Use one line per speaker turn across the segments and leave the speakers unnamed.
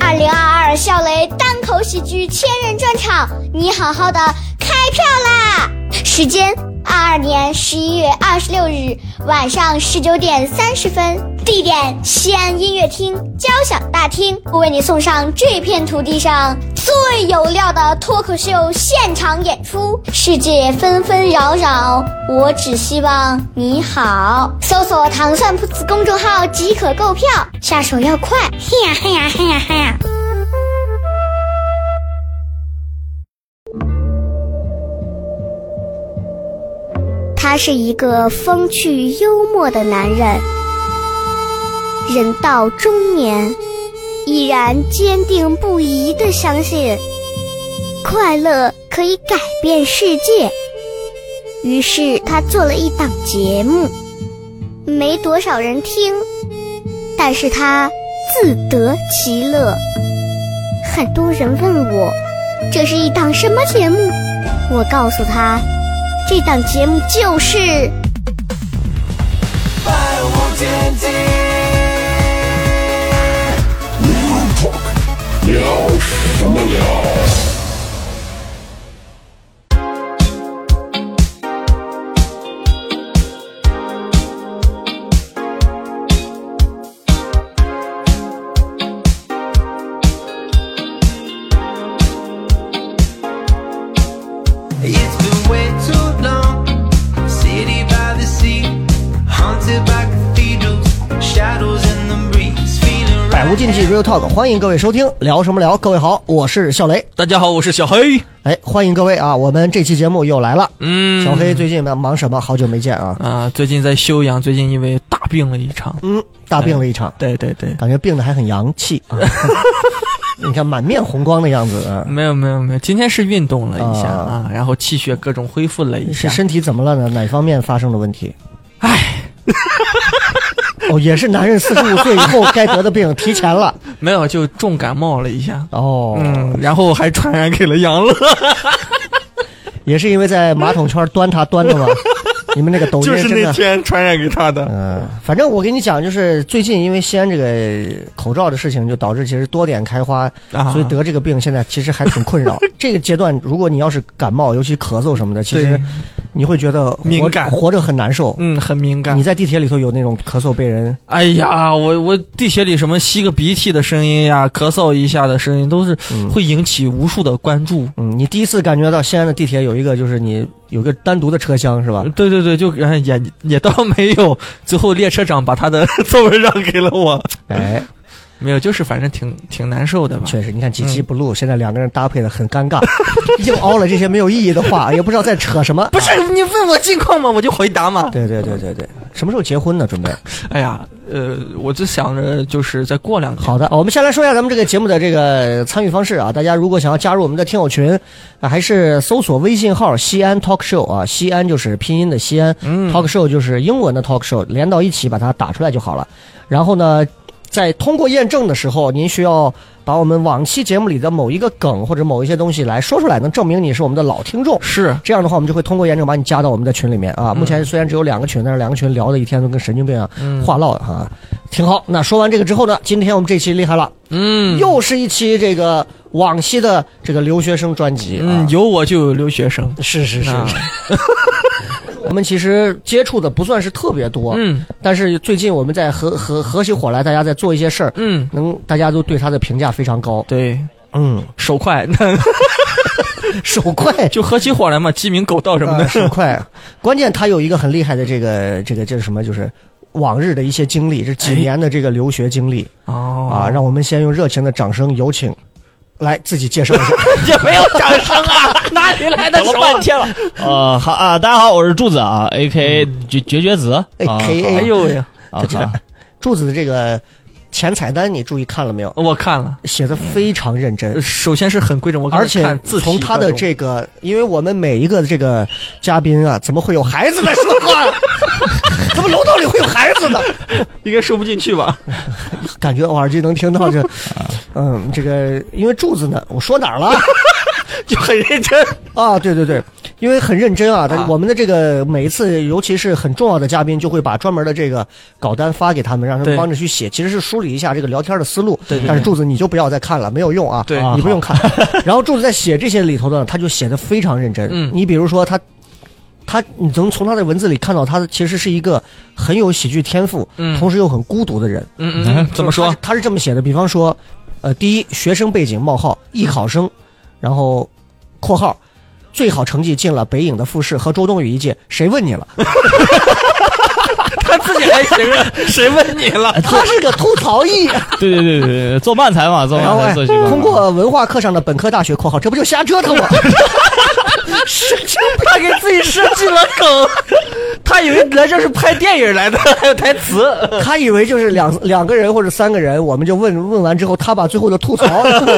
二零二二笑雷单口喜剧千人专场，你好好的开票啦！时间：二二年十一月二十六日晚上十九点三十分，地点：西安音乐厅交响大厅。我为你送上这片土地上最有料的脱口秀现场演出。世界纷纷扰扰，我只希望你好。搜索“糖蒜铺子”公众号即可购票，下手要快！嘿呀嘿呀嘿呀嘿呀！他是一个风趣幽默的男人，人到中年，依然坚定不移地相信快乐可以改变世界。于是他做了一档节目，没多少人听，但是他自得其乐。很多人问我，这是一档什么节目？我告诉他，这档节目就是。
百无禁忌。It's been way too long. City by the sea, haunted by cathedrals, shadows in the breeze, feeling
百无
right.
禁
哎
忌 Real Talk，欢迎各位收听，聊什么聊？各位好，我是笑雷。
大家好，我是小黑。
哎，欢迎各位啊！我们这期节目又来了。
嗯
小黑最近忙忙什么？好久没见啊！
啊，最近在休养，最近因为大病了一场。
嗯，大病了一场，
对对对，
感觉病的还很洋气 啊！你看满面红光的样子，啊
没有没有没有，今天是运动了一下
啊
啊，然后气血各种恢复了一
是
下。
身体怎么了呢？哪方面发生了问题？
唉，
哦，也是男人四十五岁以后该得的病，提前了。
没有就重感冒了一下。
哦，
嗯，然后还传染给了杨乐，
也是因为在马桶圈端它端的 吗？你哦们那个抖音
就是
真
那
的。
天传染给他的。
嗯，反正我跟你讲，就是最近因为西安这个口罩的事情，就导致其实多点开花，
啊
所以得这个病现在其实还挺困 扰。这个阶段，如果你要是感冒，尤其咳嗽什么的，其实
对
你会觉得活
敏感
活着很难受。
嗯，很敏感
你。在地铁里头有那种咳嗽被人，
哎呀，我我地铁里什么吸个鼻涕的声音呀，咳嗽一下的声音，都是
嗯
会引起无数的关注。
嗯，你第一次感觉到西安的地铁有一个就是你有个单独的车厢是吧？
对对对，就哎也也倒没有，最后列车长把他的 座位让给了我，
哎，
没有，就是反正挺挺难受的吧。
确实，你看极
嗯
其不录，现在两个人搭配的很尴尬， 又凹了这些没有意义的话，也不知道在扯什么。
不是你问我近况嘛，我就回答嘛。
对对对对对，什么时候结婚呢？准备？
哎呀，呃，我就想着就是再过两天。
好的，我们先来说一下咱们这个节目的这个参与方式啊。大家如果想要加入我们的听友群，啊，还是搜索微信号“西安 Talk Show” 啊，西安就是拼音的西安、t a l k Show 就是英文的 Talk Show，连到一起把它打出来就好了。然后呢，在通过验证的时候，您需要把我们往期节目里的某一个梗或者某一些东西来说出来，能证明你是我们的老听众。
是
这样的话，我们就会通过验证把你加到我们的群里面啊。目前虽然只有两个群，但是两个群聊的一天都跟神经病啊，话唠啊，挺好。那说完这个之后呢，今天我们这期厉害了，
嗯
又是一期这个往期的这个留学生专辑啊
嗯，。有我就有留学生。
是是是
啊，
我们其实接触的不算是特别多，
嗯
但是最近我们在合合合起伙来，大家在做一些事儿，
嗯，
能大家都对他的评价非常高，
对
嗯，
手快，
手快。
就合起伙来嘛，鸡鸣狗盗什么
呃
的。
手快，关键他有一个很厉害的这个这个这是什么？就是往日的一些经历，这几年的这个留学经历、
哎哦
啊，让我们先用热情的掌声有请，来自己介绍一下。
也没有掌声啊，哪里来的手？啊半天了。
呃，好啊，大家好，我是柱子啊，A K A 绝绝绝子
AKA
哎呦喂，
啊，好啊
柱子的这个前彩蛋，你注意看了没有？
我看了，
写的非常认真。
首先是很规整，嗯我刚才
而且
看字体
从他的
各种
这个，因为我们每一个这个嘉宾啊，怎么会有孩子在说话？ 怎么楼道里会有孩子呢？
应该收不进去 吧？
感觉我耳机能听到这，嗯，这个因为柱子呢，我说哪儿了？
就很认真。
啊，对对对，因为很认真啊，他
啊
我们的这个每一次，尤其是很重要的嘉宾，就会把专门的这个稿单发给他们，让他们
对
帮着去写，其实是梳理一下这个聊天的思路。
对对
但是
对
柱子你就不要再看了，没有用啊，
对
你不用 看。然后柱子在写这些里头呢，他就写的非常认真。
嗯
你比如说他。他，你能从他的文字里看到，他其实是一个很有喜剧天赋，
嗯
同时又很孤独的人。
嗯嗯，怎么
他
说
是？他是这么写的，比方说，呃，第一，学生背景冒号艺考生，然后（括号）最好成绩进了北影的复试，和周冬雨一届，谁问你了？
他自己还行啊， 谁问你了？
他是个吐槽艺，
哦
对对对对对，做漫才嘛，做
然
漫
后
才
哎
做习惯。
通过文化课上的本科大学（括号），这不就瞎折腾吗？
神经病，他给自己设计了梗，他以为来这是拍电影来的， 还有台词。
他以为就是两两个人或者三个人，我们就问问完之后，他把最后的 吐槽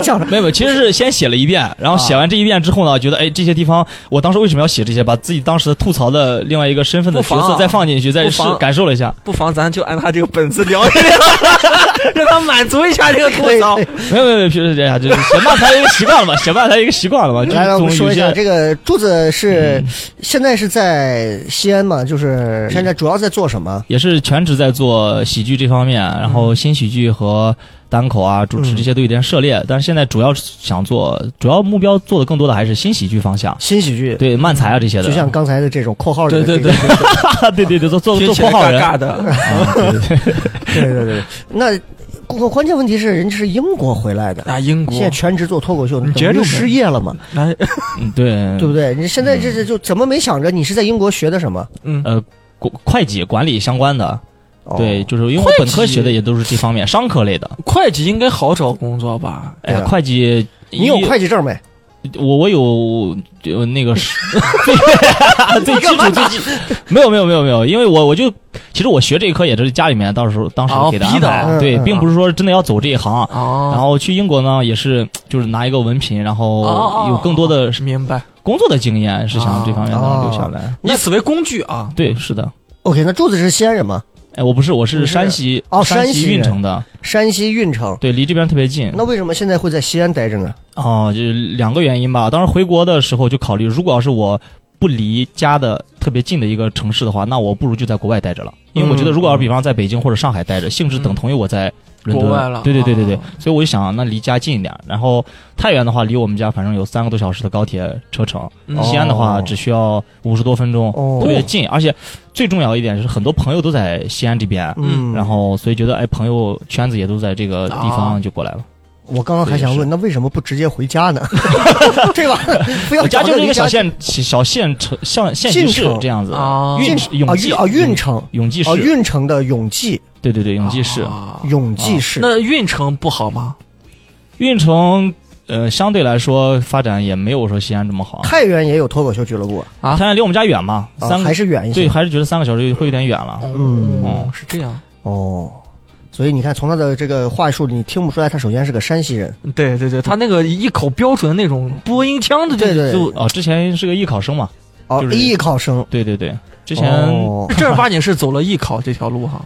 讲了。
没有，没有，其实是先写了一遍，然后写完这一遍之后呢，觉得哎，这些地方我当时为什么要写这些，把自己当时吐槽的另外一个身份的
不
角
妨啊
色再放进去，再
不
试
妨
感受了一下。
不妨咱就按他这个本子聊一 聊，让他满足一下这个吐槽。
没有没有没有，平时这样，就是写漫才一个习惯了嘛，写漫才一个习惯了嘛。就是
来来，我们
总
说
有
一下
些嗯
这个柱子是、现在是在西安嘛？就是现在主要在做什么？
也是全职在做喜剧这方面，然后
嗯
新喜剧和单口啊、主持这些都有点涉
嗯
猎，但是现在主要是想做，主要目标做的更多的还是新喜剧方向，
新喜剧
对漫才啊这些的。
就像刚才的这种括号里的
对
这
对
个对
对对对，做做
听
做
起
括
来
号
尬
人，
尬 的，
啊对对对
对对对，那关关键问题是人家是英国回来的，
啊，英
现
国
在全职做脱口秀，
你
等
觉
于
着
就
没
失业了嘛，
来，
嗯对
对不对？你现在这这就怎么没想着你是在英国学的什么？
嗯，
呃，管会计管理相关的，
哦
对，就是因为我
会
本科
计
学的也都是这方面，商科类的。
会计应该好找工作吧？
哎呀
对，啊
会计，
你有
一
会计证没？
我我有呃那个是最最基础最基没有没有没有没有，因为我我就其实我学这一科也是家里面到时候当时
哦
给的
逼
安
的
排，
嗯
对，
嗯
并不是说真的要走这一行。然
哦，
后去英国呢，也是就是拿一个文凭，然
哦
后有更多的
明白，
工作的经验，是想这方面能留下来。
以此为工具啊。
对，是的。
OK，那柱子是西安人嘛？
哎，我不是，我
你
是
是
山西
哦山西
西运
人
城的，
山西运城，
对，离这边特别近。
那为什么现在会在西安待着呢？
哦，就是两个原因吧。当时回国的时候就考虑，如果要是我不离家的特别近的一个城市的话，那我不如就在国外待着了。
嗯
因为我觉得，如果要是比方在北京或者上海待着，性质等同于我在伦敦。
国外了
对对对对对
啊，
所以我就想，那离家近一点。然后太原的话，离我们家反正有三个多小时的高铁车程。
嗯
西安的话，
哦
只需要五十多分钟，
哦
特别近。而且最重要一点是，很多朋友都在西安这边。
嗯
然后，所以觉得哎，朋友圈子也都在这个地
啊
方，就过来了。
我刚刚还想
对
问，那为什么不直接回家呢？ 对吧？非要
我家
找
就是一
离
个小
家
县小县城，像县级市
进城
这样子
啊
运永
啊
济
运啊运城
永济
哦
市，
运城的永济
对对对，永济市，
啊
永济市，
那运城不好吗？
运城呃相对来说发展也没有说西安这么好。
太原也有脱口秀俱乐部啊，
啊
太原离我们家远嘛，
啊
三
还
个
是远一些。
对，还是觉得三个小时会有点远了。
嗯
哦，是这样。
哦，所以你看，从他的这个话术里，你听不出来，他首先是个山西人。
对对对，他那个一口标准那种播音腔的，就
对对
就
哦，之前是个艺考生嘛，
哦，
就是
艺考生。
对对对，之前
哦
正儿八经是走了艺考这条路哈。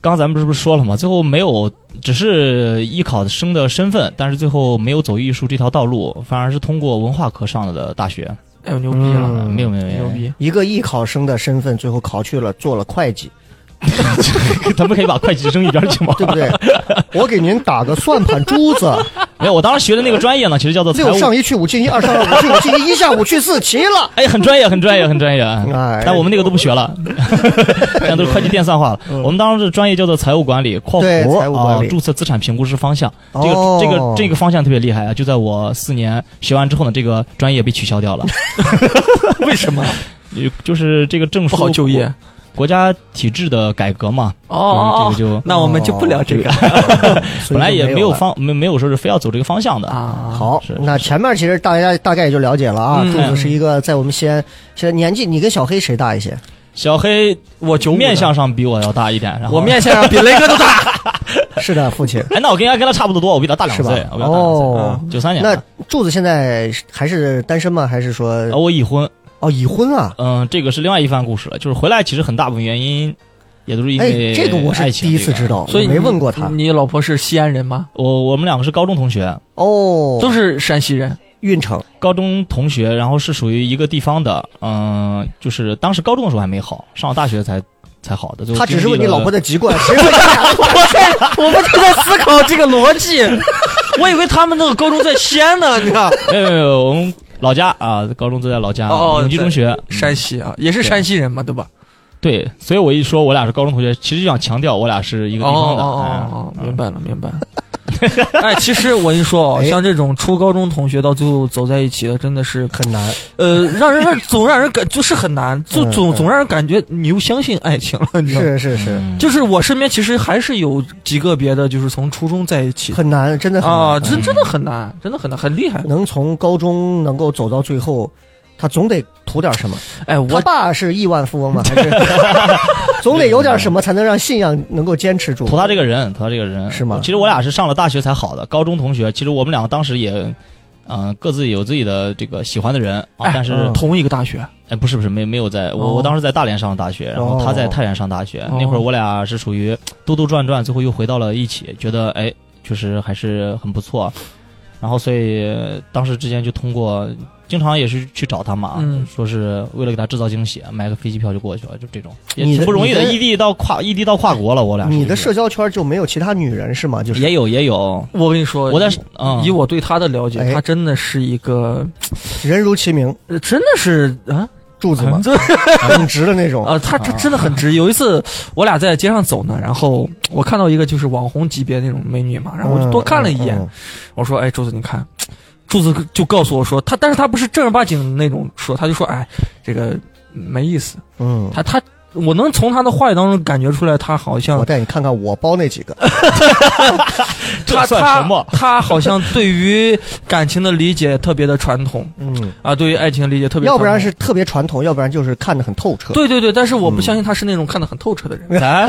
刚咱们是不是说了嘛？最后没有，只是艺考生的身份，但是最后没有走艺术这条道路，反而是通过文化课上的大学。
哎呦，牛逼了，
嗯
没有没有没有
牛， 逼！
一个艺考生的身份，最后考去了做了会计，
咱们可以把会计扔一边去 吗？
对不对？我给您打个算盘珠 子，
没有，我当时学的那个专业呢，其实叫做财
六
务。
上一去五进一，二上二五去五进一，一下五去四，齐了。
哎，很专业，很专业，很专业。啊
哎
但我们那个都不学 了，现在都是会计电算化了。我们当时专业叫做财务管理（括
嗯对财务
弧
管
啊
理，
注册资产评估师方向）。这个
哦
这个这个方向特别厉害啊！就在我四年学完之后呢，这个专业被取消掉了，
哎
为什么
就就是这个证
不
书
好就业？
国家体制的改革嘛。
哦
嗯，这个就哦
那我们就不聊这个
所以
本来
就
也
没
没有
了。
方没没有说是非要走这个方向的。
啊。
好
是，
那前面其实大家大概也就了解了啊。
嗯
柱子是一个在我们西安，现在年纪你跟小黑谁大一 些？
小黑
我九五的
面相上比我要大一点，然后
我面相比雷哥都大。
是的，父亲
哎，那我跟应该跟他差不多多，我比他大两
是
岁
吧，
我？比他大两岁。
哦，
嗯
九三年
那
的，
柱子现在还是单身吗？还是说
呃我已婚，
哦已婚啊？
嗯，这个是另外一番故事了。就是回来其实很大部分原因，也都是因为
哎，这个我是
爱情
第一次
这个
知。道，
所以
我没
你
嗯
问过他。
你老婆是西安人吗？
我我们两个是高中同学，
哦，
都是山西人。
运城，
高中同学，然后是属于一个地方的，嗯、就是当时高中的时候还没好，上了大学才才好的。就
他只是
经历
为你
了
老婆的 籍贯，谁会
我们正在思考这个逻辑， 我以为他们那个高中在西安 呢，你看，
没有没有没有，我们老家啊，高中都在老家，
哦哦
永济中学。嗯
山西啊，也是山西人嘛，对吧？
对，所以我一说我俩是高中同学，其实就想强调我俩是一个
哦
地方
哦
的。
哦哦，
嗯
明白了明白 了。哎，其实我跟你说哦，
哎
像这种初高中同学到最后走在一起的，真的是
很难？
呃，让人让总让人感就是 很难，就
嗯
总
嗯
总让人感觉你又相信爱情了，你知道吗？
是是是，
嗯
就是我身边其实还是有极个别的，就是从初中在一起的
很难，真的很难
啊，
嗯
真真的很难，真的很难，很厉害。
能从高中能够走到最后，他总得图点什么。
哎，
他
我
爸是亿万富翁 嘛，还是总得有点什么才能让信仰能够坚持住？
图他这个人，图他这个人
是吗
其实我俩是上了大学才好的，高中同学。其实我们两个当时也，嗯、各自有自己的这个喜欢的人啊，
哎
但是、
嗯
同一个大学，
哎，不是不是，没没有在，我、
哦
我当时在大连上的大学，然
哦
后他在太原上大学。
哦
那会儿我俩是属于兜兜转转，最后又回到了一起，觉得哎，确实还是很不错。然后所以呃当时之间就通过，经常也是去找他嘛，
嗯
说是为了给他制造惊喜，买个飞机票就过去了，就这种也
你的
挺不容易的，
你的
异地到跨异地到跨国了，我俩
你的
是
社交圈就没有其他女人是吗？就是
也有也有，
我跟你说，
我在
以
嗯
以我对他的了解，
哎
他真的是一个，
人如其名，
呃真的是啊，
柱子 嘛，
这
很直的那种。
啊，他他真的很直。有一次我俩在街上走呢，然后我看到一个就是网红级别那种美女嘛，然后我就多看了一眼，
嗯，嗯
我说：“哎，柱子，你看。”柱子就告诉我说：“他，但是他不是正儿八经那种说，他就说：‘哎，这个没意思。’
嗯
他他，我能从他的话语当中感觉出来，他好
嗯，我
像
带你看看我包那几 个，
这
他
算什
他
么
他好像对于感情的理解特别的传统
嗯，
啊，对于爱情的理解特别传统，
要不然是特别传统，要不然就是看得很透彻，
对对对，但是我不相信他是那种看得很透彻的人。
咱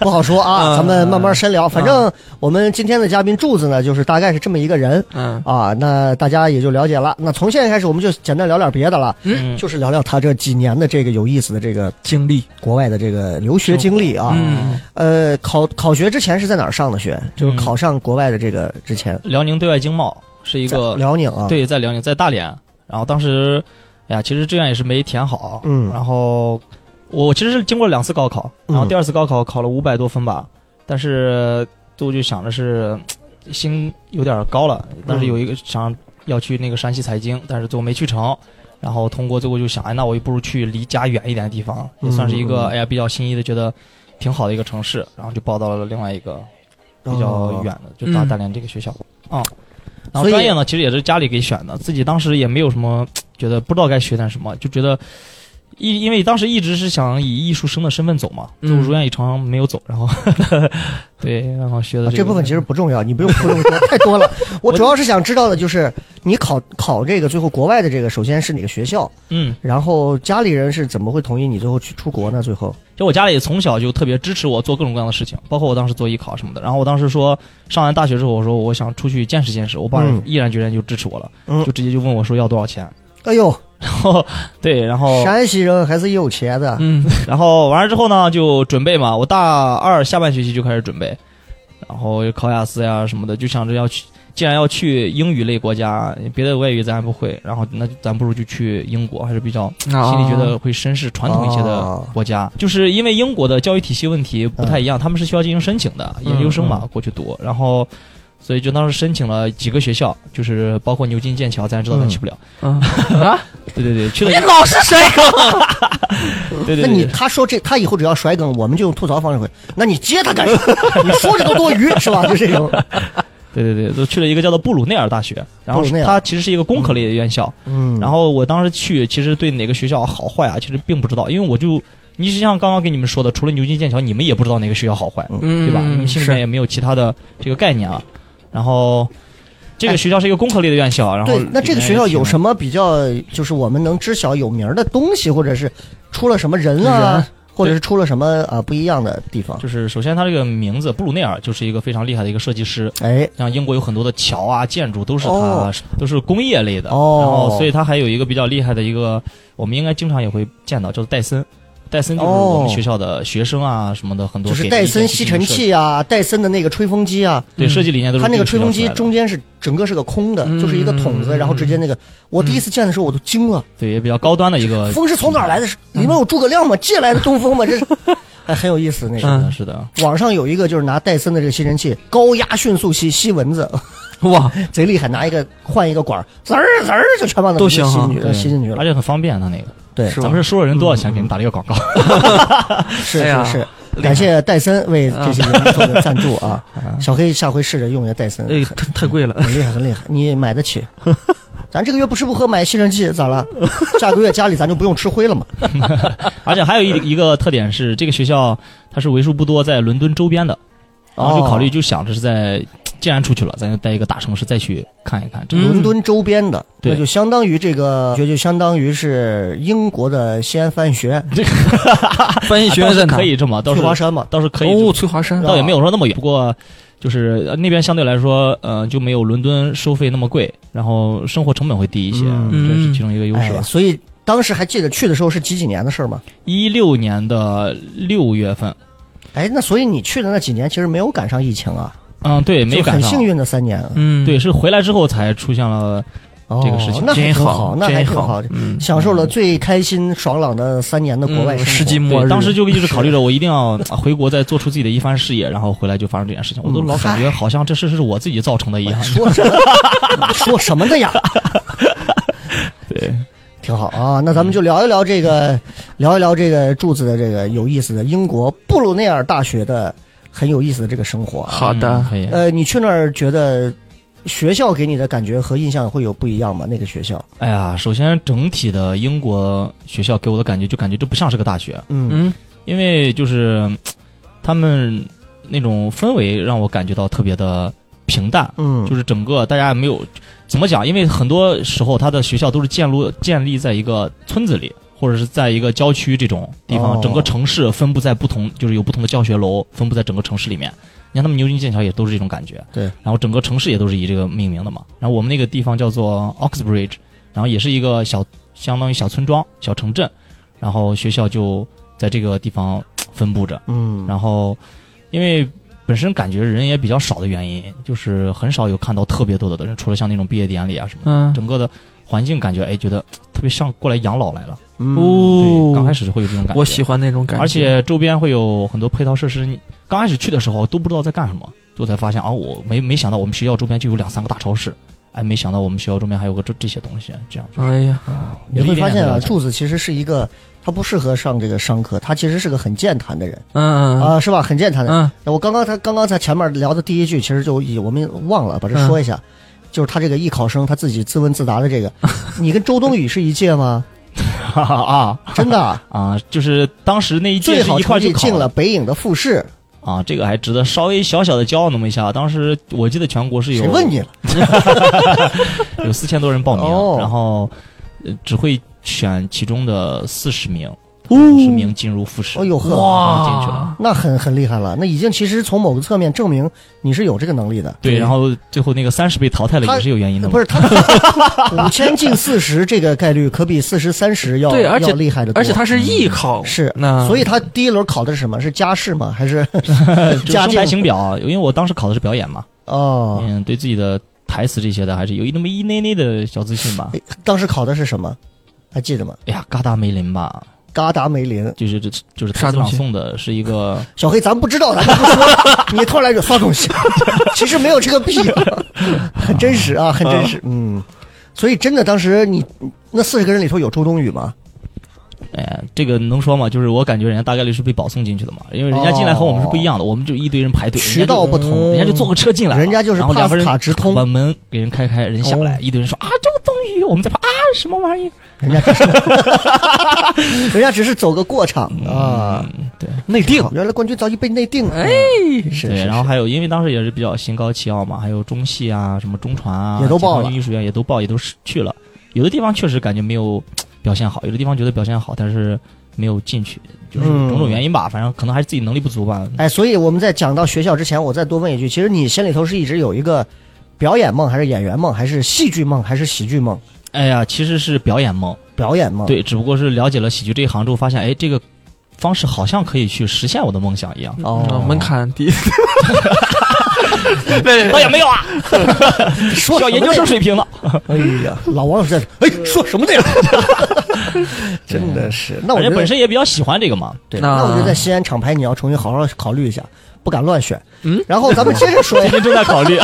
不好说啊，
哎嗯
咱们慢慢深聊。反正我们今天的嘉宾柱子呢，就是大概是这么一个人
嗯
啊，那大家也就了解了。那从现在开始，我们就简单聊点别的了，
嗯
就是聊聊他这几年的这个有意思的这个
经历，
国外的这个留学经历啊。
嗯，
呃，考考学之前是在哪儿上的学？
嗯
就是考上国外的这个之前，
辽宁对外经贸是一个
在辽宁啊。，
对，在辽宁，在大连。然后当时，哎呀，其实志愿也是没填好。
嗯
然后我我其实是经过两次高考，然后
嗯
第二次高考考了五百多分吧，但是最后就想着是嘖心有点高了，但是有一个想要去那个山西财经，但是最后没去成。然后通过最后就想，哎，那我也不如去离家远一点的地方，也算是一个、
嗯嗯嗯
哎呀比较心仪的，觉得挺好的一个城市。然后就报到了另外一个比较远。的，就大
嗯
大连这个学校啊。然
所
后
以
专业呢，其实也是家里给选的，自己当时也没有什么觉得不知道该学点什么，就觉得一因为当时一直是想以艺术生的身份走嘛，
嗯
最后如愿以偿没有走，然后对，然后学的
啊
个
这部分其实不重要，你不用说这么多， 太多了。我主要是想知道的就是，你考考这个最后国外的这个，首先是哪个学校，
嗯，
然后家里人是怎么会同意你最后去出国呢？最后，
就我家里从小就特别支持我做各种各样的事情，包括我当时做艺考什么的。然后我当时说上完大学之后，我说我想出去见识见识，我爸
嗯
毅然决然就支持我了，
嗯
就直接就问我说要多少钱，
哎呦，
然后对，然后
山西人还是有钱的。
嗯，
然后完了之后呢，就准备嘛，我大二下半学期就开始准备，然后考雅思呀什么的，就想着要去，既然要去英语类国家，别的外语咱也不会，然后那咱不如就去英国，还是比较
心
啊
心里觉得会绅士传统一些的
哦
国家，就是因为英国的教育体系问题不
嗯
太一样，他们是需要进行申请的，研究生嘛过去读，然后。所以就当时申请了几个学校，就是包括牛津、剑桥，咱知道
嗯
咱去不了。
啊，
对对对，去了
你
一。
老是谁？
啊对对
那
对，
你他说这他以后只要甩梗，我们就用吐槽方式回。那你接他干什么？你 说这都多余是吧？就这 种，
对对对，就去了一个叫做布鲁内尔大学，然后
布鲁内尔
它其实是一个工科类的院校。
嗯，
然后我当时去，其实对哪个学校好坏啊，其实并不知道，因为我就你就像刚刚跟你们说的，除了牛津、剑桥，你们也不知道哪个学校好坏，
嗯
对吧？你们心里面
是
也没有其他的这个概念啊。然后这个学校是一个工科类的院校，然后
对，那这个学校有
么？
什么比较，就是我们能知晓有名儿的东西，或者是出了什么人啊，
人
或者是出了什么呃不一样的地方？
就是首先它这个名字布鲁内尔就是一个非常厉害的一个设计师，
哎，
像英国有很多的桥啊、建筑都是它，
哦
都是工业类的。
哦
然后，所以它还有一个比较厉害的一个，我们应该经常也会见到，叫做戴森。戴森就是我们学校的学生啊什么的很多
哦就
给
是
的
戴
意见，
森吸尘器啊，戴森的那个吹风机啊，
对设计理念都是
它那个
这
吹
学校
风
出
机
来的嗯
中间是整个是个空的，就是一个筒子，然后直接那个，我第一次见的时候我都惊了，
对也比较高端的一个
风是从哪儿来的？是里面有诸葛亮吗？借来的东风吗？ 这是，还很有意思那
是
个。
的，是的，
网上有一个就是拿戴森的这个吸尘器，高压迅速吸吸蚊子，
哇，
贼厉害，拿一个换一个管儿，滋儿滋儿就全把那
都行
吸
哈
进去
对
了，吸进去
而
了。
且很方便，啊它那个。
对，
吧
咱们是收了人多少钱给你们打了一个广告？
是
哎呀
是是，感谢戴森为这些节目做的赞助啊！小黑下回试着用一下戴森，
哎，太太 贵了。
啊
很厉害，很厉害，你买得起。 咱这个月不吃不喝买吸尘器咋了？下个月家里咱就不用吃灰了嘛？
而且还有一一个特点是，这个学校它是为数不多在伦敦周边的，然啊后就
哦
考虑
哦
就想着是在，既然出去了，咱就在一个大城市再去看一看。
嗯
这个
伦敦周边的，
嗯对
那就相当于这个，就就相当于是英国的西安翻译学院，
翻译学院在
啊倒是
哪？
可以这么，倒
翠
是
华山嘛。
倒是可以这么，
哦，翠华山
倒也没有说那么远，不过就是呃那边相对来说，呃，就没有伦敦收费那么贵，然后生活成本会低一些，
嗯
这是其中一个优势
哎
吧。
所以当时还记得去的时候是几几年的事儿吗？
一六年的六月份，
哎，那所以你去的那几年其实没有赶上疫情啊，
嗯，对，没
就
赶
很
上，
幸运的三年。
嗯，
对，，是回来之后才出现了，
哦
这个事情
那还
真
挺
好，
那还
真
挺好，
嗯，
享受了最开心爽朗的三年的国外生活。
世纪末
对，
日，
当时就一直考虑着我一定要啊回国再做出自己的一番事业，然后回来就发生这件事情，我都
嗯
老感觉好像这事是我自己造成的一样
哎，说什么 说什么的呀？
对，
挺好啊，那咱们就聊一聊这个，聊一聊这个柱子的这个有意思的英国布鲁内尔大学的很有意思的这个生活啊。
好的
嗯，可以。
呃，你去那儿觉得学校给你的感觉和印象会有不一样吗？那个学校，
哎呀，首先整体的英国学校给我的感觉就感觉这不像是个大学，
嗯
嗯
因为就是嗯他们那种氛围让我感觉到特别的平淡，
嗯，
就是整个大家没有怎么讲，因为很多时候他的学校都是建路建立在一个村子里。或者是在一个郊区这种地方，
哦
整个城市分布在不同，就是有不同的教学楼分布在整个城市里面。你看他们牛津、剑桥也都是这种感觉，
对。
然后整个城市也都是以这个命名的嘛。然后我们那个地方叫做 Oxbridge，然后也是一个小，相当于小村庄、小城镇，然后学校就在这个地方分布着。
嗯，
然后因为本身感觉人也比较少的原因，就是很少有看到特别多的人，除了像那种毕业典礼啊什么的，
嗯，
整个的环境感觉哎，觉得特别像过来养老来了。
嗯
哦
对，，刚开始会有这种感觉。
我喜欢那种感觉，
而且周边会有很多配套设施。你刚开始去的时候都不知道在干什么，就才发现啊，我没没想到我们学校周边就有两三个大超市，哎，没想到我们学校周边还有个这这些东西，这样就
哎呀，
啊你会发现啊，
了
柱子其实是一个他不适合上这个商科，他其实是个很健谈的人
嗯嗯
啊，是吧？很健谈的人。
嗯
我刚刚他刚刚在前面聊的第一句，其实就已我们忘了把这说一下，
嗯
就是他这个艺考生他自己自问自答的这个， 你跟周冬雨是一届吗？
啊
真的 啊，
啊，就是当时那一届
最
是
好
一
成
块儿就
绩
考
进了北影的复试，
啊，这个还值得稍微小小的骄傲那么一下。当时我记得全国是有
谁问你了？
有四千多人报名，
哦
然后、呃只会选其中的四十名，
哦
五十名进入复试。
哦呦呵，
哇进去了，
那很很厉害了，那已经其实从某个侧面证明你是有这个能力的。
对，然后最后那个三十被淘汰了
他
也是有原因的嘛，
不是他五千进四十这个概率可比四十三十要
对而且
要厉害的多，
而且它是艺考，
嗯是
那
所以他第一轮考的是什么？是加试吗？还是
就是
家
声
境？
台形表，啊因为我当时考的是表演嘛，
哦，
嗯，对自己的台词这些的还是有那么一内内的小自信吧。
哎当时考的是什么？还记得吗？
哎呀，嘎达梅林吧，
嘎达梅林，
就是这就是台
啥
词
东
朗
西
诵的是一个，
小黑，咱不知道，咱就不说。 你突然来就发东西， 其实没有这个必要，很真实啊，很真实。嗯，所以真的，当时你那四十个人里头有周冬雨吗？
哎呀，这个能说吗？就是我感觉人家大概率是被保送进去的嘛，因为人家进来和我们是不一样的，我们就一堆人排队，
哦渠道不同，
人家就人家就坐个车进来了，
人家就是
然后两
pass
个人
卡直通，
把门给人开开，人下来，
哦
一堆人说啊，这个东西，我们在怕啊什么玩意儿？
人家只是， 人家只是走个过场
嗯
啊。
内定，
原来冠军早已被内定嗯了，
哎，
是
对，
是
然后
是
还有，因为当时也是比较兴高气傲嘛，还有中戏啊，什么中传啊，
也都报了
解放军艺术院也都报，也都是去了。有的地方确实感觉没有呃表现好，有的地方觉得表现好，但是没有进去，就是
嗯
种种原因吧。反正可能还是自己能力不足吧。
哎，所以我们在讲到学校之前，我再多问一句，其实你心里头是一直有一个表演梦，还是演员梦，还是戏剧梦，还是喜剧梦？
哎呀，其实是表演梦，
表演梦，
对，只不过是了解了喜剧这一行之后，发现哎，这个方式好像可以去实现我的梦想 一样。
哦，
嗯门槛低。对
导演没有啊，
说
需
什
要
么
研究
呢
生水嗯平的。
哎呀，老王老师在这，哎，说什么呢？ 真的是， 那我
而
觉
且
得
嗯本身也比较喜欢这 个嘛。
对，
那
那我觉得在西安厂牌你要重新好好考虑一下，不敢乱选。嗯，然后咱们接着说一
最近正在考 虑，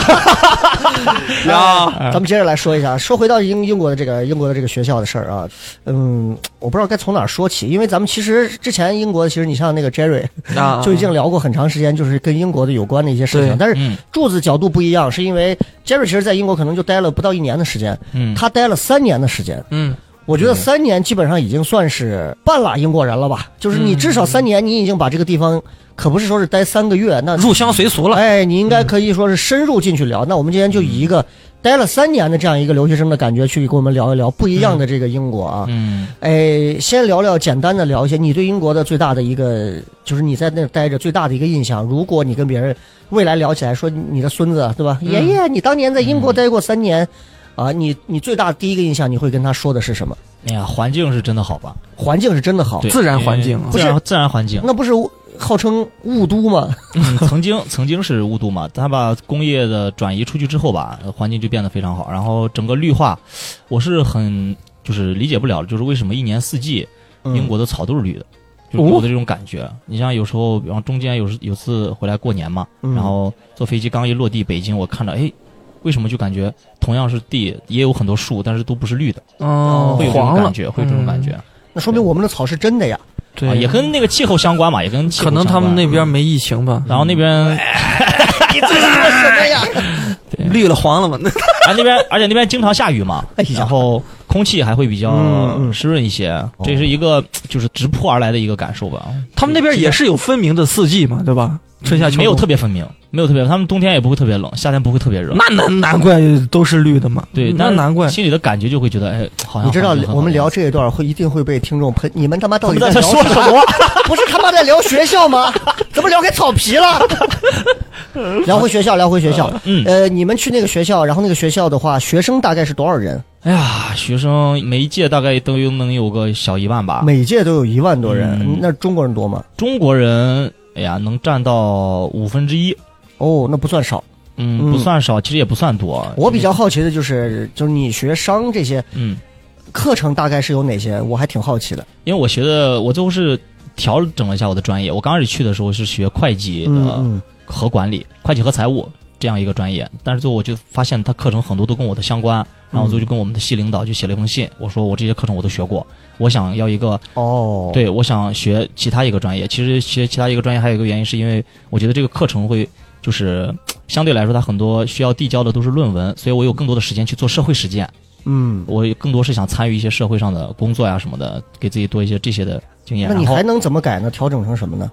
啊，
咱们接着来说一下，说回到英英国的这个英国的这个学校的事儿啊，嗯，我不知道该从哪儿说起，因为咱们其实之前英国，其实你像那个 Jerry
那
就已经聊过很长时间，就是跟英国的有关的一些事情
啊对，
但是
嗯
柱子角度不一样，是因为 Jerry 其实在英国可能就待了不到一年的时间，
嗯，
他待了三年的时间，
嗯，
我觉得三年基本上已经算是半拉英国人了吧，就是你至少三年，你已经把这个地方可不是说是待三个月，那
入乡随俗了。
哎，你
嗯
应该可以说是深入进去聊。那我们今天就以一个待了三年的这样一个留学生的感觉去跟我们聊一聊不一样的这个英国啊。
嗯，
哎，先聊聊简单的聊一些你对英国的最大的一个，就是你在那待着最大的一个印象。如果你跟别人未来聊起来说你的孙子对吧，
嗯
爷爷，你当年在英国待过三年。啊，你你最大的第一个印象，你会跟他说的是什么？
哎呀，环境是真的好吧？
环境是真的好，
对
自然环境
因为
啊
自然自然环境。
那不是号称雾都吗？
嗯曾经曾经是雾都嘛，他把工业的转移出去之后吧，呃环境就变得非常好。然后整个绿化，我是很就是理解不了，就是为什么一年四季英国的草都是绿的，
嗯哦
就是给我的这种感觉。你像有时候，比方中间有时有次回来过年嘛，
嗯
然后坐飞机刚一落地北京，我看到哎，为什么就感觉同样是地，也有很多树，但是都不是绿的，
哦
会有这种
黄了嗯
感觉，会有这种
啊
感觉。
那说明我们的草是真的呀。
对
啊，也跟那个气候相关嘛，也跟气候
可能他
相
们
关嗯
那边嗯没疫情吧，
然后那边
什么呀？
绿了黄了嘛，那
啊，那边而且那边经常下雨 嘛，
哎呀
然后空气还会比
嗯
较
嗯
湿润一些，
哦
这是一个就是直扑而来的一个感受吧。
他们那边也是有分明的四季嘛，对吧？春夏秋冬
没有特别分明，没有特别，他们冬天也不会特别冷，夏天不会特别热。
那难难怪都是绿的嘛，
嗯
对，
那
但
难怪
心里的感觉就会觉得，哎，好像
你知道
环境很好
我们聊这一段会一定会被听众喷，你们他妈到底在
我们在
聊
说什么？
不是他妈在聊学校吗？ 怎么聊给草皮 了？聊回学校，聊回学校。
嗯
呃，你们去那个学校，然后那个学校的话，学生大概是多少人？
哎呀，学生每一届大概都有能有个小一万吧。
每届都有一万多人
啊嗯，
那中国人多吗？
中国人，哎呀，能占到五分之一，
哦，那不算少。
嗯，不
嗯
算少，其实也不算多。
我比较好奇的就是，就是你学商这些
嗯，
课程大概是有哪些？我还挺好奇的。
因为我学的，我最后是调整了一下我的专业。我刚开始去的时候是学会计的。
嗯
和管理、会计和财务这样一个专业，但是最后我就发现它课程很多都跟我的相关，然后我最后就跟我们的系领导就写了一封信，我说我这些课程我都学过，我想要一个
嗯，哦，，
对我想学其他一个专业。其实学其他一个专业还有一个原因，是因为我觉得这个课程会就是相对来说它很多需要递交的都是论文，所以我有更多的时间去做社会实践，
嗯，
我更多是想参与一些社会上的工作呀、啊什么的，给自己多一些这些的经验。
那你
然后
还哦能怎么改呢？调整成什么呢？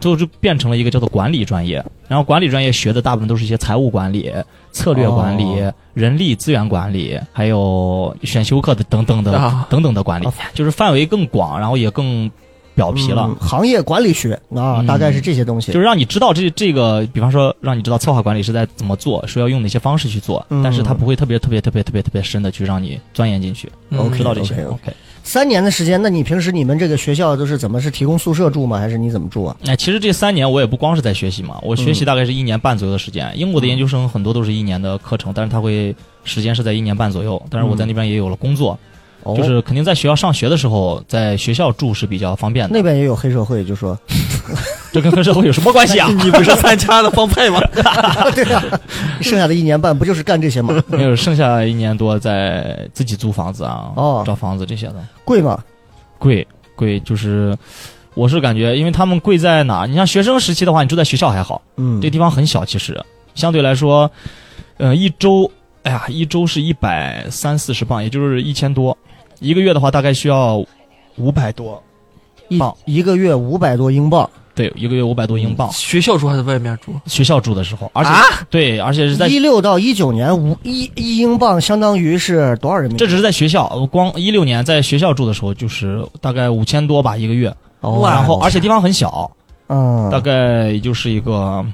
最后就变成了一个叫做管理专业。然后管理专业学的大部分都是一些财务管理、策略管理、
哦
人力资源管理，还有选修课的等等的、
啊
等等的管理
啊，
就是范围更广，然后也更表皮了。
嗯行业管理学啊，
嗯
大概是这些东西。
就是让你知道这这个，比方说让你知道策划管理是在怎么做，说要用哪些方式去做，
嗯
但是它不会特别特别特别特别特别深的去让你钻研进去，
嗯
知道这些。
OK，OK 三年的时间，那你平时你们这个学校都是怎么是提供宿舍住吗？还是你怎么住啊？
哎，其实这三年我也不光是在学习嘛，我
嗯
学习大概是一年半左右的时间。英国的研究生很多都是一年的课程，但是他会时间是在一年半左右。但是我在那边也有了工作，
嗯哦
就是肯定在学校上学的时候，在学校住是比较方便的。
那边也有黑社会，就 说
这跟跟社会有什么 关系啊？
你不是参加了帮派吗？
对 啊，剩下的一年半不就是干这些吗？
没有，剩下一年多在自己租房子啊，
哦
找房子这些的，
贵吗？
贵贵就是。我是感觉，因为他们贵在哪儿？你像学生时期的话，你住在学校还好，
嗯，
这地方很小，其实相对来说，呃，一周，哎呀，一周是一百三四十磅，也就是一千多。一个月的话，大概需要五百多。
一一个月五百多英镑，
对，一个月五百多英镑。
学校住还是外面住？
学校住的时候，而且、
啊
对，而且是在
一六到一九年五一一英镑相当于是多少人民币
这？只是在学校，我光一六年在学校住的时候，就是大概五千多吧一个月。
哦
然后而且地方很小，
嗯，
大概也就是一个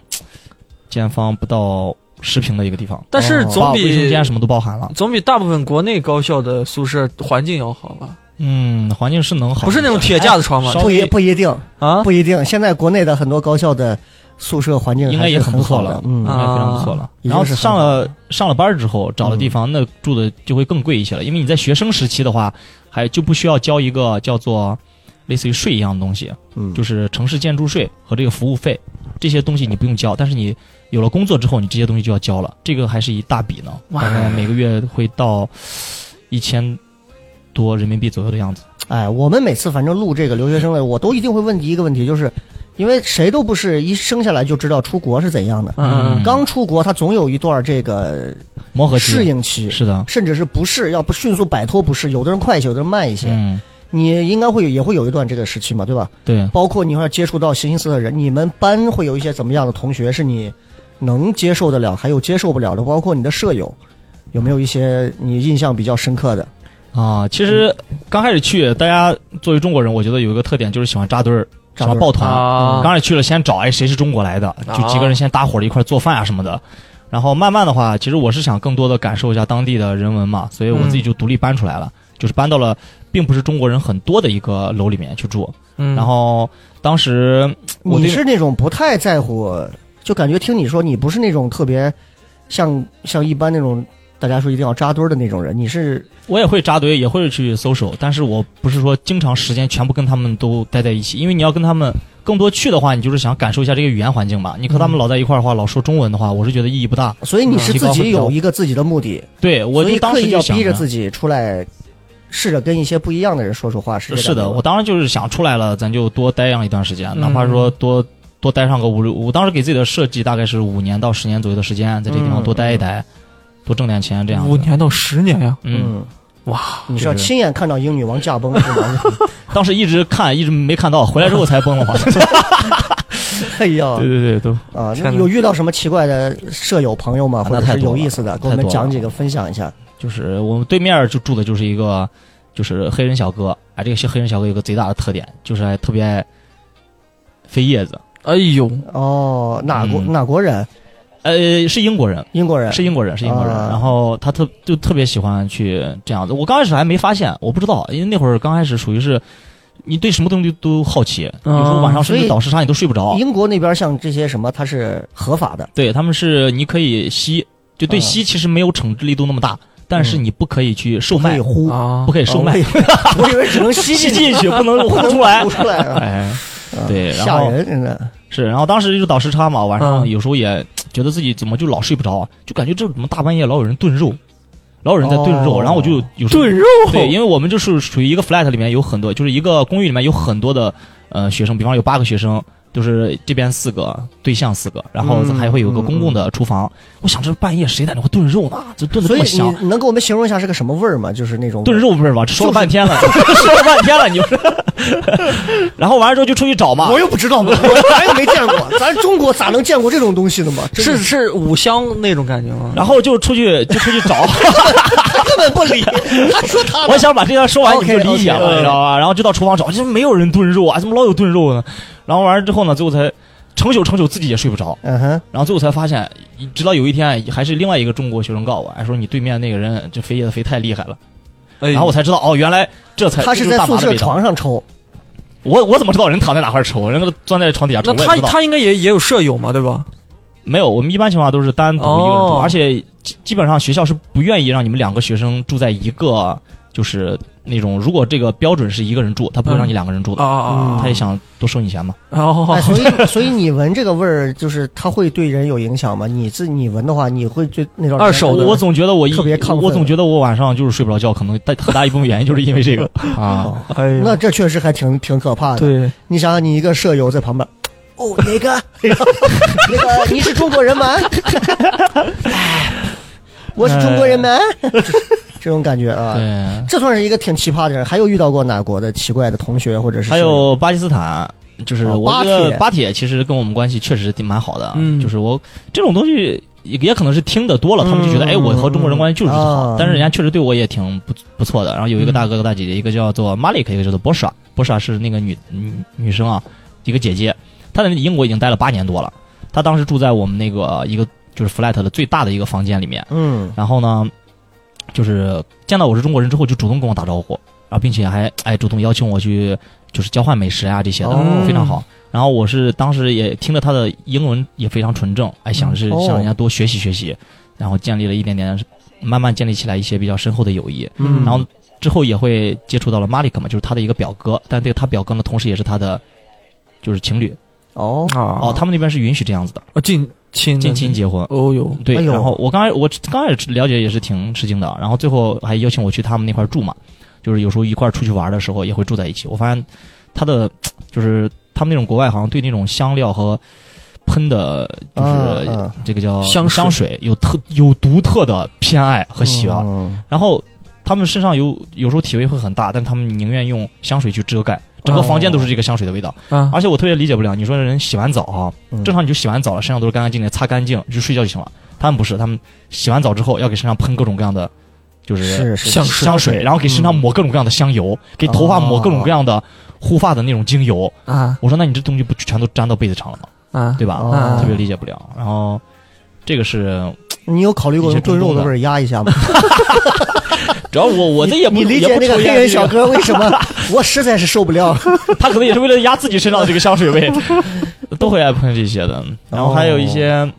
见方不到十平的一个地方，
但是
哦
总
把卫生
比
间什么都包含了。
总比大部分国内高校的宿舍环境要好吧？
嗯，环境是能好，哎
不是那种铁架子床吗？
稍
不一
微
不一定，
啊
不一定。现在国内的很多高校的宿舍环境
应
还
该
是
也很
很
不错
好
了啊
的，，嗯
应该非常不错了。
已经
然后
是很
上
好嗯
了上了班儿之后，找了地方，那住的就会更贵一些了，因为你在学生时期的话，还就不需要交一个叫做类似于税一样的东西，
嗯，
就是城市建筑税和这个服务费这些东西你不用交，但是你有了工作之后，你这些东西就要交了，这个还是一大笔呢，
哇
大概每个月会到一千多人民币左右的样子。
哎，我们每次反正录这个留学生的，我都一定会问一个问题，就是因为谁都不是一生下来就知道出国是怎样的，
嗯
嗯
刚出国他总有一段这个
磨合期
适应期，
是的，
甚至是不适，要不迅速摆脱不适，有的人快一些，有的人慢一些，
嗯，
你应该会有也会有一段这个时期嘛，对吧？
对，
包括你要接触到形形色色的人，你们班会有一些怎么样的同学是你能接受得了，还有接受不了的，包括你的舍友，有没有一些你印象比较深刻的？
啊，其实
嗯
刚开始去，大家作为中国人，我觉得有一个特点就是喜欢扎堆儿，喜
扎堆儿啊
欢抱团。嗯
啊
刚开始去了，先找哎谁是中国来的，就几个人先搭伙儿一块儿做饭啊什么的。然后慢慢的话，其实我是想更多的感受一下当地的人文嘛，所以我自己就独立搬出来
嗯
了，就是搬到了并不是中国人很多的一个楼里面去住。
嗯
然后当时我
你
对
是那种不太在乎，就感觉听你说你不是那种特别像像一般那种大家说一定要扎堆儿的那种人，你是
我也会扎堆，也会去搜手，但是我不是说经常时间全部跟他们都待在一起，因为你要跟他们更多去的话，你就是想感受一下这个语言环境嘛。你和他们老在一块儿的话，老说中文的话，我是觉得意义不大。
所以你是
嗯
自己有一个自己的目的，
对，我
所
就
以
当
刻
时
意
就
要
想
逼着
着
自己出来，试着跟一些不一样的人说说话，是这
是
感
的，
觉
我
吗
当时就是想出来了，咱就多待上一段时间，
嗯
哪怕说多多待上个五六。我当时给自己的设计大概是五年到十年左右的时间，在这地方多待一待，多挣点钱这样。
五，年到十年呀，
嗯，
嗯，
哇，
你是要
就是
亲眼看到英女王驾崩是吗？
当时一直看，一直没看到，回来之后才崩了 嘛。
哎呀，
对对，都
啊，那
天哪
有遇到什么奇怪的舍友朋友吗？
啊
或
那
者
太
是
多
有
了
意思的，给我
太
们
多
讲
了
几个，分享一下。
就是我们对面就住的就是一个，就是黑人小哥。哎，这个黑人小哥有个贼大的特点，就是还特别爱飞叶子。
哎呦，
哦，哪国
嗯
哪国人？
呃，是英国人，
英国人
是英国人，是英国人。
啊
然后他特就特别喜欢去这样子。我刚开始还没发现，我不知道，因为那会儿刚开始属于是，你对什么东西都好奇，比如说晚上
嗯
甚
所
至
以
倒时差你都睡不着。
英国那边像这些什么，它是合法的，
对，他们是你可以吸，就对
啊
吸其实没有惩治力度那么大，但是
嗯
你不可以去售
可
卖
以，呼，
啊
不，可以售
哦
卖，
我以为只能吸
吸
进
进 去不能呼出来
呼。出来啊。
哎，
啊
对然
吓
后
人真的。
是，然后当时就倒时差嘛，晚上
嗯
有时候也觉得自己怎么就老睡不着，就感觉这怎么大半夜老有人炖肉，老有人在炖肉，
哦
然后我就有时候
炖肉，
对，因为我们就是属于一个 flat 里面有很多，就是一个公寓里面有很多的呃学生，比方有八个学生，就是这边四个，对象四个，然后
嗯
还会有个
嗯
公共的厨房。我想这半夜谁在那块炖肉呢？这炖的
所以
这么香，
你能给我们形容一下是个什么味儿吗？就是那种
炖肉味儿吧？这说了半天了， 说了半天了，你说。 然后完了之后就出去找嘛，
我又 不知道嘛，我咱也没见过， 咱中国咋能见过这种东西呢 嘛？真
是
的
是五香那种感觉吗？
然后就出去就出去找。
他根本不 理，他说 他
我想把这段说完，你
OK，
就理解
OK，嗯
了，你知道吧？然后就到厨房找，就是没有人炖肉啊，怎么老有炖肉呢？然后完了之后呢，最后才成宿成宿自己也睡不着，
嗯哼，
然后最后才发现，哎直到有一天啊还是另外一个中国学生告我，哎，说你对面那个人这飞叶子飞太厉害了，
哎
然后我才知道哦，原来这才
他
这
是
就
在
大
宿
麻的
舍
味道
床上抽，
我我怎么知道人躺在哪块抽？人那个钻在床底下抽，
那
我也
他
不知道
他应该也也有舍友嘛，对吧？
没有，我们一般情况下都是单独一个人住，
哦
而且基基本上学校是不愿意让你们两个学生住在一个，就是那种如果这个标准是一个人住，他不会让你两个人住的。
啊
哦
啊，
他也想多收你钱嘛。
哎，
哦，
所以 所以你闻这个味儿，就是它会对人有影响吗？你自你闻的话，你会哦对那种
二手
我
的
我总觉得我一
特别亢奋
我总觉得我晚上就是睡不着觉，可能大很大一部分原因就是因 为这个啊。
哎呀，
那这确实还挺挺可怕的。，
对，
你想想，你一个舍友在旁边，哦，哪 个？那个你是中国 人吗？哎我是中国人吗？哎这种感觉啊，
对，
这算是一个挺奇葩的人。还有遇到过哪国的奇怪的同学或者是
还
舍友
有巴基斯坦，就是
哦
我
巴
觉得
铁
巴铁其实跟我们关系确实挺蛮好的，
嗯
就是我这种东西。也也可能是听得多了，他们就觉得，
嗯
哎，我和中国人关系就是这么好。
啊
但是人家确实对我也挺不不错的。然后有一个大哥哥大姐姐，一个叫做 Malik，一个叫做 Bosha。Bosha 是那个女女女生啊，一个姐姐，她在英国已经待了八年多了。她当时住在我们那个一个就是 flat 的最大的一个房间里面。
嗯
然后呢，就是见到我是中国人之后，就主动跟我打招呼，然后并且还哎主动邀请我去就是交换美食啊这些的，
哦
非常好。然后我是当时也听了他的英文也非常纯正，哎，想是
哦
想人家多学习学习，然后建立了一点点，慢慢建立起来一些比较深厚的友谊。
嗯
然后之后也会接触到了 Malik 嘛，就是他的一个表哥，但这个他表哥呢，同时也是他的就是情侣
哦，嗯
哦，他们那边是允许这样子的，
啊哦近亲的
近亲结婚。
哦哟，
对，
哎呦
然后我刚开我刚开始了解也是挺吃惊的，然后最后还邀请我去他们那块儿住嘛，就是有时候一块儿出去玩的时候也会住在一起。我发现他的就是他们那种国外好像对那种香料和喷的，就
嗯
是
嗯
这个叫
香水
香水有特有独特的偏爱和喜好。
嗯
然后他们身上有有时候体味会很大，但他们宁愿用香水去遮盖，整
哦
个房间都是这个香水的味道。
啊
而且我特别理解不了，你说人洗完澡啊，
嗯
正常你就洗完澡了，身上都是干干净净，擦干净就睡觉就行了。他们不是，他们洗完澡之后要给身上喷各种各样的，就是
是
像
是
香水，然后给身上抹各种各样的香油，给头发抹各
哦
种各样的护发的那种精油。
啊
我说，那你这东西不全都粘到被子上了吗？
啊，
对吧？
哦
特别理解不了。然后这个是，
你有考虑过用炖肉的味儿压一下 吗？
主要我我这也不
你理
也
解
不
那个
抽
黑
烟
人
这
小哥为什么？我实在是受不了。
他可能也是为了压自己身上的这个香水味，都会爱喷这些的。然后还有一
哦
些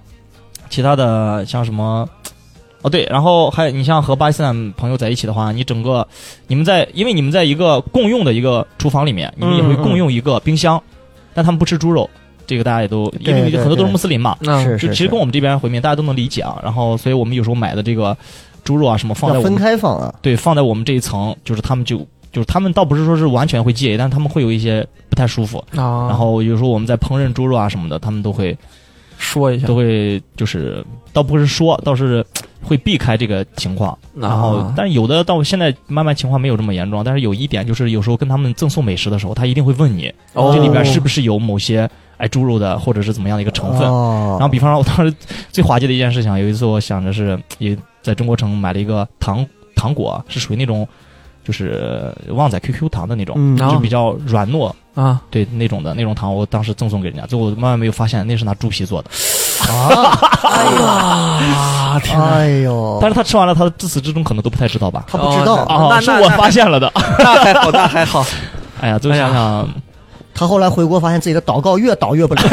其他的，像什么。哦对，然后还有你像和巴基斯坦朋友在一起的话，你整个你们在，因为你们在一个共用的一个厨房里面，你们也会共用一个冰箱，但他们不吃猪肉，这个大家也都因为
对对
很多都是
对
穆斯林嘛，
啊
是
嗯就其实跟我们这边回民大家都能理解啊。然后所以我们有时候买的这个猪肉啊什么放在
要
我们
分开放啊。
对，放在我们这一层，就是他们就就是他们倒不是说是完全会介意，但是他们会有一些不太舒服。
啊，
然后有时候我们在烹饪猪肉啊什么的，他们都会
说一下
都，会就是倒不是说，倒是会避开这个情况。然后
啊，
但是有的到现在慢慢情况没有这么严重，但是有一点就是有时候跟他们赠送美食的时候，他一定会问你
哦
这里边是不是有某些哎猪肉的或者是怎么样的一个成分。
哦
然后，比方说，我当时最滑稽的一件事情，有一次我想着是也在中国城买了一个糖糖果，是属于那种就是旺仔 QQ 糖的那种，
嗯
然
就
后
比较软糯，
啊，
对那种的那种糖，我当时赠送给人家，最后我慢慢没有发现那是拿猪皮做的，
啊，
啊天哪，
哎呦，
但是他吃完了，他自始至终可能都不太知道吧。
他不知道
哦
啊，
那
是
那
我
那
发现了的。
那
哦
还好，那还好，
哎呀，最后想想，
他后来回国发现自己的祷告越祷越不 灵，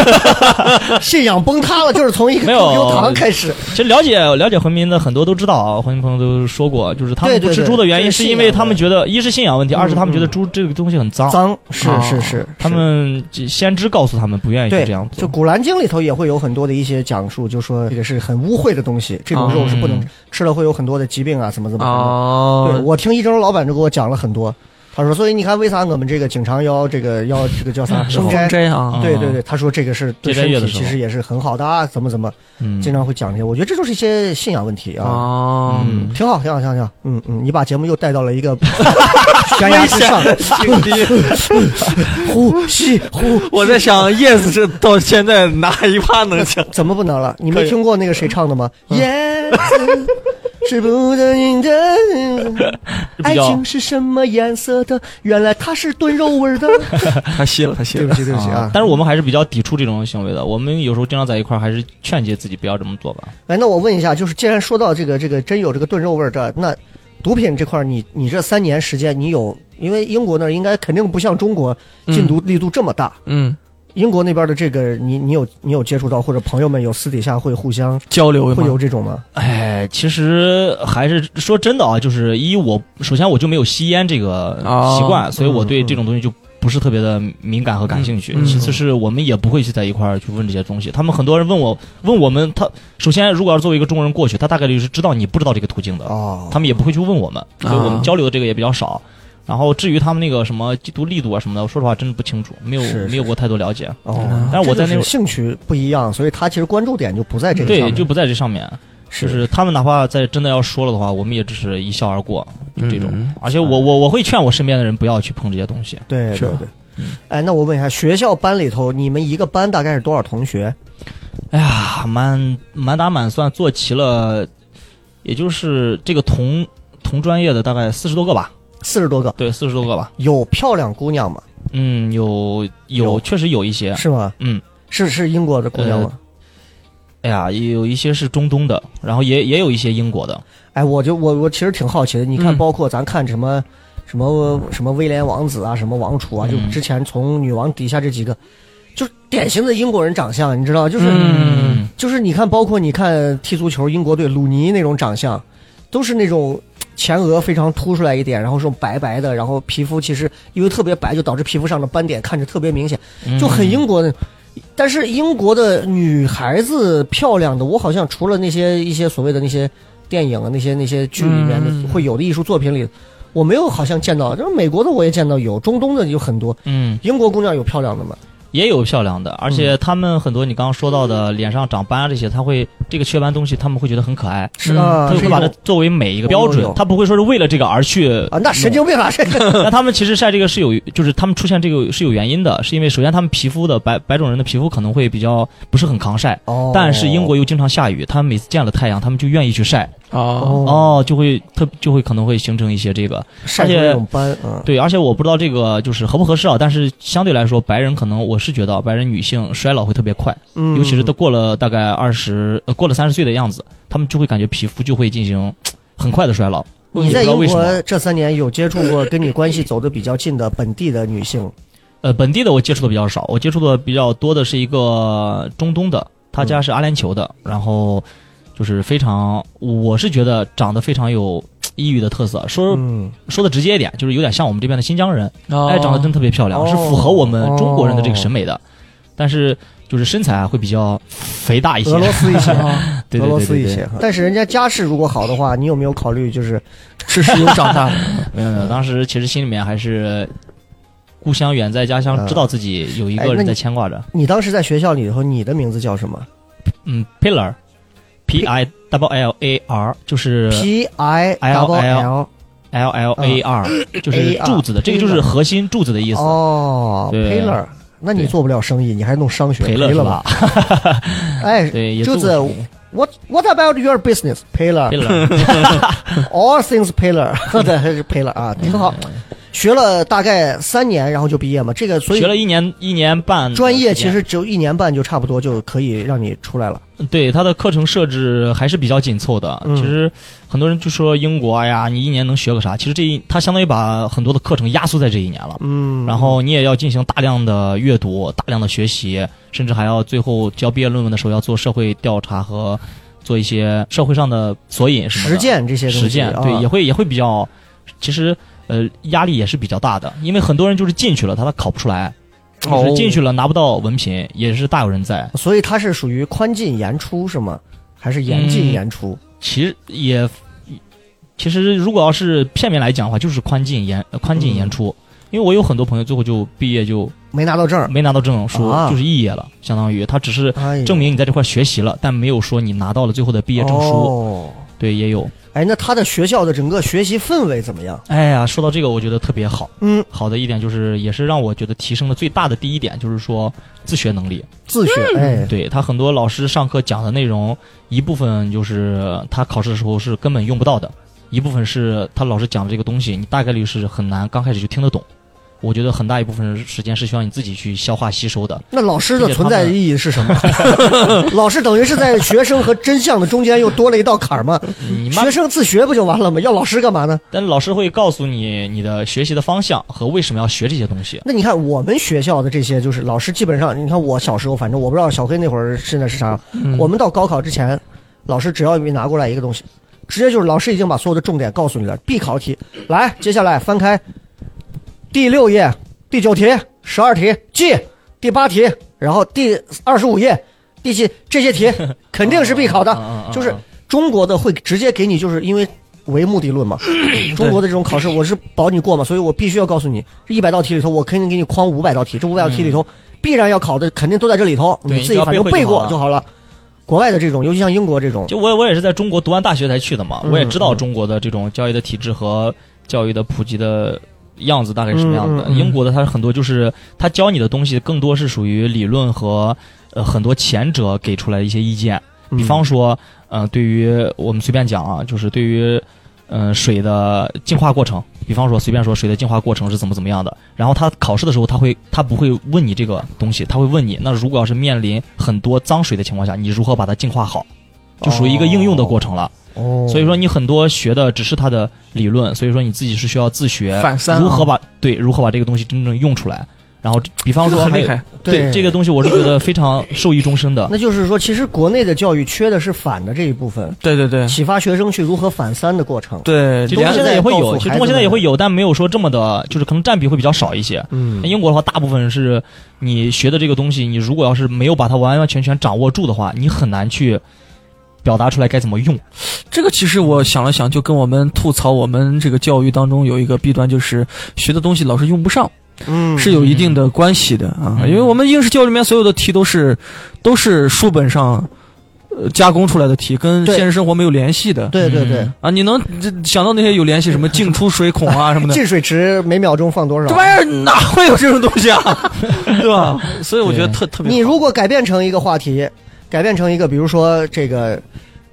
信仰崩塌了，就是从一个
没有
QQ 堂开始。
其实了解了解回民的很多都知道啊，回民朋友都说过，就是他
对
们
对
不吃
对
猪的原
这
因
是
是
信
因为
仰
他们
的
觉得一是信仰问题，二是他们觉得
嗯
猪这个东西很脏，
脏是
哦
是是，
啊他
是
们先知告诉他们不愿意去
对
这样
就
做。
《古兰经》里头也会有很多的一些讲述，就说这个是很污秽的东西，这种肉是不能
嗯
吃了，会有很多的疾病啊，怎么怎么的。对，
哦，
我听一周老板就给我讲了很多，他说，所以你看为啥我们这个经常要这个要这个叫啥
是
风
真
斋？
这样
嗯
啊，
对对对，他说这个是对
节斋
身
月的
体
时候
其实也是很好的啊，怎么怎么，
嗯，
经常会讲这些。我觉得这就是一些信仰问题啊，
哦，
嗯
挺好，挺好，挺好，挺好。嗯嗯，你把节目又带到了一个悬崖之上，呼吸呼，
我在 想，yes 这到现在哪一趴能讲？
怎么不能了？你
可
没
以
听过那个谁唱的吗？叶子是不能饮的，爱
较
情是什么颜色的？原来它是炖肉味儿的。
他吸了，他吸
对
了
不起，对不起啊！
但是我们还是比较抵触这种行为的。我们有时候经常在一块儿，还是劝诫自己不要这么做吧。
哎，那我问一下，就是既然说到这个这个真有这个炖肉味儿的，那毒品这块儿，你你这三年时间，你有因为英国那儿应该肯定不像中国禁毒力度这么大，
嗯，
英国那边的这个你你有你有接触到，或者朋友们有私底下会互相
交流
会有
吗？
这种吗？
哎，其实还是说真的啊，就是一我首先我就没有吸烟这个
哦
习惯，所以我
嗯
对
嗯
这种东西就不是特别的敏感和感兴趣。
嗯嗯
其次是我们也不会去在一块儿去问这些东西。他们很多人问我问我们，他首先如果要是作为一个中国人过去，他大概率是知道你不知道这个途径的。
哦，
他们也不会去问我们，所以我
啊
们交流的这个也比较少。然后至于他们那个什么缉毒力度啊什么的，我说实话真的不清楚，没有
是是
没有过太多了解。
哦，
但是我在
这
那
就是兴趣不一样，所以他其实关注点就不在这个上
对，
面，
就不在这上面。
是
就是他们哪怕在真的要说了的话，我们也只是一笑而过就这种
嗯。
而且我我我会劝我身边的人不要去碰这些东西。
对
是
对
吧
对。
嗯
哎，那我问一下，学校班里头，你们一个班大概是多少同学？
哎呀，满满打满算做齐了，也就是这个同同专业的大概四十多个吧，
四十多个，
对，四十多个吧。
有漂亮姑娘吗？
嗯，有有
有
确实有一些，
是吗？
嗯，
是是英国的姑娘吗？
哎呀，也有一些是中东的，然后也也有一些英国的。
哎，我就我我其实挺好奇的，你看，包括咱看什么什么什么威廉王子啊，什么王储啊，就之前从女王底下这几个，就是典型的英国人长相，你知道，就是、
嗯
就是你看，包括你看踢足球英国队鲁尼那种长相，都是那种前额非常凸出来一点，然后是白白的，然后皮肤其实因为特别白，就导致皮肤上的斑点看着特别明显，
嗯
就很英国的。但是英国的女孩子漂亮的，我好像除了那些一些所谓的那些电影啊、那些那些剧里面
嗯
的会有的艺术作品里，我没有好像见到。就是美国的我也见到有，中东的有很多。
嗯，
英国姑娘有漂亮的吗？
也有漂亮的，
嗯
而且他们很多你刚刚说到的脸上长斑啊这些，他会这个雀斑东西，他们会觉得很嗯可爱，
是啊，
他就会
是
把
一
它
种
作为每一个标
有有
准
有，
他不会说是为了这个而去
啊，那神经病啊， 这个
那他们其实晒这个是有，就是他们出现这个是有原因的，是因为首先他们皮肤的白白种人的皮肤可能会比较不是很抗晒，
哦
但是英国又经常下雨，他们每次见了太阳，他们就愿意去晒，
哦，
哦，
哦，就会特就会可能会形成一些这个
晒出
而且
那种斑啊，
对，而且我不知道这个就是合不合适啊，但是相对来说，白人可能我是觉得啊白人女性衰老会特别快，
嗯
尤其是都过了大概二十、呃，过了三十岁的样子，他们就会感觉皮肤就会进行很快的衰老。
你
也
在
不知道为
英
什么
国这三年有接触过跟你关系走得比较近的本地的女性？
呃，本地的我接触的比较少，我接触的比较多的是一个中东的，他
嗯
家是阿联酋的，然后就是非常，我是觉得长得非常有异域的特色，说
嗯，
说的直接一点，就是有点像我们这边的新疆人，哎，
哎
长得真特别漂亮，
哦
是符合我们中国人的这个审美的，但是就是身材啊会比较肥大一些，
俄罗斯一啊些，
对对对
俄罗斯一
对对
些。但是人家家世如果好的话，你有没有考虑就是
是是有长大的，
没有没嗯
嗯
有，当时其实心里面还是故乡远在家乡，
嗯
知道自己有一
哎那
个人
你
在牵挂着，
你当时在学校里头，你的名字叫什么
嗯，pillar，p i w l a r，就是
？P I
呃 L
L
L L A R，、就是 柱子的，
AR
这个就是核心柱子的意
嗯
思。
哦
对
，Paler，那你
对
做不了生意，你还弄商学，
赔
赔
了是
了
吧？？
哎
对，也
柱子
做不
，What What about your business? Paler
赔了，
All things Paler，对， 还是 Paler 啊，挺好。
嗯
学了大概三年，然后就毕业嘛。这个 所以
学了一年一年半的时间。
专业其实只有一年半就差不多就可以让你出来了。
对它的课程设置还是比较紧凑的。
嗯
其实很多人就说英国哎呀，你一年能学个啥？其实这一它相当于把很多的课程压缩在这一年了。
嗯，
然后你也要进行大量的阅读、大量的学习，甚至还要最后交毕业论文的时候要做社会调查和做一些社会上的索引什么的
实践这些东西，
实践，
啊、
对，也会也会比较，其实呃压力也是比较大的，因为很多人就是进去了，他他考不出来，就是进去了拿不到文凭，也是大有人在。
哦所以它是属于宽进严出是吗？还是严进
嗯
严出？
其实也，其实如果要是片面来讲的话，就是宽进严呃宽进严出，
嗯
因为我有很多朋友最后就毕业就
没拿到证儿，
没拿到证书，
啊
就是肄业了，相当于他只是
哎呀，
证明你在这块学习了，但没有说你拿到了最后的毕业证书。
哦
对，也有。
哎，那他的学校的整个学习氛围怎么样？
哎呀，说到这个，我觉得特别好。
嗯，
好的一点就是，也是让我觉得提升的最大的第一点就是说自学能力。
自学，
嗯
哎，
对他很多老师上课讲的内容，一部分就是他考试的时候是根本用不到的，一部分是他老师讲的这个东西，你大概率是很难刚开始就听得懂。我觉得很大一部分时间是需要你自己去消化吸收的。
那老师的存在意义是什么？ 老师等于是在学生和真相的中间又多了一道坎儿吗？
你慢
学生自学不就完了吗？要老师干嘛呢？
但老师会告诉你你的学习的方向和为什么要学这些东西。
那你看我们学校的这些，就是老师基本上，你看我小时候，反正我不知道小黑那会儿现在是啥样。
嗯
我们到高考之前，老师只要一拿过来一个东西，直接就是老师已经把所有的重点告诉你了，必考题。来，接下来翻开第六页、第九题、十二题记，第八题，然后第二十五页、第七 这些题肯定是必考的。
嗯
就是中国的会直接给你，就是因为唯目的论嘛。中国的这种考试，我是保你过嘛，所以我必须要告诉你，这一百道题里头，我肯定给你框五百道题，这五百道题里头、必然要考的，肯定都在这里头，
嗯对
你自己反正
你只要背
背
会就好
过
了
就好了。国外的这种，尤其像英国这种，
就我我也是在中国读完大学才去的嘛，
嗯
我也知道中国的这种教育的体制和教育的普及的样子大概是什么样子的。
嗯嗯嗯
英国的它很多就是它教你的东西更多是属于理论和呃很多前者给出来的一些意见，比方
嗯
说，呃，对于我们随便讲啊，就是对于。嗯、水的进化过程，比方说随便说水的进化过程是怎么怎么样的，然后他考试的时候他会他不会问你这个东西，他会问你，那如果要是面临很多脏水的情况下，你如何把它净化好？就属于一个应用的过程了。
哦
所以说你很多学的只是它的理论，所以说你自己是需要自学，
反三啊
如何把对如何把这个东西真正用出来。然后，比方
这
说
个很
还有
厉害
对
对
这个东西，我是觉得非常受益终身的。
那就是说，其实国内的教育缺的是反的这一部分，
对对
嗯
对
启发学生去如何反三的过程。
对，
其实中国
两
现在也会
告诉
有，
孩
其
子
实中国现在也会有，但没有说这么的，就是可能占比会比较少一些。
嗯
那英国的话，大部分是你学的这个东西，你如果要是没有把它完完全全掌握住的话，你很难去表达出来该怎么用。
这个其实我想了想，就跟我们吐槽我们这个教育当中有一个弊端，就是学的东西老是用不上，
嗯
是有一定的关系的啊。
嗯
因为我们应试教育里面所有的题都是都是书本上呃加工出来的题，跟
对
现实生活没有联系的。
对对对
嗯，
啊，你能这想到那些有联 系什么进出水孔啊什么的，
进水池每秒钟放多少
这？玩意儿哪会有这种东西 啊，对吧？所以我觉得
对
特特别好。
你如果改变成一个话题，改变成一个，比如说这个，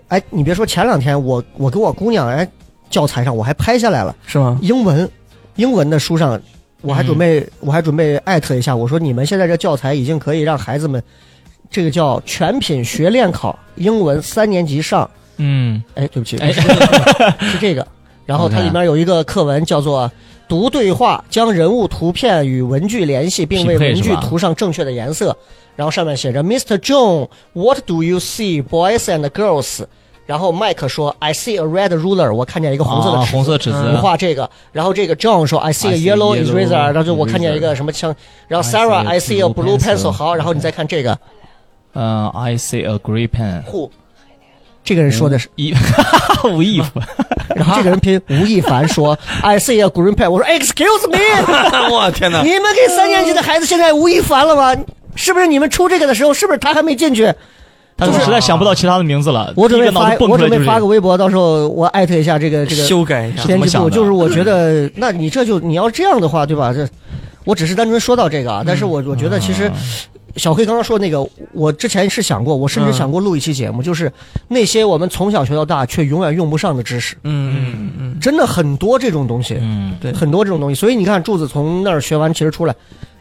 哎，你别说，前两天我我给我姑娘哎教材上我还拍下来了
是吗？
英文，英文的书上，我还准备、我还准备艾特一下，我说你们现在这教材已经可以让孩子们，这个叫全品学练考，英文三年级上，
嗯，
哎，对不起，
哎
是这个是这个。然后它
OK
里面有一个课文叫做《读对话》，将人物图片与文具联系，并为
匹配
文
是吧
具涂上正确的颜色。然后上面写着：“Mr. John，What do you see, boys and girls？” 然后麦克说：“I see a red ruler，我看见一个红色的
啊
尺子。
红色尺子
你画这个，然后这个 John 说 I see a
I see
yellow
yellow
eraser，然后就我
eraser
看见一个什么枪，然后
I see a
Sarah I see a
blue
blue
pencil 嗯
pencil，好，然后你再看这个
呃，I see a grey pen，
who，这个人说的是
一 无意服，
然后这个人拼吴亦凡说 I see a green pen，我说 Excuse me，
我天
啊
哪！
你们给三年级的孩子现在吴亦凡了吗？是不是你们出这个的时候，是不是他还没进去？
他
就是
实在想不到其他的名字了，
我准备
第一个脑
发
子，蹦
我
出
准
来
备
就是这
发个
个。
微博，到时候我艾特一下这个 这个
修改一下，
编
怎么
辑
想
部，
的嗯
就是我觉得，那你这就你要这样的话，对吧？这我只是单纯说到这个
嗯
啊，但是我我觉得其实。小黑刚刚说那个，我之前是想过，我甚至
嗯
想过录一期节目，就是那些我们从小学到大却永远用不上的知识，
嗯嗯嗯，
真的很多这种东西。
嗯，
对
很多这种东西。所以你看，柱子从那儿学完，其实出来，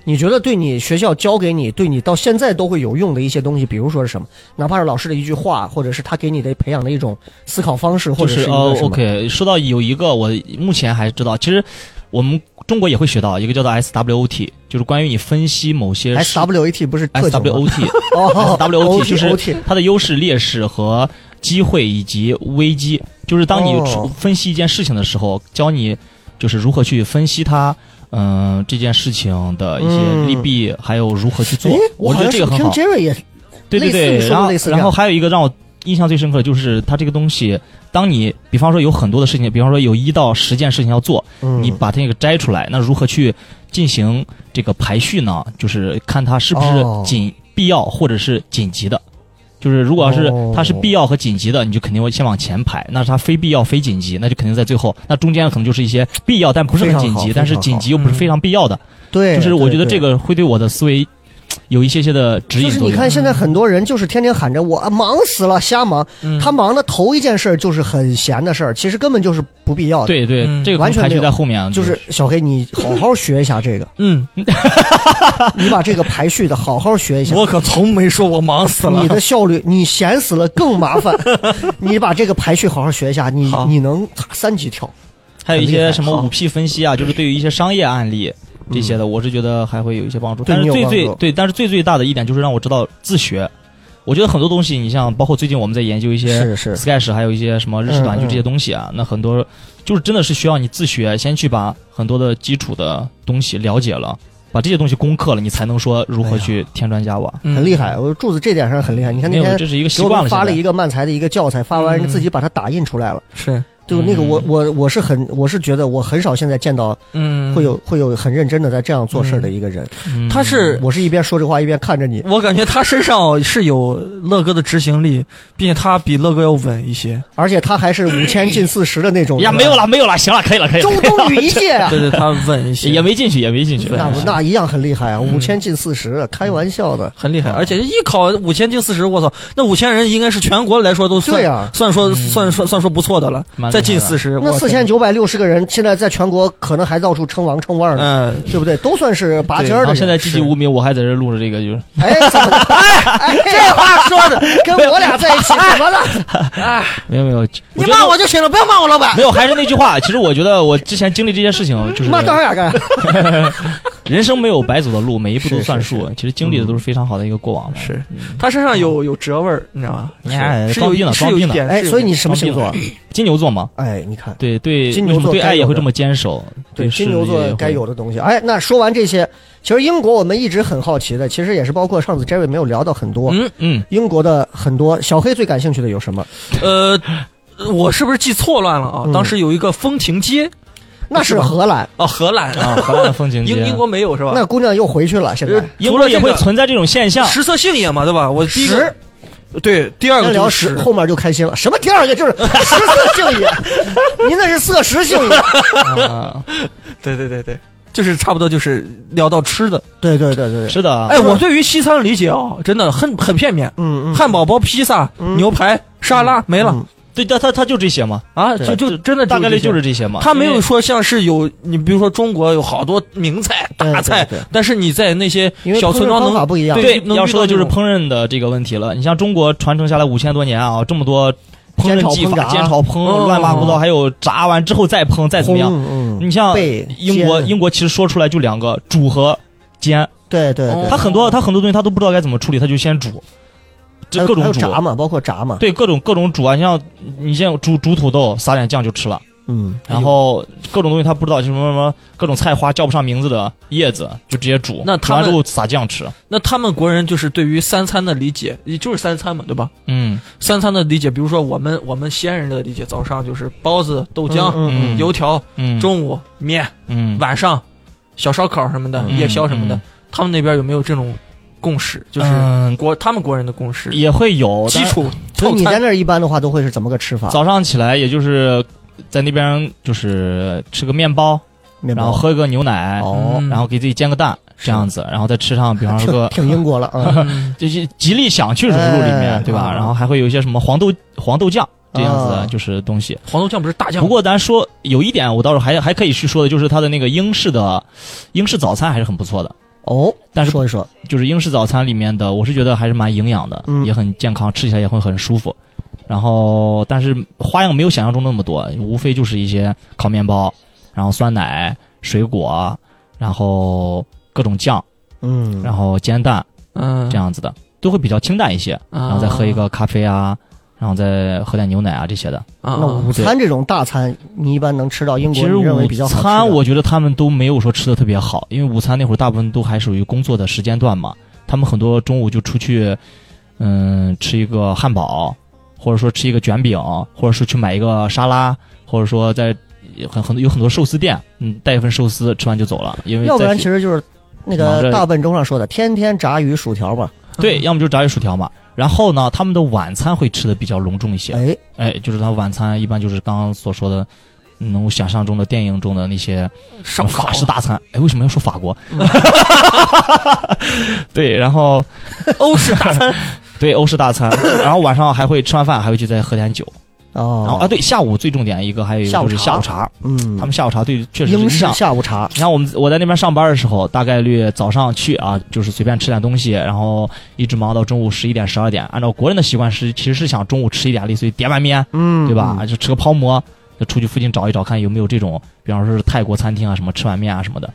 你觉得对你学校教给你，对你到现在都会有用的一些东西，比如说是什么？哪怕是老师的一句话，或者是他给你的培养的一种思考方式，或
就
者
是
一
呃
个什么？
，OK，说到有一个，我目前还知道，其实我们中国也会学到一个叫做 SWOT，就是关于你分析某些
S
事
W A T 不是特警吗
SWOT，
哦
WOT 就
O
是
T
它的优势、劣势和机会以及危机，就是当你
哦
出分析一件事情的时候，教你就是如何去分析它，嗯、这件事情的一些
嗯
利弊，还有如何去做
哎。，
我觉
好
得
像
这个
是
很
听
好，
Jerry 也是
对对
类似你
对。
说的
然后
类似这样
然后还有一个让我印象最深刻的就是它这个东西，当你比方说有很多的事情，比方说有一到十件事情要做，
嗯
你把它那个摘出来，那如何去进行这个排序呢？就是看它是不是
哦
紧必要或者是紧急的。就是如果要是
哦
它是必要和紧急的，你就肯定会先往前排；那是它非必要、非紧急，那就肯定在最后。那中间可能就是一些必要但不是很紧
非常
急，
好
但
非
是
常好
紧急又不是非常必要的。
对，
就是我觉得
对
这。个会对我的思维有一些些的指
对
引
就是
作
你
用。
看，现在很多人就是天天喊着我啊忙死了，瞎忙。
嗯
他忙的头一件事儿就是很闲的事儿，其实根本就是不必要的。
对对，
嗯
这个
哦
可
完
能
全
排
没
序
有
在后面啊，
就是小黑，你好好学一下这个，
嗯，
你把这个排序的好好学一下。
我可从没说我忙死了
你。的效率，你闲死了更麻烦。 你把这个排序好好学一下，你
好
你能三级跳。
还有一
很厉害
些什么
好嗯
五 P 分析啊，就是对于一些商业案例这些的，我是觉得还会有一些帮助。
对
但
你
是
有
最
帮助
最对，但是最最大的一点就是让我知道自学。我觉得很多东西，你像包括最近我们在研究一些
是是
Sketch，还有一些什么日式短剧
嗯嗯
这些东西啊，那很多就是真的是需要你自学，先去把很多的基础的东西了解了，把这些东西攻克了，你才能说如何去添砖加瓦。
嗯
很厉害。我说柱子这点上很厉哎害。你看那
没有，
天
这是一个习
给我
惯
们
了。
发了一
个，
个漫才的一个教材，发完人家自己把它打印出来了。
是，
就那个
嗯
我我我是很我是觉得我很少现在见到
嗯
会有会有很认真的在这样做事儿的一个人。
嗯
他是
我是一边说这话一边看着你，
我感觉他身上是有乐哥的执行力，并且他比乐哥要稳一 些。
而且他还是五千进四十的那种。
呀，没有。了，没有了，行了，可以了，可以了
周，冬雨 一届啊
对！对，他稳一些，
也没进去，也没进去。
那不那一样很厉害啊，
嗯
五千进四十，开玩笑的。
很
啊
厉害。而且一考五千进四十，我操，那五千人应该是全国来说都算
对呀
算说算说算说不错的了
嗯蛮。
再再近啊四
十，
十，
那
我
四
天
千九百六十个人，现在在全国可能还到处称王称腕呢，
嗯，
对不对？都算是拔尖儿
然
的
后
人。
现在籍籍无名，我还在这录着这个，就是
哎，怎么哎哎，这话说的跟我俩在一起怎么了？哎
没有没有，
你
觉
骂
得
我就行了，不要骂我老板
没。有，还是那句话，其实我觉得我之前经历这些事情，就是
妈，当然干，
人生没有白走的路，每一步都算
是
数。其实经历的都是非常好的一个过往嘛。
是他身上有有折味儿，你知道吗？
你看
是
装
有
逼呢
是有一
装逼呢
点，
哎，
是有
所以
一
你
点
什么星座？
金牛座嘛，
哎，你看，
对对，
金牛座
为什么对
该有
爱也
的
会这么坚守，
对
事
金牛
业也
座
会
该有的东西。哎，那说完这些，其实英国我们一直很好奇的，其实也是包括上次 Jerry 没有聊到很多。
嗯
嗯，
英国的很多小黑最感兴趣的有什么？
呃，我是不是记错乱了啊
嗯？
当时有一个风情街
那是荷兰，
哦，荷兰
啊，荷兰的风情街，
英英国没有是吧？
那姑娘又回去了。现在
呃
英
除
国
了
也
这
会
个
存在这种现象。
食色性也嘛，对吧？我第一
十
个对第二
先
个
聊
就
十，
是
后面就开心了。什么第二个就是食色性也，您那是色食性也。
啊
对对对对，就是差不多就是聊到吃的。
对对对对对，
是的，
哎，我对于西餐的理解啊，真的很很片面，
嗯嗯，
汉堡包、披萨、
嗯
牛排、沙拉没了
嗯
对，他他他就这些嘛，
啊，
对
就就真的
大概率
这些
就是这些嘛。
他没
因
有
为
说像是有你，比如说中国有好多名菜、
对
大菜
对对，
但是你在那些
因为
小
烹
村
饪
庄
方法
能
不一样。
对
对
能
要
遇
说的
到这
就是
种
烹饪的这个问题了。你像中国传承下来五千多年啊，这么多烹
煎
饪
炒
技
烹
法，
炸
煎炒烹、
哦
乱八糟，还有炸完之后再烹，再怎么样。
嗯
你像
背
英国，
煎
英国其实说出来就两个煮和煎，
对对
哦
对，
他很多他很多东西他都不知道该怎么处理，他就先煮，
还
这
有
各
还
种
有
煮，啊
炸嘛，包括炸嘛，
对各种各种煮啊。你像你像煮煮土豆，撒点酱就吃了。
嗯，
然后各种东西他不知道，就什么什么各种菜花叫不上名字的叶子，就直接煮，
那
煮
他
完
们
之后撒酱吃。
那他们国人就是对于三餐的理解，也就是三餐嘛，对吧？
嗯，
三餐的理解，比如说我们我们西安人的理解，早上就是包子、豆浆、
嗯
嗯
油条，
嗯，
中午面，
嗯
晚上小烧烤什么的，
嗯
夜宵什么的
嗯。
他们那边有没有这种共识？就是
嗯
国他们国人的共识，
也会有
基。础
所以
套
你在
餐
那儿一般的话都会是怎么个吃法
但？早上起来也就是在那边就是吃个面包，
面
然后
包
喝个牛奶，
哦，
嗯
然后给自己煎个蛋这样子，然后再吃上比方 说
挺
个
挺英国了 啊，
嗯
就是极力想去融入里面
哎，
对吧？
嗯
然后还会有一些什么黄豆黄豆酱这样子
啊
的就是东西。
黄豆酱不是大酱
不，过咱说有一点，我倒是还还可以去说的，就是它的那个英式的英式早餐还是很不错的。
哦，
但是
说一说，
就是英式早餐里面的，我是觉得还是蛮营养的，
嗯
也很健康，吃起来也会很舒服。然后，但是花样没有想象中那么多，无非就是一些烤面包，然后酸奶、水果，然后各种酱，
嗯，
然后煎蛋
嗯，
这样子的，都会比较清淡一些。
啊，
然后再喝一个咖啡啊，然后再喝点牛奶啊这些的。
啊，
那午
对
餐这种大餐，你一般能吃到英
其
国
实
你认为
午
比较好吃的
餐我觉得他们都没有说吃的特别好，因为午餐那会儿大部分都还属于工作的时间段嘛，他们很多中午就出去，嗯，吃一个汉堡，或者说吃一个卷饼，或者是去买一个沙拉，或者说在很很有很多寿司店，嗯，带一份寿司吃完就走了，因为
要不
在
然其实就是那
忙
个
着
大笨钟上说的，天天炸鱼薯条嘛，
对，要么就是炸鱼薯条嘛。然后呢，他们的晚餐会吃的比较隆重一些，
哎，
哎，就是他晚餐一般就是刚刚所说的，能够想象中的电影中的那些
烧烤
法式大餐。哎，为什么要说法国？
嗯
对，然后
欧式大餐，
对欧式大餐，然后晚上还会吃完饭还会去再喝点酒。然后啊，
哦，
对，下午最重点一个还有一个就是
下
下
午
午
茶
茶，他
嗯，
们下午茶对确实是
英
你
式
想
下午茶，
你看我们我在那边上班的时候，大概率早上去啊，就是随便吃点东西，然后一直忙到中午十一点十二点。按照国人的习惯是，其实是想中午吃一点类似于点碗面，
嗯，
对吧？？就吃个泡馍，就出去附近找一找，看有没有这种，比方说是泰国餐厅啊，什么吃碗面啊什么的。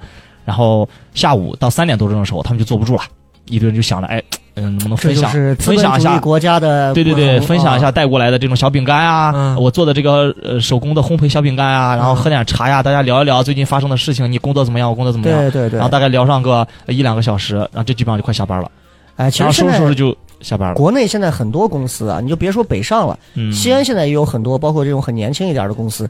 然后下午到三点多钟的时候，他们就坐不住了，一堆人就想着，哎，嗯，能不能
这
分
就
享
是资
分
本
享一
主义
下？
国家的
对对对，
不同啊
分享一下，带过来的这种小饼干啊，
嗯
我做的这个呃手工的烘焙小饼干啊，
嗯
然后喝点茶呀，大家聊一聊最近发生的事情，你工作怎么样，我工作怎么样，
对对对
然后，大概聊上个呃一两个小时，然后这基本上就快下班了，
哎，其
然
实
后
现
收
在
拾收拾就下班了。
国内现在很多公司啊，你就别说北上了，
嗯，
西安现在也有很多，包括这种很年轻一点的公司，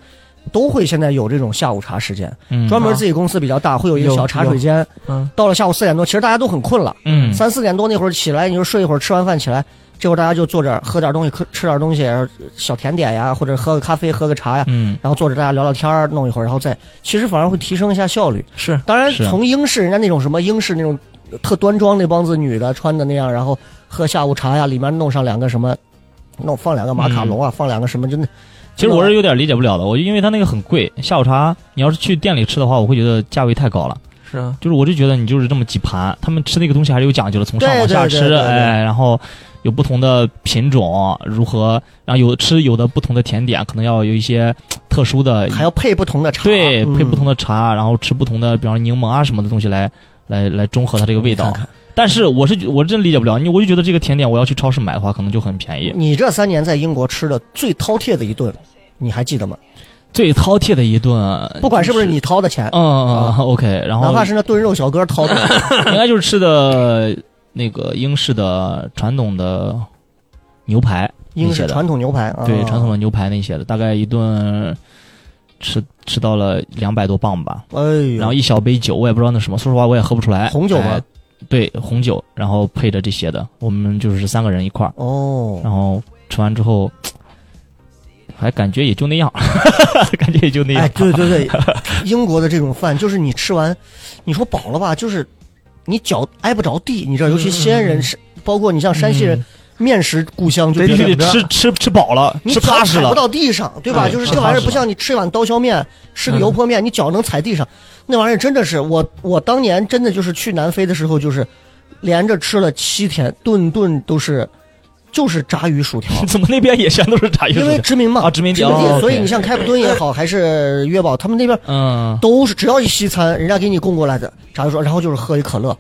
都会现在有这种下午茶时间，
嗯
专门自己公司比较大，会有一个
有
小茶水间。
嗯，
到了下午四点多，其实大家都很困了，
嗯
三四点多那会儿起来，你就睡一会儿，吃完饭起来，这会儿大家就坐这儿喝点东西，吃吃点东西，然后小甜点呀，或者喝个咖啡，喝个茶呀。
嗯
然后坐着大家聊聊天儿，弄一会儿，然后再其实反而会提升一下效率。
是
当然，
是
从英式人家那种什么英式那种特端庄那帮子女的穿的那样，然后喝下午茶呀，里面弄上两个什么那我放两个马卡龙啊，放两个什么真的。
嗯其实我是有点理解不了的，我就因为它那个很贵，下午茶你要是去店里吃的话，我会觉得价位太高了。
是啊，
就是我就觉得你就是这么几盘，他们吃那个东西还是有讲究的，从上往下吃，
对对对对对
哎，然后有不同的品种，如何，然后有吃有的不同的甜点，可能要有一些特殊的，
还要配不同的茶，
对，
嗯
配不同的茶，然后吃不同的，比方说柠檬啊什么的东西来来来中和它这个味道。
你看看
但是我是我真理解不了，你我就觉得这个甜点我要去超市买的话，可能就很便宜。
你这三年在英国吃的最饕餮的一顿，你还记得吗？
最饕餮的一顿，
不管是不是你掏的钱，
嗯嗯
啊
嗯，OK，然后
哪怕是那炖肉小哥掏的，
应该就是吃的那个英式的传统的牛排那
英
些
式
的，
传统牛排，啊
对传统的牛排那些的，大概一顿吃吃到了两百多磅吧，
哎
然后
呦，
一小杯酒，我也不知道那什么，说实话我也喝不出来，
红酒吗
哎对，红酒，然后配着这些的，我们就是三个人一块儿，
哦，
然后吃完之后。还感觉也就那样， 感觉也就那样。
哎，对对 对，英国的这种饭就是你吃完，你说饱了吧，就是你脚挨不着地，你知道，
嗯
尤其西安人是，包括你像山西人，面食故乡就
必
觉
须
得
得吃吃吃饱了，
你
吃
脚
踏实
踩不
了。
到地上，对吧？
对
就是
吃
这玩意
踏
儿
实
不
了，
像你吃碗刀削面，吃个
嗯
油泼面，你脚能踩地上。那玩意儿真的是我，我当年真的就是去南非的时候，就是连着吃了七天，顿顿都是就是炸鱼薯条
怎么那边也全都是炸鱼薯
因
条
为？殖民嘛，
啊殖民地
殖民
哦
地，所以
OK
你像开普敦也好，还是约堡，他们那边
嗯，
都是只要一西餐，人家给你供过来的炸鱼薯条，然后就是喝一可乐，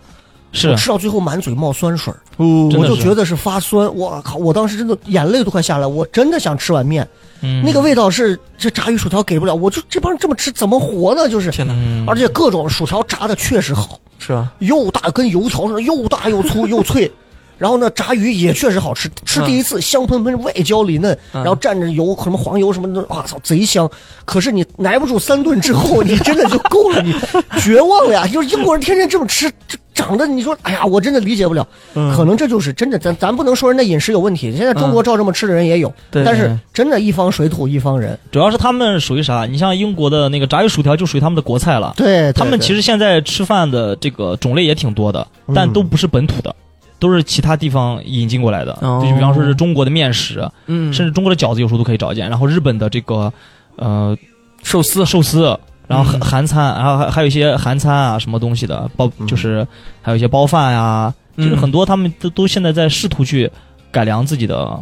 是
我吃到最后满嘴冒酸水儿，
真
我
的
就是觉得是发酸，我靠，我当时真的眼泪都快下来，我真的想吃碗面。
嗯
那个味道是这炸鱼薯条给不了，我就这帮人这么吃怎么活呢？就是，
天哪，
嗯
而且各种薯条炸的确实好，
是啊，
又大跟油条似的，又大又粗又脆。然后呢，炸鱼也确实好吃，吃第一次香喷喷，外焦里嫩，
嗯
然后蘸着油什么黄油什么的，哇操，贼香！可是你耐不住三顿之后，你真的就够了，你绝望了呀！就是英国人天天这么吃，这长得你说，哎呀，我真的理解不了。嗯
嗯
嗯
可能这就是真的，咱咱不能说人家饮食有问题，现在中国照这么吃的人也有，
对
但是真的一方水土一方人。
主要是他们属于啥？你像英国的那个炸鱼薯条就属于他们的国菜了。
对，对
他
对
们
嗯
其实现在吃饭的这个种类也挺多的，但都不是本土的，都是其他地方引进过来的。
哦
就比方说是中国的面食，
嗯，
甚至中国的饺子有时候都可以找见。然后日本的这个呃
寿司
寿司，然后韩
嗯
韩餐，然后还还有一些韩餐啊什么东西的包，
嗯
就是还有一些包饭呀、就是
嗯
很多他们都都现在在试图去改良自己的，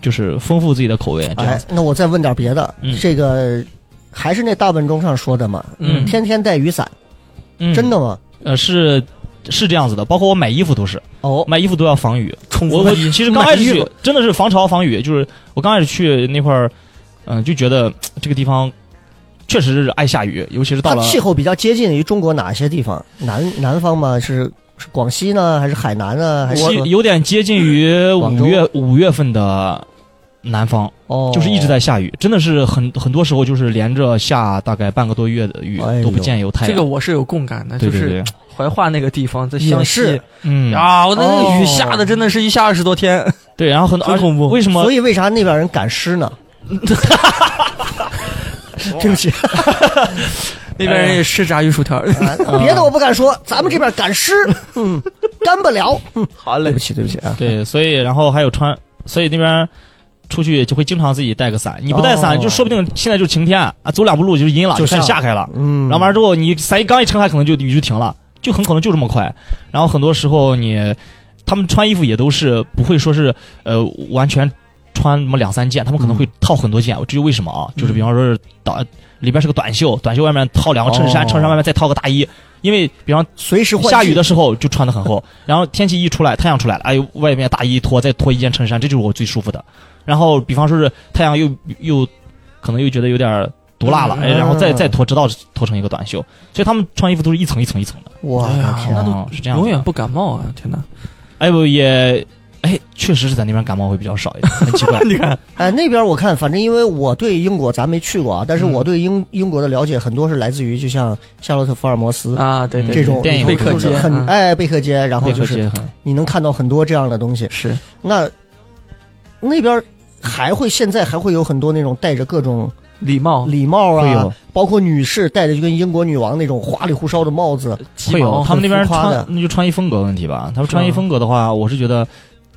就是丰富自己的口味这样
哎
子。，
那我再问点别的，
嗯
这个还是那大本钟上说的嘛，
嗯
天天带雨伞，
嗯
真的吗？
呃，是是这样子的，包括我买衣服都是，
哦，
买衣服都要防雨。
冲
我
锋
我
衣，
其实刚开始
嗯买衣
去
服
真的是防潮防雨，就是我刚开始去那块儿，嗯、就觉得嘖这个地方确实是爱下雨，尤其是到
它
了
气候比较接近于中国哪些地方？南南方吗？是是广西呢，还是海南呢？还是
有有点接近于
广
五
州
月五月份的南方，
哦，
就是一直在下雨，真的是很很多时候就是连着下大概半个多月的雨、
哎呦
都不见有太
这
阳。
个我是有共感的，
对
就
对
是
对，
怀化那个地方在
也
湘
是
西，
嗯，
啊，我那
哦
个雨下的真的是一下二十多天，
对，然后很
很
而且
恐怖
为什么
所以为啥那边人赶尸 呢？对不起，
那边人也吃炸鱼薯
哎
条。
啊别的我不敢说，咱们这边赶尸，嗯，干不了。嗯，
好
对
嘞
不，起，对不起啊。
对，所以然后还有穿，所以那边出去就会经常自己带个伞。你不带伞，
哦
就说不定现在就晴天啊，走两步路就阴了，
就
就开始
下
下开了。
嗯，
然后完了之后，你伞一刚一撑开，可能就雨就停了，就很可能就这么快。然后很多时候你，他们穿衣服也都是不会说是呃完全穿什么两三件，他们可能
嗯
会套很多件。至于为什么啊，就是比方说是短里边是个短袖，短袖外面套两个衬衫，
哦
衬衫外面再套个大衣。因为比方
随时换
下
季
雨的时候就穿的很厚，然后天气一出来，太阳出来了，哎呦，外面大衣一脱，再脱一件衬衫，这就是我最舒服的。然后比方说是太阳又又可能又觉得有点毒辣了，
嗯
哎，然后再
嗯
再脱，直到脱成一个短袖。所以他们穿衣服都是一层一层一层的，
我
哎
的
呀
天
那
啊，
都
哦是这样子
永
的。
远不感冒啊！天哪，。
哎不也哎，确实是在那边感冒会比较少一点，很奇 怪
你看，
哎，那边我看，反正因为我对英国咱没去过啊，但是
嗯
我对英、英国的了解很多是来自于就像夏洛特·福尔摩斯
啊，对对，
这种
电影
就
贝克
是
街
很、
嗯
哎贝克街，然后
贝
就
克
是
街很
你能看到很多这样的东西。
是
那那边还会现在还会有很多那种戴着各种
礼貌，
礼帽
会
啊
有，
包括女士戴着就跟英国女王那种花里胡哨的帽子，
会有
毛
他们那边
很浮夸
穿
的啊
那就穿衣风格问题吧。他们
是吗
穿衣风格的话，我是觉得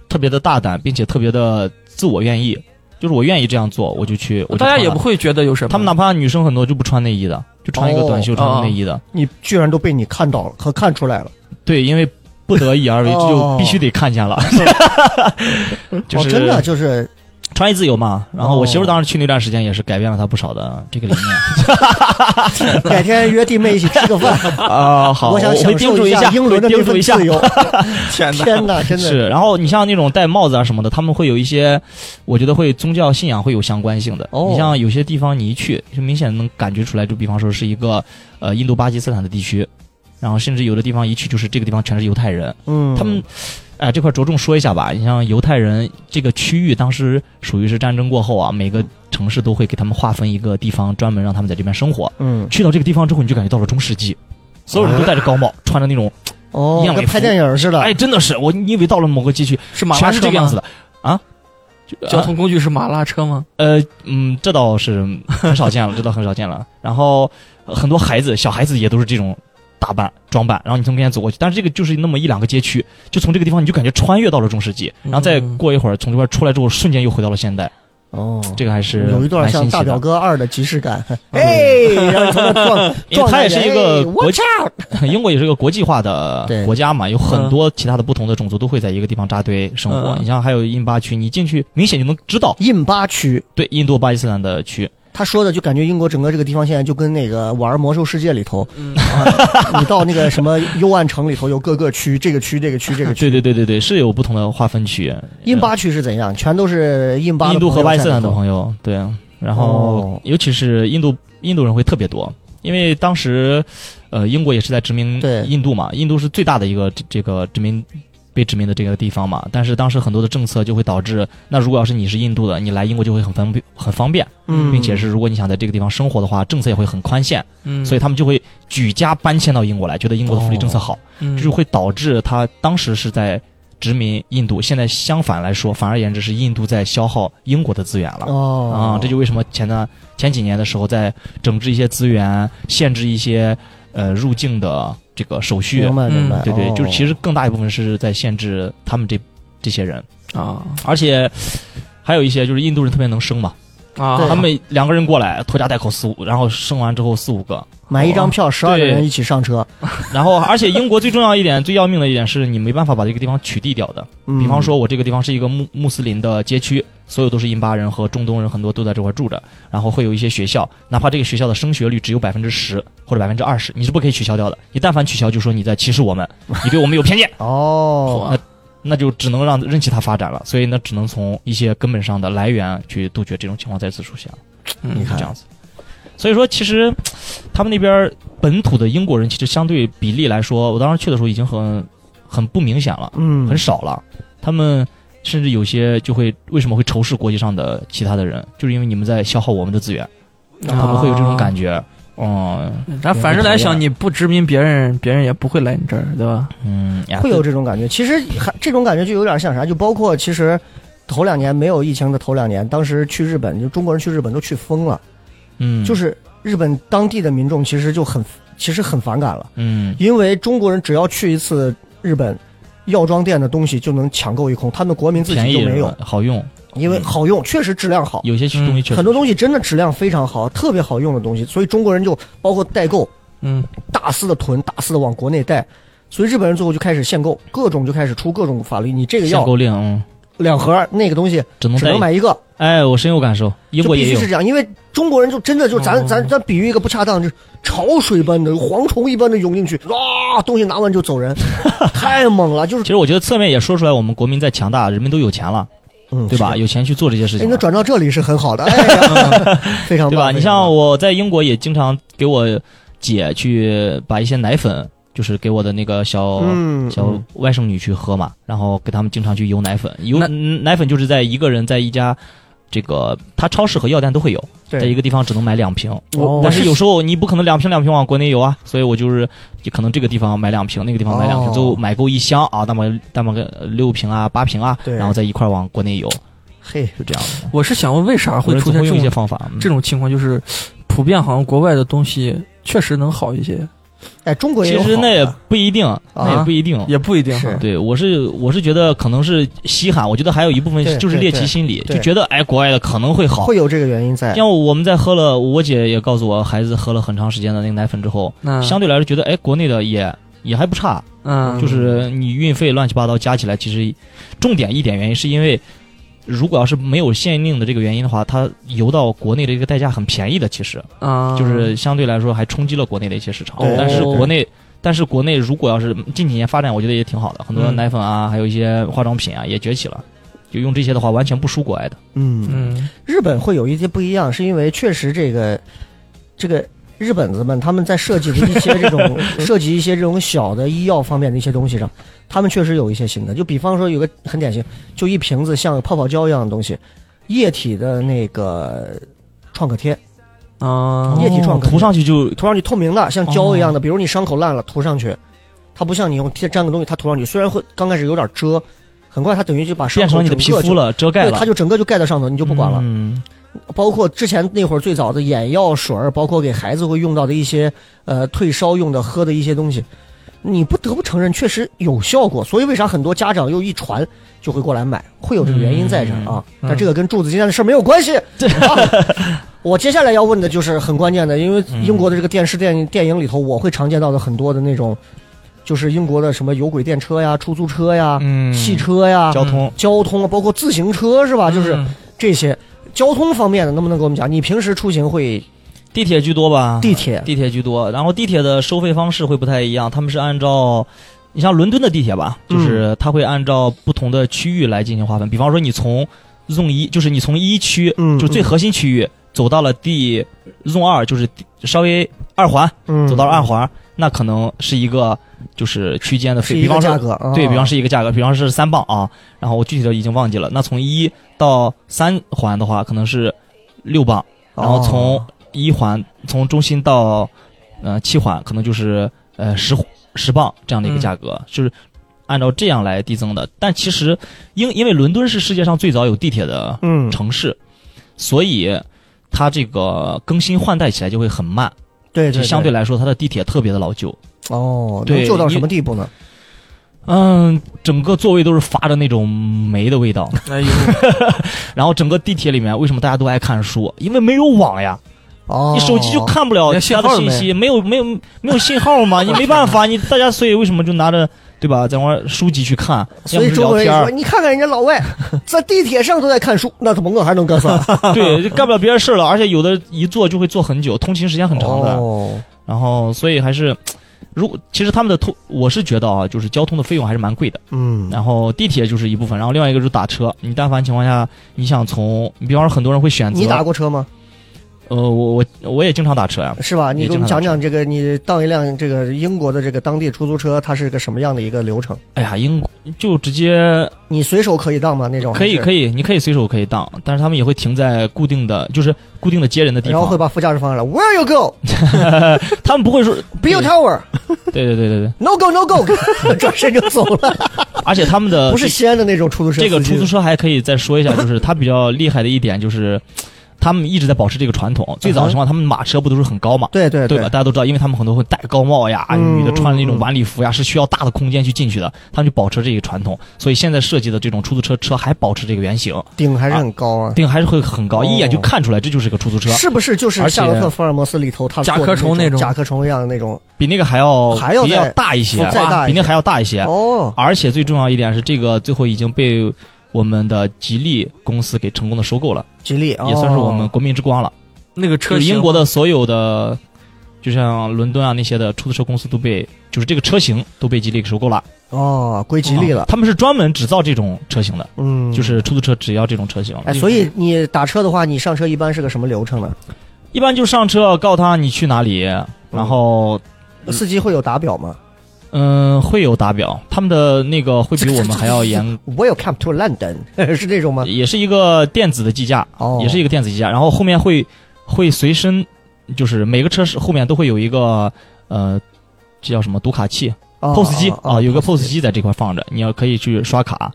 特别的大胆，并且特别的自我愿意，就是我愿意这样做，我就去。我就
大家
穿
也
了
不会觉得有什么。
他们哪怕女生很多就不穿内衣的，就穿一个短袖，
哦
穿
哦
个内衣的。
你居然都被你看到了和看出来了，
对，因为不得已而为，这
哦
就必须得 看见了。就
哦，
是
真的哦就是
穿衣自由嘛。然后我媳妇儿当时去那段时间也是改变了她不少的这个 理念
改天约弟妹一起吃个饭，
啊。 好，
我想
我会
享
叮
受
嘱
一
下，
英伦的那
我会叮嘱
份
一下
自。 由。
天哪，
天哪，真的
是，然后你像那种戴帽子啊什么的，他们会有一些，我觉得会宗教信仰会有相关性的。
哦
你像有些地方你一去，就明显能感觉出来，就比方说是一个呃印度巴基斯坦的地区，然后甚至有的地方一去就是这个地方全是犹太人，
嗯，
他们，哎、这块着重说一下吧。你像犹太人这个区域，当时属于是战争过后啊，每个城市都会给他们划分一个地方，专门让他们在这边生活。
嗯，
去到这个地方之后，你就感觉到了中世纪，所有
啊
人都戴着高帽，穿着那种，
哦
一，样
跟
为
拍
服
电影似的，
哎，真的是我，你以为到了某个地区
是马拉
全是
车
这个样子
的。
的啊？就
交通工具是马拉车吗？
呃嗯，这倒是很少见了，这倒很少见了。然后呃很多孩子，小孩子也都是这种打扮装扮，然后你从边走过去，但是这个就是那么一两个街区，就从这个地方你就感觉穿越到了中世纪，
嗯
然后再过一会儿从这边出来之后，瞬间又回到了现代，
哦，
这个还是
有一段像《大表
哥，
哥二》的即视感，哎，然后从那撞
嗯 因为
撞
它
上
也
去，
是一个
哎
国
watch out，
英国也是一个国际化的
对
国家嘛，有很
嗯
多其他的不同的种族都会在一个地方扎堆生活。
嗯
你像还有印巴区，你进去明显就能知道，
印巴区。
对印度巴基斯坦的区，
他说的就感觉英国整个这个地方现在就跟那个玩《魔兽世界》里头，
嗯
啊你到那个什么幽暗城里头有各个区，这个区这个区这个区。
对对对对对，是有不同的划分区。呃
印巴区是怎样？全都是印巴的
印度和巴基斯坦的
朋友
朋友，对，
哦
然后尤其是印度印度人会特别多，因为当时，呃，英国也是在殖民
对
印度嘛，印度是最大的一个这这个殖民被殖民的这个地方嘛，但是当时很多的政策就会导致，那如果要是你是印度的，你来英国就会很方便很方便，
在那头，嗯，
并且是如果你想在这个地方生活的话，政策也会很宽限，
嗯，
所以他们就会举家搬迁到英国来，觉得英国的福利政策好。
嗯
就是会导致他当时是在殖民印度，现在相反来说，反而言之是印度在消耗英国的资源了。
哦
啊，这就为什么前段前几年的时候，在整治一些资源，限制一些呃入境的这个手续
明，白
嗯
明白，
对对，
哦
就是其实更大一部分是在限制他们这这些人，
啊
而且还有一些就是印度人特别能生嘛，
啊，
对
他们两个人过来拖家带口四五，然后生完之后四五个，
买一张
啊
票，十二个人一起上车。
然后而且英国最重要一点、最要命的一点是你没办法把这个地方取缔掉的，
嗯
比方说，我这个地方是一个穆穆斯林的街区，所有都是印巴人和中东人，很多都在这块住着。然后会有一些学校，哪怕这个学校的升学率只有百分之十或者百分之二十，你是不可以取消掉的。你但凡取消，就说你在歧视我们， 你对我们有偏见，
哦，
哇
那就只能让任其它发展了。所以呢，只能从一些根本上的来源去杜绝这种情况再次出现了，
你
嗯
就
看
这样子。所以说，其实他们那边本土的英国人其实相对比例来说，我当时去的时候已经很很不明显了。
嗯，
很少了。他们甚至有些就会为什么会仇视国际上的其他的人，就是因为你们在消耗我们的资源，
啊
他们会有这种
啊
感觉。
哦
嗯
咱反正来想，你不殖民别人，别人也不会来你这儿，对吧？
嗯，呀
会有这种感觉。其实还这种感觉就有点像啥，就包括其实头两年没有疫情的头两年，当时去日本，就中国人去日本都去疯了，
嗯，
就是日本当地的民众其实就很其实很反感了，
嗯
因为中国人只要去一次日本。药妆店的东西就能抢购一空，他们国民自
便
己
宜
就没有
是，吧好用，
因为好用，确实质量好，
嗯有些东西确实
很多东西真的质量非常好，特别好用的东西，所以中国人就包括代购，
嗯，
大肆的囤，大肆的往国内带，所以日本人最后就开始限购，各种就开始出各种法律，你这个
限
药
购令，嗯，
两盒，那个东西
只能
只
带
能
一。
买一个，
哎，我深有感受，英
就
国
必
也
须
有
是，这样，因为中国人就真的就咱
哦
咱咱比喻一个不恰当，就是潮水般的蝗虫一般的涌进去，啊，东西拿完就走 人，太猛了，就是
其实我觉得侧面也说出来，我们国民在强大，人民都有钱了，
嗯，
对吧？
是的？
有钱去做这些事
哎，
情
那
了，
转到这里是很好的，哎呀，非常棒
嗯对吧？你
非常棒
像我在英国也经常给我姐去把一些奶粉，就是给我的那个小
嗯
小
嗯
外甥女去喝嘛，然后给他们经常去邮奶粉，邮
那
嗯奶粉就是在一个人在一家。这个他超市和药店都会有，在一
对
个地方只能买两瓶，
哦
但是有时候你不可能两瓶两瓶往国内邮啊，所以我就是就可能这个地方买两瓶，那个地方买两瓶，
哦
最后买够一箱啊，那么那么个六瓶啊八瓶啊，
对
然后再一块儿往国内邮，
嘿，
就这样子。
我是想问，为啥会
有人
出
总
现
会用
这
一些
种
方法，嗯
这种情况？就是普遍好像国外的东西确实能好一些，
哎，中国也
其
有
实
好
那也
的啊
不一定，那也不一定。
也不一定哈
是
对，我是我是觉得可能是稀罕，我觉得还有一部
对
分就是
对
猎
对
奇心理，
对
就觉得哎，国外的可能会好。
会有这个原因在。
像我们在喝了，我姐也告诉我，孩子喝了很长时间的那个奶粉之后，
嗯
相对来说觉得哎，国内的也也还不差，
嗯，
就是你运费乱七八糟加起来，其实重点一点原因是因为，如果要是没有限令的这个原因的话，它邮到国内的一个代价很便宜的，其实
嗯
啊，
就是相对来说还冲击了国内的一些市场
对，
但是
对
国内。但是国内如果要是近几年发展，我觉得也挺好的，很多
嗯
奶粉啊，还有一些化妆品啊也崛起了，就用这些的话完全不输国外的。
嗯，
嗯
日本会有一些不一样，是因为确实这个这个日本子们他们在设计的一些这种 涉及一些这种小的医药方面的一些东西上，他们确实有一些新的。就比方说有个很典型，就一瓶子像泡泡胶一样的东西，液体的那个创可贴，
啊，
液体创可
涂上去就
涂上去透明的，像胶一样
哦
的，比如你伤口烂了涂上去，它不像你用贴粘个东西，它涂上去虽然会刚开始有点遮，很快它等于就把伤
变
口
成你的皮
整个就
肤，了，遮盖
对，
了，
它就整个就盖在上头，你就不管了。
嗯，
包括之前那会儿最早的眼药水儿，包括给孩子会用到的一些呃退烧用的喝的一些东西，你不得不承认确实有效果。所以为啥很多家长又一传就会过来买，会有这个原因在这儿啊。
嗯
但这个跟柱子今天的事儿没有关系。啊我接下来要问的就是很关键的，因为英国的这个电视电影电影里头，我会常见到的很多的那种，就是英国的什么有轨电车呀、出租车呀、
嗯
汽车呀、
交通
交通啊，包括自行车是
嗯
吧？
嗯
就是。这些交通方面的，能不能给我们讲？你平时出行会
地铁居多吧？
地铁？
地铁居多，然后地铁的收费方式会不太一样，他们是按照。你像伦敦的地铁吧，
嗯
就是它会按照不同的区域来进行划分。比方说，你从 zone 一，就是你从一区，
嗯
就是最核心区域，走到了第 zone 二，就是地稍微二环，
嗯
走到了二环，那可能是一个就是区间的
是
费。
一
比
个
方说
价，格，啊
对比方是一个价格，比方是三磅啊，然后我具体的已经忘记了。那从一到三环的话，可能是六磅，
哦
然后从一环从中心到呃七环，可能就是呃十十磅这样的一个
嗯
价格，就是按照这样来递增的。但其实因因为伦敦是世界上最早有地铁的
嗯，
城市，所以它这个更新换代起来就会很慢，
对
就
对，
相对来说它的地铁特别的老旧。
哦，能
对
旧到
你
什么地步呢？
嗯，整个座位都是发着那种霉的味 道，
哎呦，
然后整个地铁里面为什么大家都爱看书？因为没有网呀，
哦，
你手机就看不了
连
其他的
信号都
信
没
息，没有没有没有信号 嘛，你没办法，你大家所以为什么就拿着对吧，在往书籍去看，要
所
么
以
是
中
聊
国人
天
也说，
儿，
你看看人家老 外在地铁上都在看书，那他甭管还能干啥？
对，就干不了别的事儿了，而且有的一坐就会坐很久，通勤时间很长的，
哦，
然后所以还是。如果其实他们的通，我是觉得啊，就是交通的费用还是蛮贵的。
嗯，
然后地铁就是一部分，然后另外一个就是打车。你但凡情况下，你想从，你比方说很多人会选择，
你打过车吗？
呃，我我我也经常打车呀、
是吧？你
也
给我
经
们
常
讲讲这个，你当一辆这个英国的这个当地出租车，它是个什么样的一个流程？
哎呀，英国就直接
你随手可以当吗？那种
可以可
以，
以，你可以随手可以当，但是他们也会停在固定的，就是固定的接人的地
然后会把
方。
副驾驶放下来，Where you go?
他们不会说
b i l l Tower,
对对对对对，
no go, no go，转 身就走了。
而且他们的
不是西安的那种出租车司
呃这
机。
个出租车还可以再说一下，就是它比较厉害的一点就是，他们一直在保持这个传统。最早的情况，他们马车不都是很高嘛？
对嗯对
对吧？大家都知道，因为他们很多会戴高帽呀，
嗯
女的穿那种晚礼服呀，是需要大的空间去进去的。他们就保持这个传统，所以现在设计的这种出租车车还保持这个原型，
顶还是很高啊。
顶还是会很高，
哦
一眼就看出来这就是个出租车，
是不是就是
而且
夏洛特·福尔摩斯里头他
甲
做的
壳虫那种
甲壳虫一样的那种？
比那个还要
还要
比
再
要大一些，
再大一些
比那个还要大一些。
哦，
而且最重要一点是，这个最后已经被我们的吉利公司给成功的收购了，
吉利
啊也算是我们国民之光了。
那个
就
车
是
型
英国的所有的，就像伦敦啊那些的出租车公司都被，就是这个车型都被吉利给收购了。
哦，归吉利
啊
了。
他们是专门只造这种车型的，
嗯，
就是出租车只要这种车型。
哎，所以你打车的话，你上车一般是个什么流程呢？
一般就上车告他你去哪里，然后嗯
司机会有打表吗
嗯会有打表，他们的那个会比我们还要严，
？Welcome to London，是 这种吗？
也是一个电子的计价，
哦，
也是一
个
个电子计价，然后后面会会随身，就是每个车是后面都会有一个呃，这叫什么读卡器、POS
哦
机啊，有个 POS 机在这块放着，你要可以去刷卡，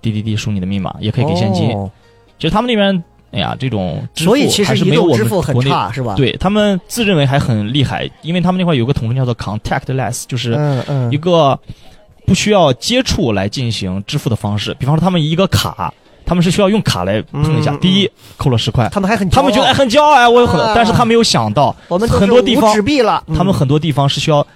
滴滴滴输你的密码，也可以给现金。
哦
其实他们那边哎呀，这种支付
所以其
还
实
是
移
没有
动
我
支
们
付很
国内
差是吧？，
对他们自认为还很厉害，因为他们那块有个统称叫做 contactless，就是
嗯嗯
一，个不需要接触来进行支付的方式。比方说，他们一个卡，他们是需要用卡来碰一下。
嗯嗯嗯
第一，扣了十块，
他们还很
他们觉
骄
得
傲
哎很骄傲哎，我有很，
啊
但是他没有想到，
我们都是
很多地方
无纸币了，嗯
他们很多地方是需要。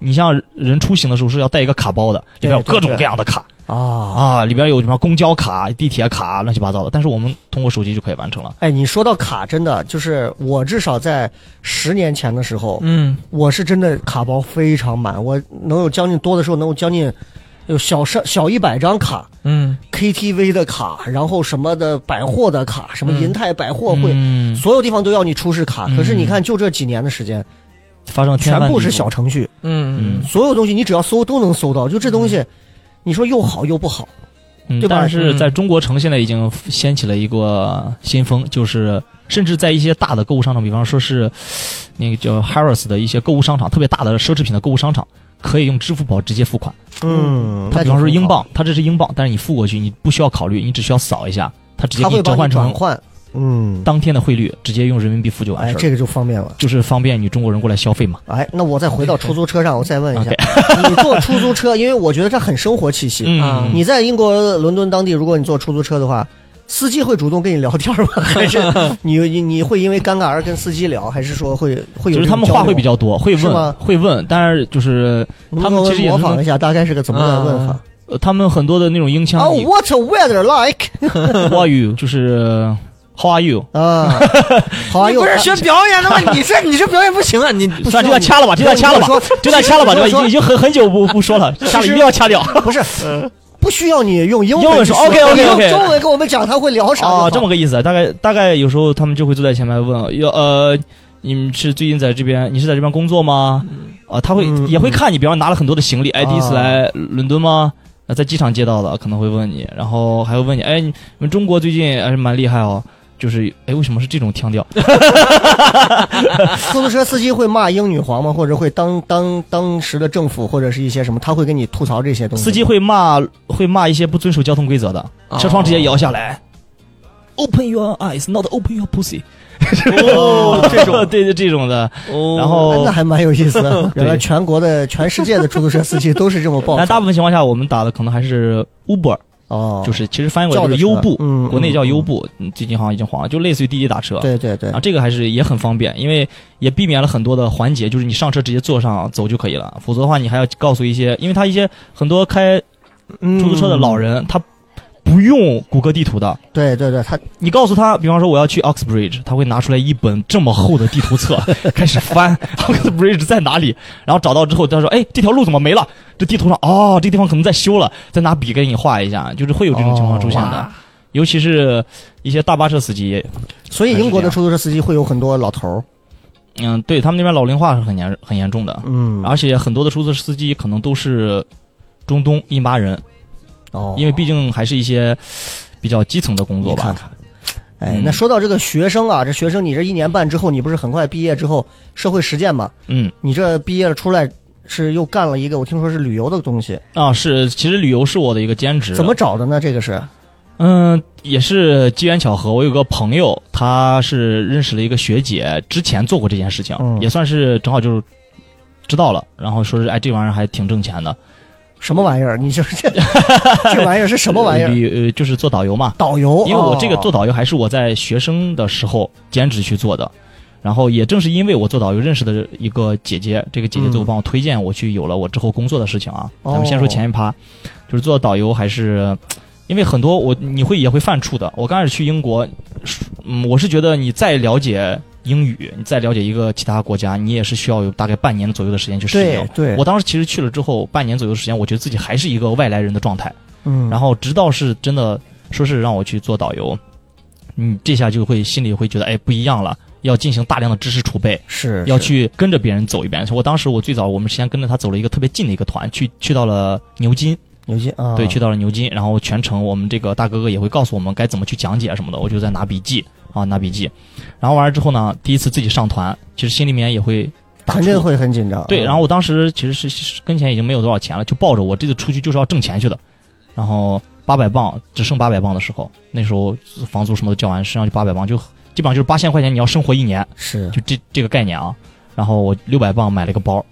你像人出行的时候是要带一个卡包的，里
对
边有各
对
种
对
各样的卡
啊。
啊，里边有什么公交卡、地铁卡，乱七八糟的。但是我们通过手机就可以完成了。
哎，你说到卡，真的就是我至少在十年前的时候，
嗯，
我是真的卡包非常满，我能有将近多的时候能有将近有小上小一百张卡
嗯，
，KTV 的卡，然后什么的百货的卡，什么银泰百货会，
嗯，
所有地方都要你出示卡。
嗯
可是你看，就这几年的时间，
发生天
全
翻
部
地
是
覆
小程序，
嗯，
所有东西你只要搜都能搜到。就这东西，你说又好又不好，
嗯
对吧
但是
嗯
在中国城现在已经掀起了一个新风，就是甚至在一些大的购物商场，比方说是那个叫 Harrods 的一些购物商场，特别大的奢侈品的购物商场，可以用支付宝直接付款。
嗯，
它比方说英，镑，它这是英镑，但是你付过去，你不需要考虑，你只需要扫一下，它直接
它
给
会
你
帮
转
你
换
转
成
换，嗯，
当天的汇率，直接用人民币付就完
哎，
事儿了。
这个就方便了。
就是方便你中国人过来消费嘛。
哎，那我再回到出租车上，我再 问一下，你坐出租车，因为我觉得这很生活气息。
啊
嗯，
你在英国伦敦当地，如果你坐出租车的话，司机会主动跟你聊天吗？ 还 是你你你会因为尴尬而跟司机聊？还是说会会有这种交流？
就是他们话会比较多，会
是吗
问会问，但是就是
能
他
不
们
能
其实也
模
能
仿一下，大概是个怎么个问法
啊？
呃他们很多的那种英腔
哦、w h a t weather like
How are you？就是 How are you？
啊？好啊，
你
又
不是学表演的吗？你这你这表演不行啊！你
不需要
算这段
你
掐了吧，这段掐了吧
不用，
这段掐了吧，
不
这
用啊
段已
说
经已经很很久不不说了，掐了一定要掐掉。
不是不需要你用英
嗯英文
去
说，OK，OK，OK
你用中文跟我们讲他会聊啥就好？
哦，这么个意思，大概大概有时候他们就会坐在前面问，要呃，你们是最近在这边，你是在这边工作吗？啊，他会
嗯
也会看你，比方拿了很多的行李，哎，
啊
第一次来伦敦吗？那在机场接到的，可能会问你，然后还会问你，哎，你们中国最近还是蛮厉害哦，就是哎，为什么是这种腔调？
出租车司机会骂英女皇吗？或者会当当当时的政府或者是一些什么？他会跟你吐槽这些东西。
司机会骂会骂一些不遵守交通规则的，
哦
车窗直接摇下来。Open your eyes, not open your pussy。
哦，这种
对对这种的，
哦
然
哎
后
那还蛮有意思 的。
对
原来全国的、全世界的出租车司机都是这么暴
但大
躁。
部分情况下，我们打的可能还是 Uber，
哦，
就是其实翻译过
叫
来就是
着车
优步，
嗯，
国内叫优
嗯。
步，嗯最近好像已经黄了，就类似于滴滴打车。
嗯。对对对
啊，，这个还是也很方便，因为也避免了很多的环节，就是你上车直接坐上走就可以了，否则的话你还要告诉一些，因为他一些很多开出租车的老人，他不用谷歌地图的，
嗯对对对，他
你告诉他，比方说我要去 Oxbridge，他会拿出来一本这么厚的地图册， 开始翻 Oxbridge 在哪里，然后找到之后，他说：“哎，这条路怎么没了？这地图上哦，这地方可能在修了，再拿笔给你画一下，就是会有这种情况出现的。
哇
尤其是一些大巴车司机，
所以英国的出租车司机会有很多老头儿。
嗯，对他们那边老龄化是很严很严重的，
嗯，
而且很多的出租车司机可能都是中东印巴人，
哦，
因为毕竟还是一些比较基层的工
你
作吧。
看看。哎，
嗯
那说到这个学生啊，这学生，你这一年半之后，你不是很快毕业之后社会实践嘛？
嗯
你这毕业了出来是又干了一个，我听说是旅游的东西，
啊，是，其实旅游是我啊的一个兼职。
怎么找的呢？这个是
嗯，也是机缘巧合，我有个朋友，他是认识了一个学姐，之前做过这件事情，
嗯
也算是正好就是知道了，然后说是哎，这玩意儿还挺挣钱的，
什么玩意儿？ 你就是这这玩意儿是什么 玩意儿？
旅呃就是做导游嘛，
导游？
因为我这个
哦
做导游还是我在学生的时候兼职去做的。然后也正是因为我做导游认识的一个姐姐，这个姐姐就
嗯
帮我推荐我去有了我之后工作的事情啊。
哦
咱们先说前一趴，就是做导游还是因为很多我你会也会犯怵的。我刚开始去英国，嗯，我是觉得你再了解英语，你再了解一个其他国家，你也是需要有大概半年左右的时间去适
对
应。
对，
我当时其实去了之后，半年左右的时间，我觉得自己还是一个外来人的状态。
嗯，
然后直到是真的说是让我去做导游，嗯，这下就会心里会觉得哎不一样了，要进行大量的知识储备，
是
要去跟着别人走一遍。我当时我最早我们之前跟着他走了一个特别近的一个团，去去到了牛津，
牛津啊，
对，去到了牛津，然后全程我们这个大哥哥也会告诉我们该怎么去讲解什么的，我就在拿笔记啊拿笔记，然后完了之后呢，第一次自己上团，其实心里面也会打
肯定
怵。
会很紧张。
对，
哦
嗯
然后我当时其实是是跟前已经没有多少钱了，就抱着我这次出去就是要挣钱去的，然后八百磅只剩八百磅的时候，那时候房租什么都交完，身上就八百磅，就基本上就是八千块钱，你要生活一年，
是
就这这个概念啊。然后我六百磅买了个包，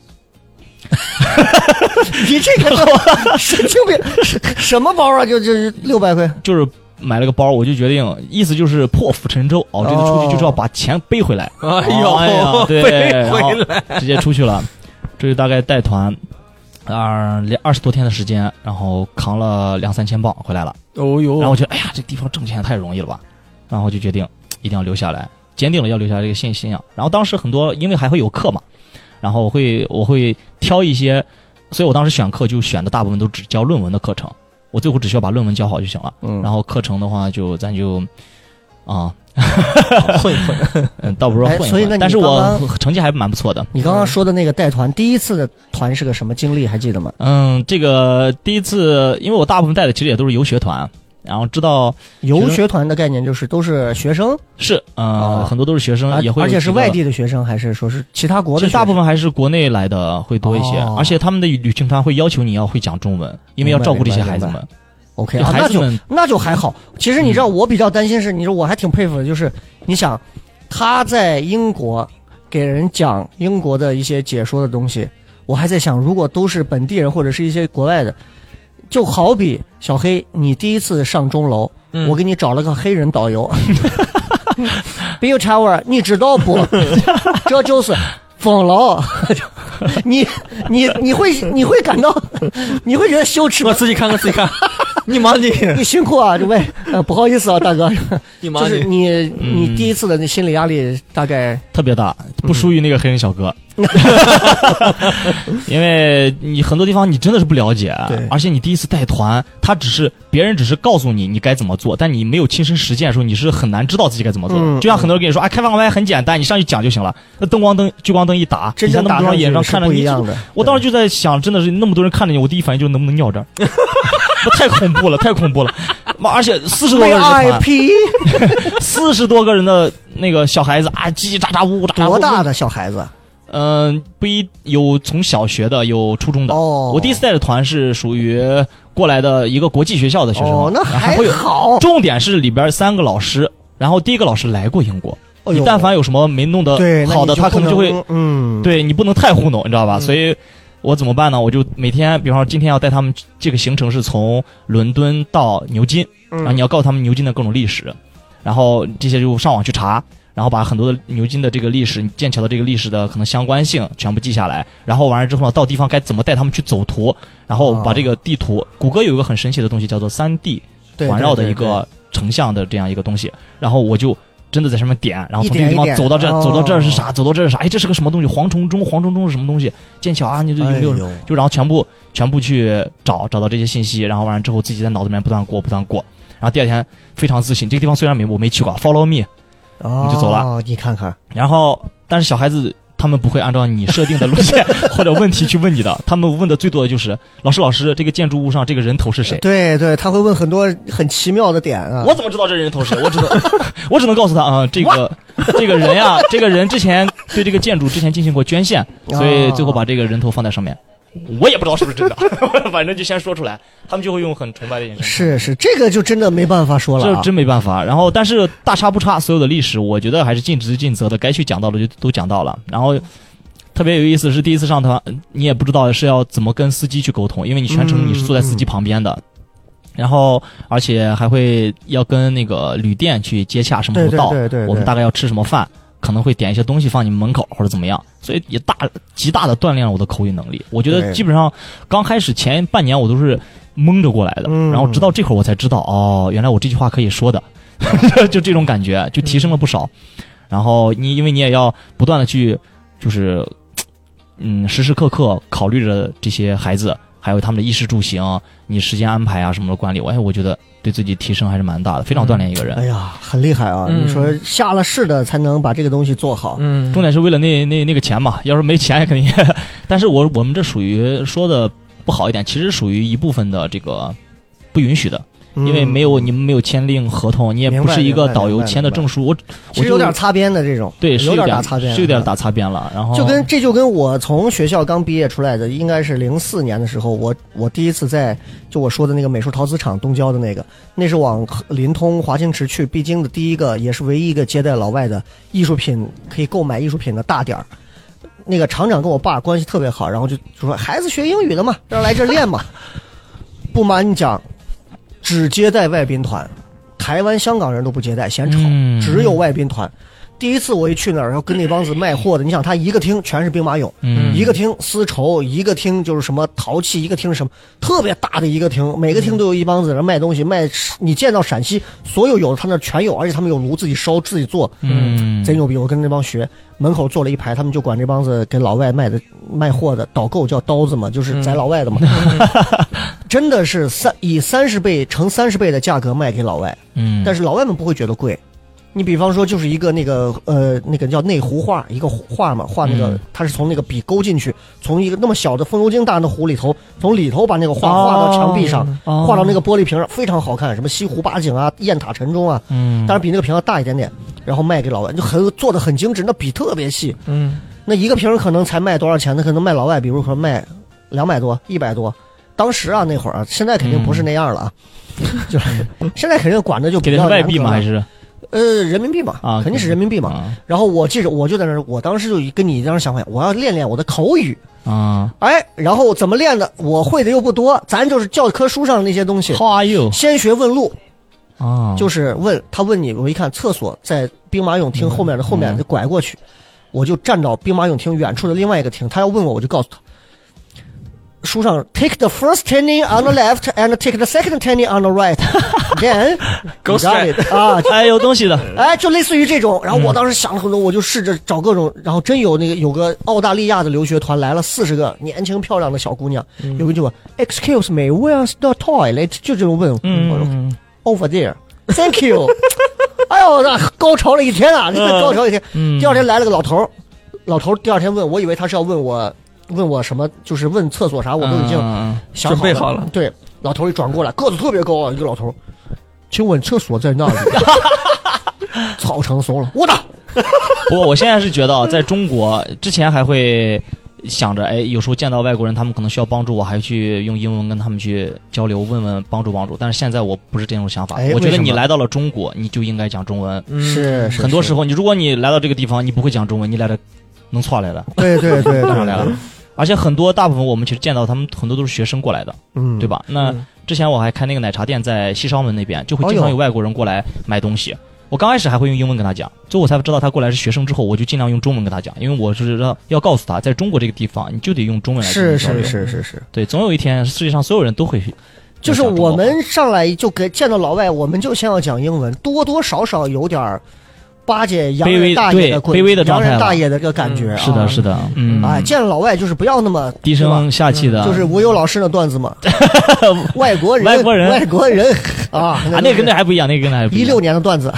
你这个 都神经病， 什什么包啊？就就六百块，
就是买了个包，我就决定，意思就是破釜沉舟，哦，这次出去就是要把钱背回来，
哎
哎呀
呦，
对
背回来，
直接出去了。这就大概带团，啊、连二十多天的时间，然后扛了两三千磅回来了。
哦呦，
然后我觉得，哎呀，这地方挣钱太容易了吧，然后就决定一定要留下来，坚定了要留下来这个信信仰。然后当时很多，因为还会有课嘛，然后我会我会挑一些，所以我当时选课就选的大部分都只教论文的课程，我最后只需要把论文教好就行了。
嗯
然后课程的话就咱就 啊，
混一混，
嗯，倒不是说
哎
混一混，
所以那你
但是
刚
我成绩还蛮不错的。
你刚刚说的那个带团，第一次的团是个什么经历？还记得吗？
嗯，这个第一次，因为我大部分带的其实也都是游学团，然后知道
游学团的概念就是都是学生，
是呃、
哦
很多都是学生，
而
也会有
而且是
几个
外地的学生，还是说是其他国
其
的学
实
生？
大部分还是国内来的会多一些，
哦
而且他们的旅行团会要求你要会讲中文，因为要照顾这些孩子
明
们。
OK
就
啊，
孩
那
子
就
们
那就还好。其实你知道，我比较担心是，你说我还挺佩服的，就是你想他在英国给人讲英国的一些解说的东西，我还在想，如果都是本地人或者是一些国外的，就好比小黑，你第一次上钟楼，
嗯
我给你找了个黑人导游，Bill Tower，你知道不？这就是风楼。 你你你会你会感到你会觉得羞耻吗
我？自己看看自己看，你忙你，
你辛苦啊，这位，呃，不好意思啊，大哥，
你
就
忙
是你
你，
你
嗯
第一次的那心理压力大概
特别
嗯
大，不输于那个黑人小 哥，因为你很多地方你真的是不了解
对，
而且你第一次带团，他只是别人只是告诉你你该怎么做，但你没有亲身实践的时候，你是很难知道自己该怎么做的。
嗯
就像很多人跟你说，啊，开放麦很简单，你上去讲就行了，那灯光灯聚光灯一打，
真正
你在
打
那么多
上
人眼上
去是
看着
不一
你，
样的。
我当时就在想，真的是那么多人看着你，我第一反应就是能不能尿 这儿，那太恐怖了，太恐怖了！妈，而且四十多个人 的团，
VIP
四十多个人的那个小孩子啊，叽叽喳喳，呜呜喳喳。
多大
的？
的小孩子？
嗯、不一有从小学的，有初中的。
哦
嗯我第一次带的团是属于过来的一个国际学校的学生，
哦，那
然后还会有。
好。哎
重点是里边三个老师，然后第一个老师来过英国，
哎呦
你但凡有什么没弄得
对那
好
你
的，
就
他可能就会
不嗯，
对你不能太糊弄，你知道吧？所以我怎么办呢？我就每天，比方说今天要带他们这个行程是从伦敦到牛津，然后你要告诉他们牛津的各种历史，然后这些就上网去查。然后把很多的牛津的这个历史、剑桥的这个历史的可能相关性全部记下来，然后完了之后呢，到地方该怎么带他们去走图，然后把这个地图，谷歌有一个很神奇的东西叫做三 D
对
环绕的
对
一个成像的这样一个东西，然后我就真的在上面点，然后
一
从这
点
个地
一
方
点
走到这，
哦
走到这儿是啥，走到这儿是啥，哎，这是个什么东西？蝗虫钟，蝗虫钟是什么东西？剑桥啊，你这有
对
没
对
有？
哎呦
就然后全部全部去找找到这些信息，然后完了之后自己在脑子里面不断过不断过，然后第二天非常自信，这个地方虽然没我没去过，Follow 啊 me，
哦
你就走了。
你看看，
然后但是小孩子。他们不会按照你设定的路线 或者问题去问你的，他们问的最多的就是老师，老师，这个建筑物上这个人头是谁？
对对，他会问很多很奇妙的点啊。
我怎么知道这人头是？我只能 我只能告诉他啊、这个 这个人呀、这个人之前对这个建筑之前进行过捐献，所以最后把这个人头放在上面。我也不知道是不是真的， 反正就先说出来，他们就会用很崇拜的眼神。
是是，这个就真的没办法说了
这
啊。
真没办法。然后，但是大差不差，所有的历史，我觉得还是尽职尽责的，该去讲到的就都讲到了。然后，特别有意思是第一次上团，你也不知道是要怎么跟司机去沟通，因为你全程你是坐在司机旁边的。
嗯
然后，而且还会要跟那个旅店去接洽，什么时候到，
对对对对对
我们大概要吃什么饭，可能会点一些东西放你们门口或者怎么样，所以也大极大的锻炼了我的口语能力。我觉得
对
基本上刚开始前半年我都是蒙着过来的，
嗯
然后直到这会儿我才知道，哦，原来我这句话可以说的， 就这种感觉，就提升了不少。然后你因为你也要不断的去，就是，嗯，时时刻刻考虑着这些孩子，还有他们的衣食住行，你时间安排啊什么的管理，我哎，我觉得对自己提升还是蛮大的，非常锻炼一个人。
哎呀，很厉害啊！
嗯
你说下了世的才能把这个东西做好。
嗯
重点是为了那那那个钱嘛，要是没钱肯定 也。但是我我们这属于说的不好一点，其实属于一部分的这个不允许的，嗯因为没有
嗯
你们没有签订合同，你也
明
不
白
是一
明
个
白
导
明
游
白
签的
明白
证书，我
其
我
实有
就
点擦边的这种，
对，是
有
点
点擦边，嗯
是有点哦打擦边了。然后
就跟这就跟我从学校刚毕业出来的，应该是零四年的时候，我我第一次在就我说的那个美术陶瓷厂东郊的那个，那是往临通华清池去必经的第一个，也是唯一一个接待老外的艺术品可以购买艺术品的大点儿。那个厂长跟我爸关系特别好，然后就就说孩子学英语的嘛，让来这儿练 嘛。不瞒你讲，只接待外宾团，台湾、香港人都不接待，嫌吵，
嗯
只有外宾团。第一次我一去那儿，然后跟那帮子卖货的，你想他一个厅全是兵马俑，
嗯
一个厅丝绸，一个厅就是什么陶器，一个厅是什么特别大的一个厅，每个厅都有一帮子人卖东西，卖你见到陕西所有有的他那儿全有，而且他们有炉自己烧自己做，
嗯
贼牛逼！我跟那帮学，门口坐了一排，他们就管这帮子给老外卖的卖货的导购叫刀子嘛，就是宰老外的 嘛，真的是三以三十倍乘三十倍的价格卖给老外，
嗯，
但
是
是老外们不会觉得贵。你比方说，就是一个那个呃，那个叫内湖画，一个画嘛，画那个
嗯
它是从那个笔勾进去，从一个那么小的风油精大的壶里头，从里头把那个画画到墙壁上，
哦
画到那个玻璃瓶上，非常好看，什么西湖八景啊、雁塔晨钟啊，
嗯，
当然比那个瓶要大一点点，然后卖给老外，就很做的很精致，那笔特别细，
嗯，
那一个瓶儿可能才卖多少钱？那可能卖老外，比如可能卖两百多、一百多。当时啊，那会儿啊，现在肯定不是那样了啊， 就是现在肯定管的就比
嗯给的
较
是外
严
币
格
吗？
了
还是
呃人民币嘛？
啊
肯定是人民币嘛。
啊
然后我记着，我就在那儿，我当时就跟你当时想法，我要练练我的口语，
啊
哎，然后怎么练的？我会的又不多，咱就是教科书上的那些东西，
？How are you？
先学问路，
哦
啊，
就是问他问你，我一看厕所在兵马俑厅后
嗯
面的后面，就拐过去，我就站到兵马俑厅远处的另外一个厅，他要问我，我就告诉他。书上 take the first turning on the left and take the second turning on the right, then
Go
you got
straight.
it 啊，
哎，有东西的，
哎，就类似于这种。然后
嗯
我当时想了很多，我就试着找各种，然后真有那个有个澳大利亚的留学团来了四十个年轻漂亮的小姑娘，
嗯
有个就问 Excuse me, where's the toilet？就这种问，我说
嗯，
over there. Thank you 。 哎呦，那高潮了一天啊，这高潮一天。
嗯
第二天来了个老头儿，老头儿第二天问我，以为他是要问我问我什么，就是问厕所啥，我都已经
嗯
想好
准备好了
对，老头儿一转过来，个子特别高啊，一个老头儿，请问厕所在哪 里？操成怂了，我打。
不过我现在是觉得啊，在中国之前还会想着，哎，有时候见到外国人，他们可能需要帮助，我还去用英文跟他们去交流，问问帮助帮助。但是现在我不是这种想法，
哎
我觉
为
得
什么
你来到了中国，你就应该讲中文。
嗯
是
嗯很多时候，你如果你来到这个地方，你不会讲中文，你来这能错来的，
对对对对
错来了。而且很多大部分我们其实见到他们很多都是学生过来的，
嗯，
对
吧？
吧？那
嗯
之前我还开那个奶茶店在西双门那边，就会
哦
经常
哟
有外国人过来买东西。我刚开始还会用英文跟他讲，最后我才知道他过来是学生之后，我就尽量用中文跟他讲，因为我是让要告诉他，在中国这个地方，你就得用中文来跟
是
人交
是是
流。
是是，
对，总有一天世界上所有人都会
就是
讲中国
我
话
们上来就给见到老外，我们就先要讲英文，多多少少有点儿巴结洋
卑
人
微
大爷
对
的棍
卑微的状态
洋人大
了
爷的这个感觉、啊
嗯
是的，是的，嗯，
哎，见老外就是不要那么
低声啊下气
对
的，
吧就是吴忧老师那段子 嘛，外国人，
外国人
外国人啊，
啊，那个跟那还不一样，那个跟那还不
一
一
六
样。
年的段 子，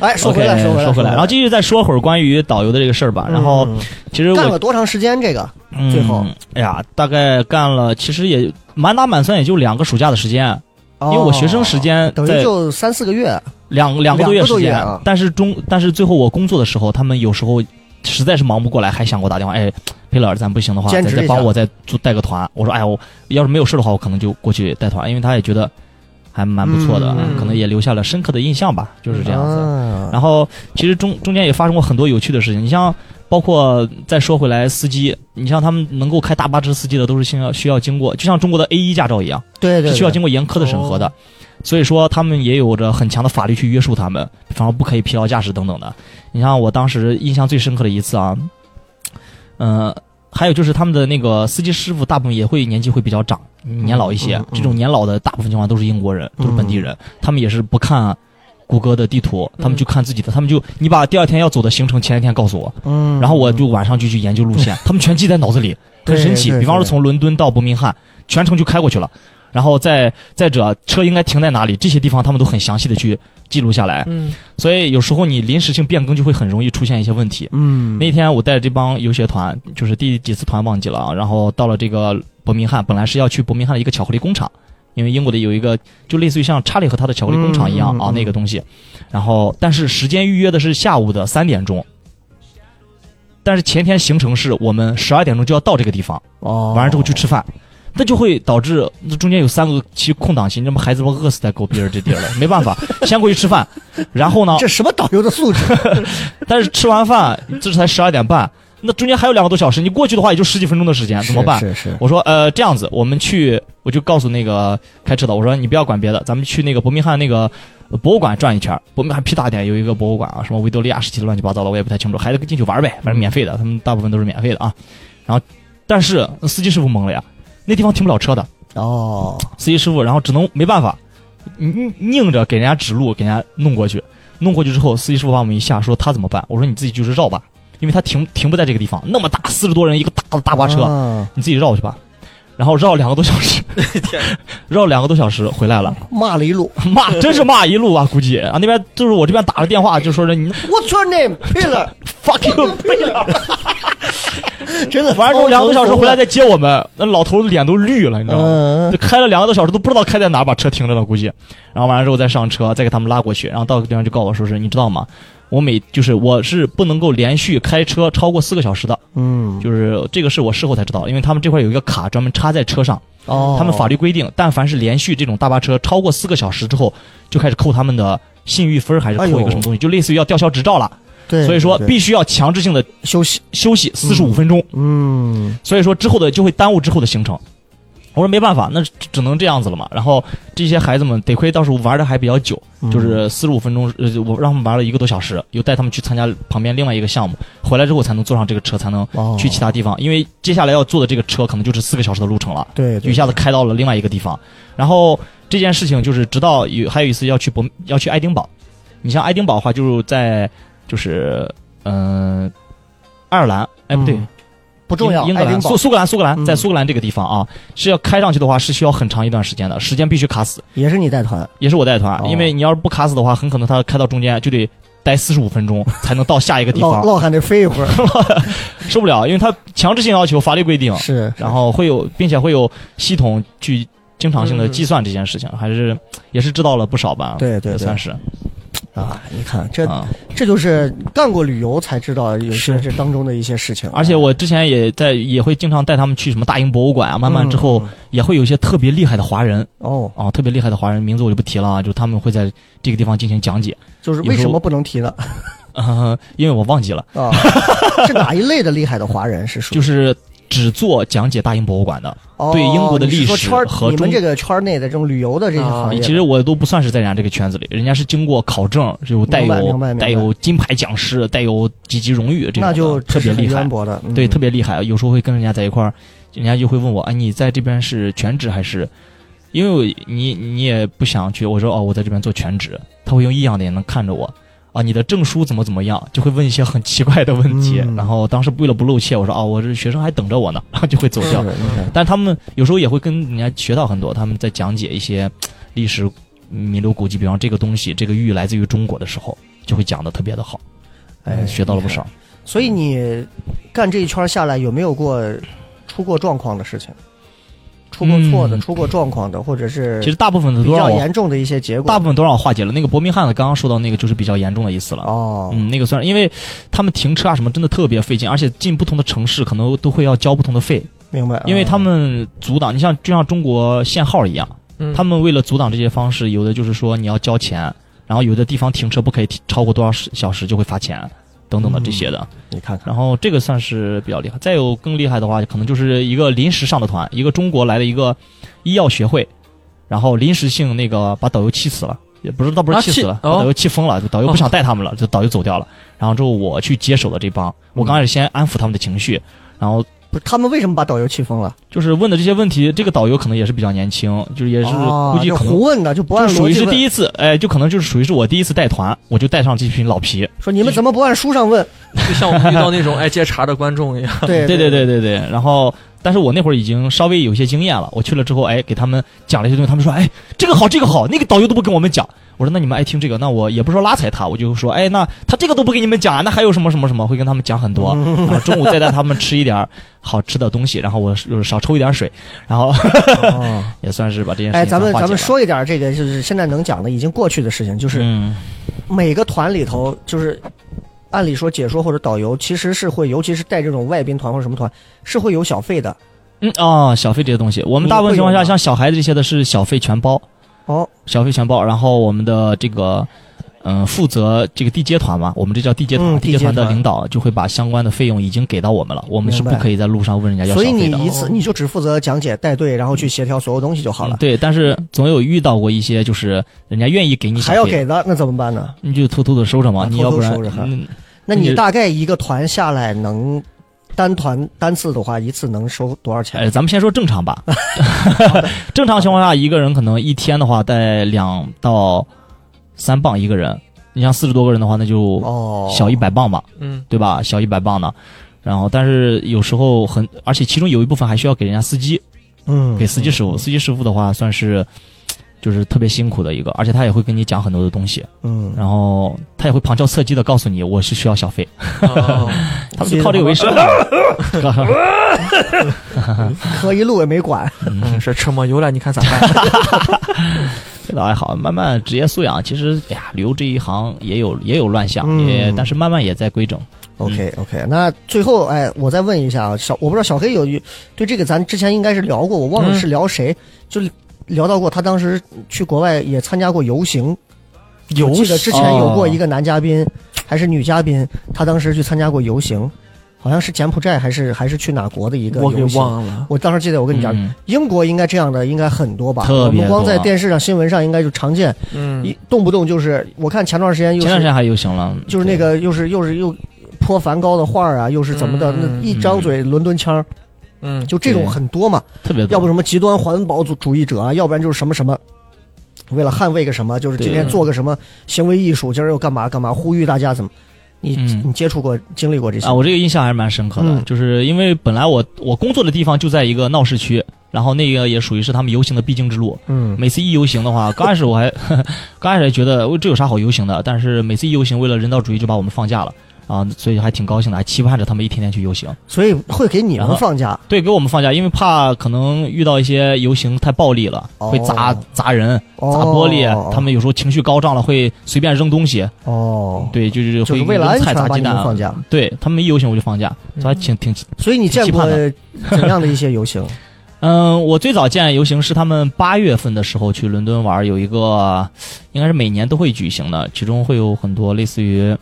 哎，说回
OK，
来，
说
回来，
回来，然后继续再说会儿关于导游的这个事儿吧。然后
嗯
其实
干
我
了多长时间这个？最后
嗯，哎呀，大概干了，其实也满打满算也就两个暑假的时间，因为我学生时间
哦等于
在
就三四个月，
两两个多月时
两个多
间
月啊，
但是中但是最后我工作的时候，他们有时候实在是忙不过来，还想给我打电话，哎，裴老师，咱不行的话，
兼
再
职
再
一下
帮我再做带个团。我说，哎呀，我要是没有事的话，我可能就过去带团，因为他也觉得还蛮不错的，
嗯
可能也留下了深刻的印象吧，就是这样子。
子。
然后其实中中间也发生过很多有趣的事情，你像包括再说回来司机，你像他们能够开大巴车司机的，都是需要需要经过，就像中国的 A 一驾照一样，
对对，
是需要
对
经过严苛的审核的。
哦
所以说，他们也有着很强的法律去约束他们，比方说不可以疲劳驾驶等等的。你像我当时印象最深刻的一次啊，呃，还有就是他们的那个司机师傅，大部分也会年纪会比较长，年老一些。
嗯嗯嗯嗯
这种年老的，大部分情况都是英国人，都是本地人，他们也是不看谷歌的地图，
嗯
他们就看自己的，他们就你把第二天要走的行程前一天告诉我，
嗯，
然后我就晚上就去研究路线，他们全记在脑 子里，很
对
神奇。
对
比方说
对
从伦敦到伯明翰，全程就开过去了。然后再再者，车应该停在哪里，这些地方他们都很详细的去记录下来。
嗯
所以有时候你临时性变更就会很容易出现一些问题。
嗯，
那天我带着这帮游学团，就是第几次团忘记了啊，然后到了这个伯明翰，本来是要去伯明翰的一个巧克力工厂因为英国的有一个就类似于像查理和他的巧克力工厂一样、
嗯嗯
啊
嗯
那个东西，然后但是时间预约的是下午的三点钟，但是前天行程是我们十二点钟就要到这个地方，
哦，
完了之后去吃饭。那就会导致那中间有三个期空档期，你这么孩子们饿死在狗逼儿这地儿了，没办法，先过去吃饭，然后呢，
这什么导游的素质？
但是吃完饭这才十二点半，那中间还有两个多小时，你过去的话也就十几分钟的时 间，怎么办？
是是，
我说呃这样子，我们去，我就告诉那个开车的，我说你不要管别的，咱们去那个伯明翰那个呃博物馆转一圈儿。伯明翰屁大点有一个博物馆啊，什么维多利亚时期的乱七八糟的，我也不 太清楚，孩子进去玩儿呗，反正免费的，他们大部分都是免费的啊。然后，但是呃司机师傅懵了呀，那地方停不了车的，
哦，
司机师傅，然后只能没办法，拧拧着给人家指路，给人家弄过去。弄过去之后，司机师傅把我们一下，说他怎么办？我说你自己就是绕吧，因为他停停不在这个地方，那么大四十多人一个大的大巴车，
啊
你自己绕去吧。然后绕两个多小时，绕两个多小时回来了，
骂了一路。
骂真是骂一路啊！估计啊那边就是我这边打了电话，就说着你
What's your name? Pillar？
fuck you，背了。
真的，
完了之后两个多小时回来再接我们，那老头脸都绿了，你知道吗？
嗯，
就开了两个多小时都不知道开在哪儿，把车停着了，估计。然后完了之后再上车，再给他们拉过去，然后到个地方就告我说是，你知道吗？我每就是我是不能够连续开车超过四个小时的，
嗯，
就是这个是我事后才知道，因为他们这块有一个卡专门插在车上，
哦，
他们法律规定，但凡是连续这种大巴车超过四个小时之后，就开始扣他们的信誉分儿，还是
哎呦
扣一个什么东西，就类似于要吊销执照了。
对，
所以说
对
必须要强制性的
休息。
休息四十五分钟。
嗯，
所以说之后的就会耽误之后的行程。我说没办法，那只只能这样子了嘛。然后这些孩子们得亏当时玩的还比较久，
嗯
就是四十五分钟，呃，我让他们玩了一个多小时，又带他们去参加旁边另外一个项目，回来之后才能坐上这个车，才能
哦
去其他地方。因为接下来要坐的这个车可能就是四个小时的路程了。
对，嗯
就一下子开到了另外一个地方。然后这件事情就是，直到有还有一次要去博要去爱丁堡，你像爱丁堡的话，就是在就是嗯、呃爱尔兰，哎不对，
嗯不重要。
英英格
爱
兰
丁堡
苏苏格兰苏格兰
嗯
在苏格兰这个地方啊，是要开上去的话是需要很长一段时间的，时间必须卡死，
也是你带团，
也是我带团啊
哦，
因为你要是不卡死的话，很可能他开到中间就得待四十五分钟才能到下一个地
老
方，
老还得飞一会儿。
受不了，因为他强制性要求，法律规定，
是，
啊然后会有，并且会有系统去经常性的计算这件事情，还是也是知道了不少吧？
嗯对对对
也算是
啊，你看这
啊。
这就是干过旅游才知道有些
是
这当中的一些事情。啊
而且我之前也在也会经常带他们去什么大英博物馆啊，慢慢之后
嗯
也会有一些特别厉害的华人
哦，
啊，特别厉害的华人名字我就不提了啊，就他们会在这个地方进行讲解，
就是
有
为
时
什
候
么不能提 呢？
呃，因为我忘记了，
啊，是哪一类的厉害的华人是属于？
就是只做讲解大英博物馆的，
哦
对英国的历史
你是说圈儿
和
你
中啊
们这个圈儿内的这种旅游的这些行业，
其实我都不算是在人家这个圈子里，人家是经过考证，有带
明白明
有
白明白
带有金牌讲师，带有几级荣誉，这种的
那就
特别厉
知识很
害
渊。博的，嗯
对，特别厉害。有时候会跟人家在一块儿，人家就会问我，哎，你在这边是全职还是？因为我你你也不想去，我说哦，我在这边做全职，他会用异样的眼能看着我。啊，你的证书怎么怎么样？就会问一些很奇怪的问题。
嗯
然后当时为了不露怯，我说啊，我这学生还等着我呢， 然后就会走
是
掉。
的你看
但他们有时候也会跟人家学到很多，他们在讲解一些嘖历史名流古迹，比方这个东西，这个玉来自于中国的时候，就会讲的特别的好，
哎，
学到了不少。
所以你干这一圈下来，有没有过出过状况的事情？出过错的，
嗯
出过状况的，或者是
其实大部分的
比
都让
较
我，
严重的一些结果。
大部分都让我化解了。那个伯明翰的刚刚说到那个就是比较严重的一次了。
哦，
嗯，那个算是，因为他们停车啊什么真的特别费劲，而且进不同的城市可能都会要交不同的费，
明白。
因为他们阻挡，你像就像中国限号一样，
嗯
他们为了阻挡这些方式，有的就是说你要交钱，然后有的地方停车不可以停超过多少时小时就会罚钱，等等的这些的。
嗯你看看，
然后这个算是比较厉害。再有更厉害的话，可能就是一个临时上的团，一个中国来的一个医药学会，然后临时性那个把导游气死了。也不是，倒不是
啊
气死
气
了，
哦
把导游气疯了，就
哦
导游不想带他们了，就导游走掉了。然后之后我去接手的这帮，我
嗯
刚开始先安抚他们的情绪，然后
不是他们为什么把导游气疯了？
就是问的这些问题，这个导游可能也是比较年轻，就是也是
哦
估计
就
可能
胡问的，就不按
就属
逻
于
辑
是第
问。
一次，哎，就可能就是属于是我第一次带团，我就带上这群老皮。
说你们 怎么不按书上问？
就像我们遇到那种爱接茬的观众一样，
对
对对对对，然后但是我那会儿已经稍微有些经验了，我去了之后，哎，给他们讲了一些东西，他们说，哎，这个好，这个好，那个导游都不跟我们讲。我说，那你们爱听这个，那我也不说拉踩他，我就说，哎，那他这个都不给你们讲啊，那还有什么什么什么，会跟他们讲 很多。然后中午再带他们吃一点儿好吃的东西，然后我就是少抽一点水，然后
哦，
也算是把这件事情
哎，咱们
化解
咱们
了，
说一点这个，就是现在能讲的已经过去的事情，就是
嗯
每个团里头，就是按理说解说或者导游其实是会，尤其是带这种外宾团或者什么团，是会有小费的。
嗯哦，小费这些东西，我们大部分情况
你会有
下
吗
像小孩子这些的是小费全包，
哦，
小费全包。然后我们的这个，嗯、负责这个地接团嘛，我们这叫地接团，
嗯
地接
地接
的
团
领导就会把相关的费用已经给到我们了，我们是
明
不
白
可以在路上问人哎家要小
所以
费的。哦
你一次你就只负责讲解带队，然后去协调所有东西就好
嗯
了。
对，但是总有遇到过一些，就是人家愿意给你小
还要
费，
给的，那怎么办呢？
你就偷偷的收着嘛，
啊
你
偷
要
偷
不然
收着哈
嗯
那你
你
大概一个团下来能单团单次的话，一次能收多少钱？
哎，咱们先说正常吧。 正常情况下，一个人可能一天的话带两到三磅一个人。你像四十多个人的话，那就
哦，
小一百磅吧，
嗯，
对吧？小一百磅呢。然后，但是有时候很，而且其中有一部分还需要给人家司机，
嗯，
给司机师傅。司机师傅的话，算是就是特别辛苦的一个，而且他也会跟你讲很多的东西，
嗯，
然后他也会旁敲侧击的告诉你，我是需要 小费，
哦
他们就靠这个为生嘛。
喝一路也没管。
嗯，是车没油了，你看咋办？
这倒还好，慢慢职业素养，其实哎呀，旅游这一行也有也有乱象，
嗯
也但是慢慢也在规整。
OK OK，那最后哎，我再问一下啊，小我不知道小黑有有对这个咱之前应该是聊过，我忘了
嗯
是聊谁，就聊到过他当时去国外也参加过游行，我记得之前
哦
有过一个男嘉宾、还是女嘉宾，他当时去参加过游行，好像是柬埔寨还是还是去哪国的一个
我给
游行。
忘了。
我当时记得，我跟你讲，
嗯
英国应该这样的应该很多吧？
特别
我们光
多啊
在电视上、新闻上应该就常见，
嗯
一动不动就是我看前段时间又
前
是
段时间还游行了，
就是那个又是又是又泼梵高的画儿啊，又是怎么的，
嗯
那一张嘴伦敦腔儿，
嗯，
就这种
对
很多嘛。
对特别多，
要不什么极端环保主主义者啊，要不然就是什么什么。为了捍卫个什么，就是今天
对
做个什么行为艺术，今儿又干嘛干嘛，呼吁大家怎么？你、
嗯
你接触过、经历过这些？
啊，我这个印象还是蛮深刻的，
嗯
就是因为本来我我工作的地方就在一个闹市区，然后那个也属于是他们游行的必经之路。
嗯
每次一游行的话，刚开始我还 刚开始还觉得哦这有啥好游行的，但是每次一游行，为了人道主义就把我们放假了啊，所以还挺高兴的，还期盼着他们一天天去游行。
所以会给你
然
们
后
放假，
对，给我们放假，因为怕可能遇到一些游行太暴力了，
哦
会砸砸人、
哦、
砸玻璃、啊
哦
他们有时候情绪高涨了，会随便扔东西。
哦，
对，就是
就是
会
为了安
扔菜
全
砸
把
鸡
你们
蛋
放
啊。
假。嗯
对他们一游行我就放假，所以还挺挺。
所以你见
挺期
过
盼
怎样的一些游 行？
嗯，我最早见游行是他们八月份的时候去伦敦玩，有一个应该是每年都会举行的，其中会有很多类似于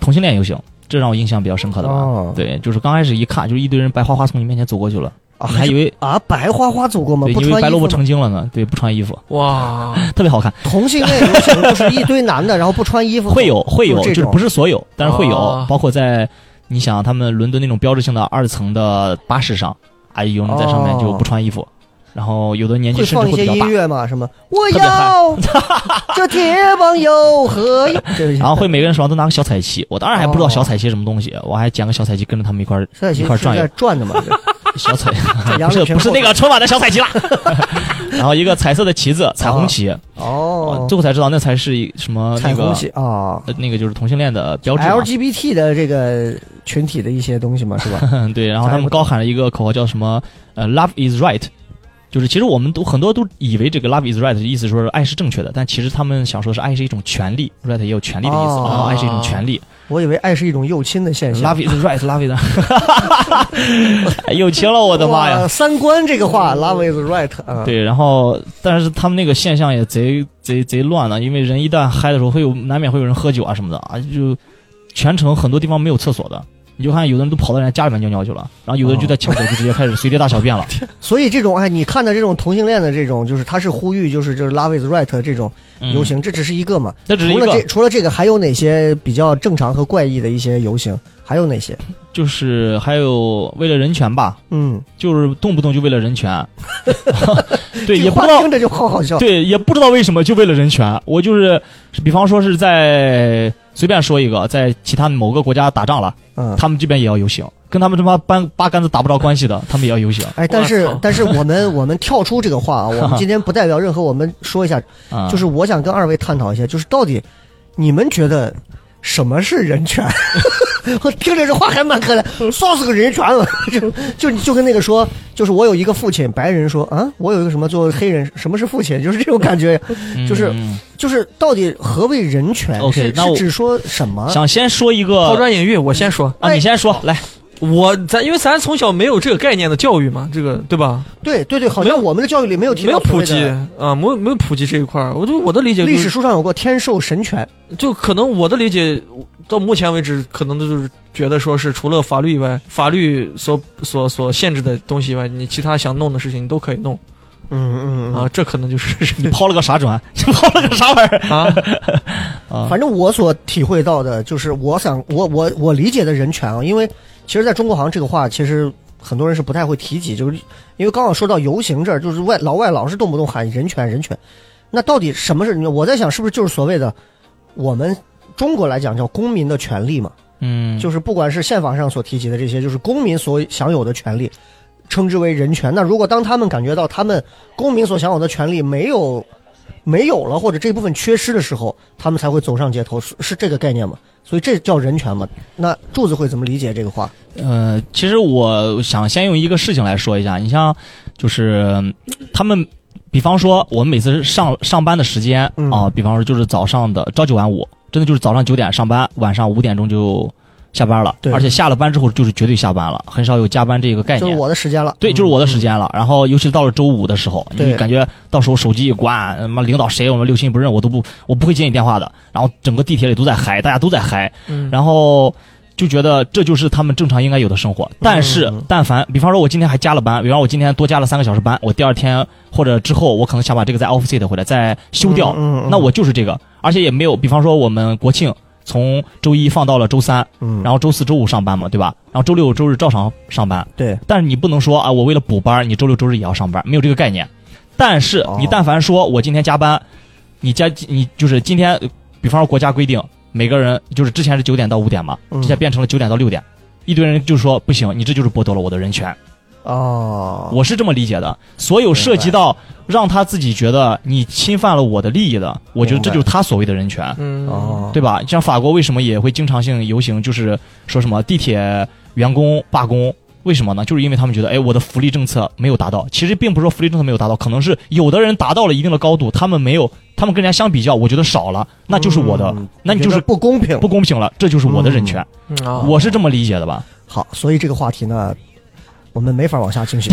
同性恋游行，这让我印象比较深刻的吧。
哦
对，就是刚开始一看，就是一堆人白花花从你面前走过去了，
啊，
你还
是
以为
啊，白花花走过吗？
对，
不
以
穿
为白
衣
萝
服
卜
吗
成精了呢，对，不穿 衣服，
哇，
特别好看。
同性恋游行就是一堆男的，然后不穿衣服，
会有会有，
这
就是
种
不是所有，但是会有，
哦
包括在你想啊他们伦敦那种标志性的二层的巴士上，哎，有人在上面就不穿衣服，然后有的年纪
会
甚至
放一
会
些
比较
音
大，
乐嘛？什么我
别
要 这铁棒有何 用？这
然后会每个人手上都拿个小彩旗，我当然还不知
哦
道小彩旗是什么东西，我还捡个小彩旗跟着他们一块儿
这
一
其
块
实
儿
是
转
在
悠，
转的嘛？
小彩
杨
不是
柳裙
不是
后
那个春晚的小 彩旗啦，然后一个彩色的旗子，彩虹旗，
哦，
最后才知道那才是什么
彩
那
虹
个
旗啊
呃那个就是同性恋的标志嘛。
，LGBT 的这个群体的一些东西嘛，是 吧？
嗯， 对，然后他们高喊了一个口号叫什么？呃，Love is right，就是其实我们都很多都以为这个 Love is right 的意思说是爱是正确的，但其实他们想说的是爱是一种权利，right 也有权利的意思，
哦
然后爱是一种权利
我以为爱是一种右倾的现象。
，Love is right，Love is，哎 有情了，我
我
的妈呀！
三观这个话，Love is right 啊。
对，然后但是他们那个现象也贼贼贼乱了，因为人一旦嗨的时候，会有难免会有人喝酒啊什么的啊，就全程很多地方没有厕所的，你就看有的人都跑到人家家里面尿尿去了，然后有的人
哦
就在墙角就直接开始随地大小便了。
所以这种哎，你看的这种同性恋的这种，就是他是呼吁，就是就是 Love is right 这种
嗯
游行，这只是一个嘛。
这只是一
除了这
个，
除了这个，还有哪些比较正常和怪异的一些游行？还有哪些？
就是还有为了人权吧，
嗯，
就是动不动就为了 人权， 对，
这
也不
话
知道
听，着 就好好笑。
对，也不知道为什么就为了人权。我就是，比方说是在随便说一个，在其他某个国家打仗了，
嗯，
他们这边也要游行，跟他们他妈搬八竿子打不着关系的，他们也要游行
哎，但
我
是
操
但是我们我们跳出这个 话啊，我们今天不代表任何，我们说一下，
啊。
就是我想跟二位探讨一下，就是到底你们觉得什么是人权？ 我听着这话还蛮可怜，算是个人权了，就就就跟那个说，就是我有一个父亲，白人说啊，我有一个什么作为黑人，什么是父亲，就是这种感觉，就是
嗯
就是到底何谓人权
OK，
是
那
是
我
指说什么？
想先说一
抛
个
砖引玉，我先说，
啊，你先说来，
我咱因为咱从小没有这个概念的教育嘛，这个对吧？
对对对，好像我们的教育里没有提
没
到
有
所
普
谓的
及啊，没有没有普及这一块儿。我就我的理解、就是，
历史书上有过天授神权，
就可能我的理解，到目前为止，可能就是觉得说是除了法律以外，法律所所所限制的东西以外，你其他想弄的事情你都可以弄
嗯嗯
啊。这可能就是
你抛了个啥砖？你 抛了个啥玩意儿？
啊，
啊
反正我所体会到的就是，我想我我我理解的人权啊，因为其实在中国好像这个话其实很多人是不太会提及，就是因为刚好说到游行这儿，就是外老外老是动不动喊人权人权，那到底什么是？我在想是不是就是所谓的我们中国来讲叫公民的权利嘛？
嗯，
就是不管是宪法上所提及的这些，就是公民所享有的权利，称之为人权。那如果当他们感觉到他们公民所享有的权利没有没有了，或者这部分缺失的时候，他们才会走上街头，是是这个概念吗？所以这叫人权吗？那柱子会怎么理解这个话？
呃，其实我想先用一个事情来说一下，你像就是嗯他们，比方说我们每次上上班的时间啊、
嗯
比方说就是早上的朝九晚五，真的就是早上九点上班，晚上五点钟就下班了，
对
而且下了班之后就是绝对下班了，很少有加班这个概
就是
念。
我的时间了。
对，就是我的时间了。然后，尤其是到了周五的时候，
嗯对
你感觉到时候手机一关，嗯他妈领导谁我们六亲不认，我都不，我不会接你电话的。然后整个地铁里都在嗨，大家都在嗨，
嗯
然后就觉得这就是他们正常应该有的生活。但是，
嗯
但凡比方说，我今天还加了班，比方我今天多加了三个小时班，我第二天或者之后，我可能想把这个再 offset 回来，再修掉。
嗯嗯嗯
那我就是这个，而且也没有，比方说我们国庆从周一放到了周三，
嗯，
然后周四周五上班嘛，对吧？然后周六周日照常上班。
对，
但是你不能说啊，我为了补班，你周六周日也要上班，没有这个概念。但是
哦
你但凡说我今天加班，你加你就是今天，呃比方说国家规定每个人就是之前是九点到五点嘛，
嗯
现在变成了九点到六点，一堆人就说不行，你这就是剥夺了我的人权，
哦，
我是这么理解的。所有涉及到让他自己觉得你侵犯了我的利益的，我觉得这就是他所谓的人权。
嗯，
哦，
对吧？像法国为什么也会经常性游行，就是说什么地铁员工罢工，为什么呢？就是因为他们觉得，哎，我的福利政策没有达到。其实并不是说福利政策没有达到，可能是有的人达到了一定的高度，他们没有，他们跟人家相比较，我觉得少了，那就是我的，
嗯
那你就
觉
是
得不公平
不。公平了，这就是我的人权，
嗯啊
我是这么理解的吧？
好，所以这个话题呢，我们没法往下进 行。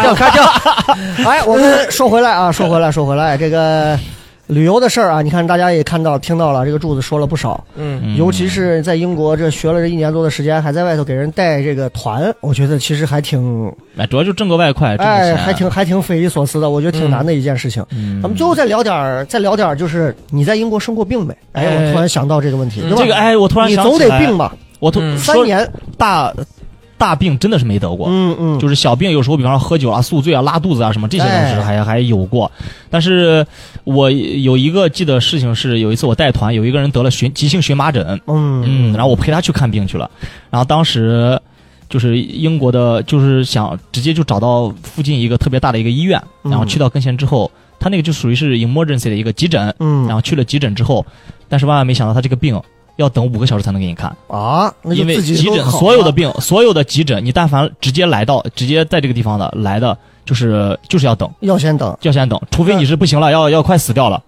掉咔掉，
哎，我们说回来啊，说回来，说回来，这个旅游的事儿啊，你看大家也看到、听到了，这个柱子说了不少，
嗯
嗯
尤其是在英国这学了这一年多的时间，还在外头给人带这个团，我觉得其实还挺，
哎，主要就挣个外快，挣个
哎，
钱，
还挺还挺匪夷所思的，我觉得挺难的一件事情。
嗯
咱们最后再聊点儿，再聊点儿，就是你在英国生过病没？哎，
哎
我突然想到这个问题，
嗯
对吧？
这个，哎，我突然
你
想
总
起
得
来
病，吧？
我突
嗯
说
三年，
大大病真的是没得过，
嗯嗯，
就是小病，有时候比方说喝酒啊、宿醉啊、拉肚子啊什么这些东西
哎
还、还有过。但是我有一个记得事情是，有一次我带团，有一个人得了荨急性荨麻疹，
嗯
嗯，然后我陪他去看病去了，然后当时。就是英国的，就是想直接就找到附近一个特别大的一个医院，
嗯
然后去到跟前之后，他那个就属于是 emergency 的一个急诊，
嗯
然后去了急诊之后，但是万万没想到他这个病要等五个小时才能给你看，
啊，那就
因为
自己
急
都啊
诊
好
所有的
了
病，所有的急诊，你但凡直接来到，直接在这个地方的来的，就是就是要等，
要先等。
要先等，除非你是不行了，要要快死掉了，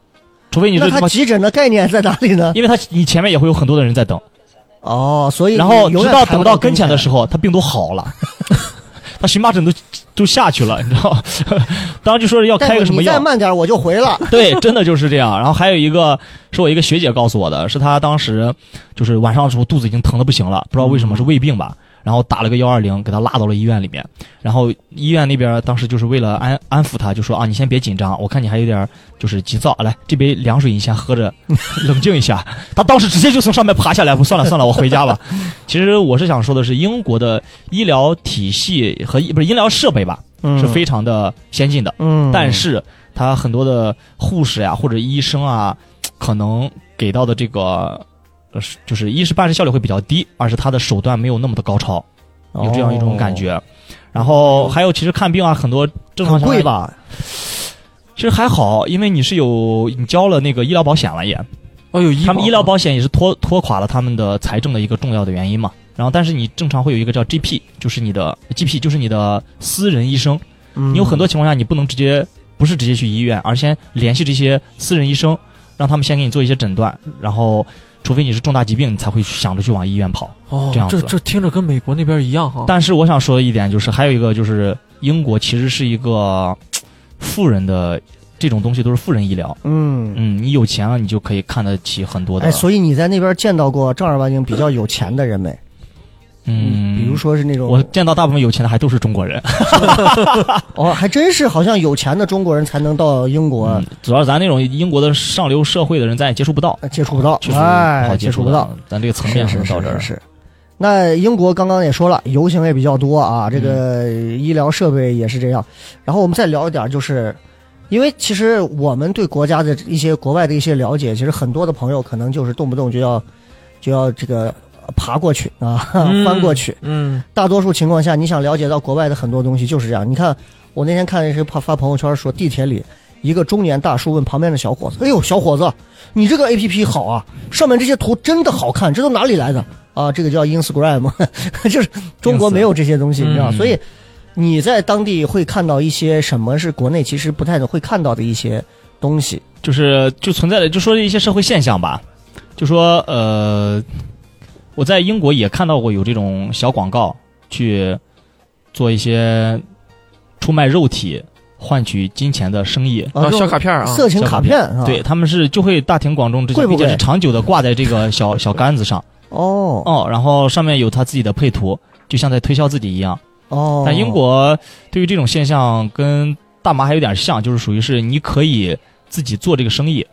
除非你
那
是他
他
妈，
急诊的概念在哪里呢？
因为他你前面也会有很多的人在等，
哦，所以
然后
你永
直
远
到
排
等
不
到
到
跟前的时
候，
候，他病都 好了，他荨麻疹都都下去了，你知道吗？ 当时就说是要
但
开个什么
你再
药，
慢点，我就回了。
对，真的就是这样。然后还有一个是我一个学姐告诉我的，是她当时就是晚上的时候肚子已经疼的不行了，不知道为什么是胃病吧，然后打了个幺二零，给她拉到了医院里面。然后医院那边当时就是为了安安抚她，就说啊，你先别紧张，我看你还有点儿就是急躁，啊来这杯凉水你先喝着，冷静一下。她当时直接就从上面爬下来，不算了算了，我回家吧。其实我是想说的是，英国的医疗体系和不是医疗设备吧，
嗯
是非常的先进的。
嗯
但是他很多的护士呀、或者医生啊，可能给到的这个呃，是就是一是办事效率会比较低，二是他的手段没有那么的高超，有这样一种感觉。然后还有其实看病啊，很多正
哦，
常
很
情况
贵
下？
吧？
其实还好，因为你是有你交了那个医疗保险了也，
哦，有医
他们医疗
保
保险也是拖拖垮了他们的财政的一个重要的原因嘛。然后，但是你正常会有一个叫 GP，就是你的 GP 就是你的私人医生，
你
你有很多情况下你不能直接不是直接去医院，而先联系这些私人医生，让他们先给你做一些诊断，然后除非你是重大疾病，你才会想着去往医院跑。
哦，
这样子
这这听着跟美国那边一样哈。
但是我想说的一点就是，还有一个就是英国其实是一个富人的这种东西都是富人医疗，
嗯。
嗯，你有钱了你就可以看得起很多的，
哎，所以你在那边见到过正儿八经比较有钱的人没？
嗯，
比如。说是那种
我见到大部分有钱的还都是中国人，
哦，还真是好像有钱的中国人才能到英国、
嗯主要咱那种英国的上流社会的人咱也接触不到，
呃接触不到
确，实不
哎，
好
接触
触嗯
不到，，
咱这个层面
是
还
是
能到这
是
儿
是。是。那英国刚刚也说了，游行也比较多啊，这个
嗯
医疗设备也是这样。然后我们再聊一点，就是因为其实我们对国家的一些国外的一些了解，其实很多的朋友可能就是动不动就要就要这个爬过去啊，
嗯
翻过去。
嗯，
大多数情况下，你想了解到国外的很多东西就是这样。你看，我那天看谁发发朋友圈说，地铁里一个中年大叔问旁边的小伙子：“哎呦，小伙子，你这个 A P P 好啊，上面这些图真的好看，这都哪里来的啊？”这个叫 Instagram，就是 中国没有这些东西，
Ins
你知道？
嗯
所以你在当地会看到一些什么是国内其实不太会看到的一些东西。
就是就存在的，就说一些社会现象吧，就说呃，我在英国也看到过有这种小广告去做一些出卖肉体换取金钱的生意。
啊，
就
小卡片儿啊，
色情
小
卡
卡
片啊，
对，，他们是就会大庭广众之
贵不
下，并且
贵
是长久的挂在这 个小小杆子上
哦
哦，然后上面有他自己的配图，就像在推销自己一样。
哦，
但英国对于这种现象跟大麻还有点像，就是属于是你可以自己做这个生意，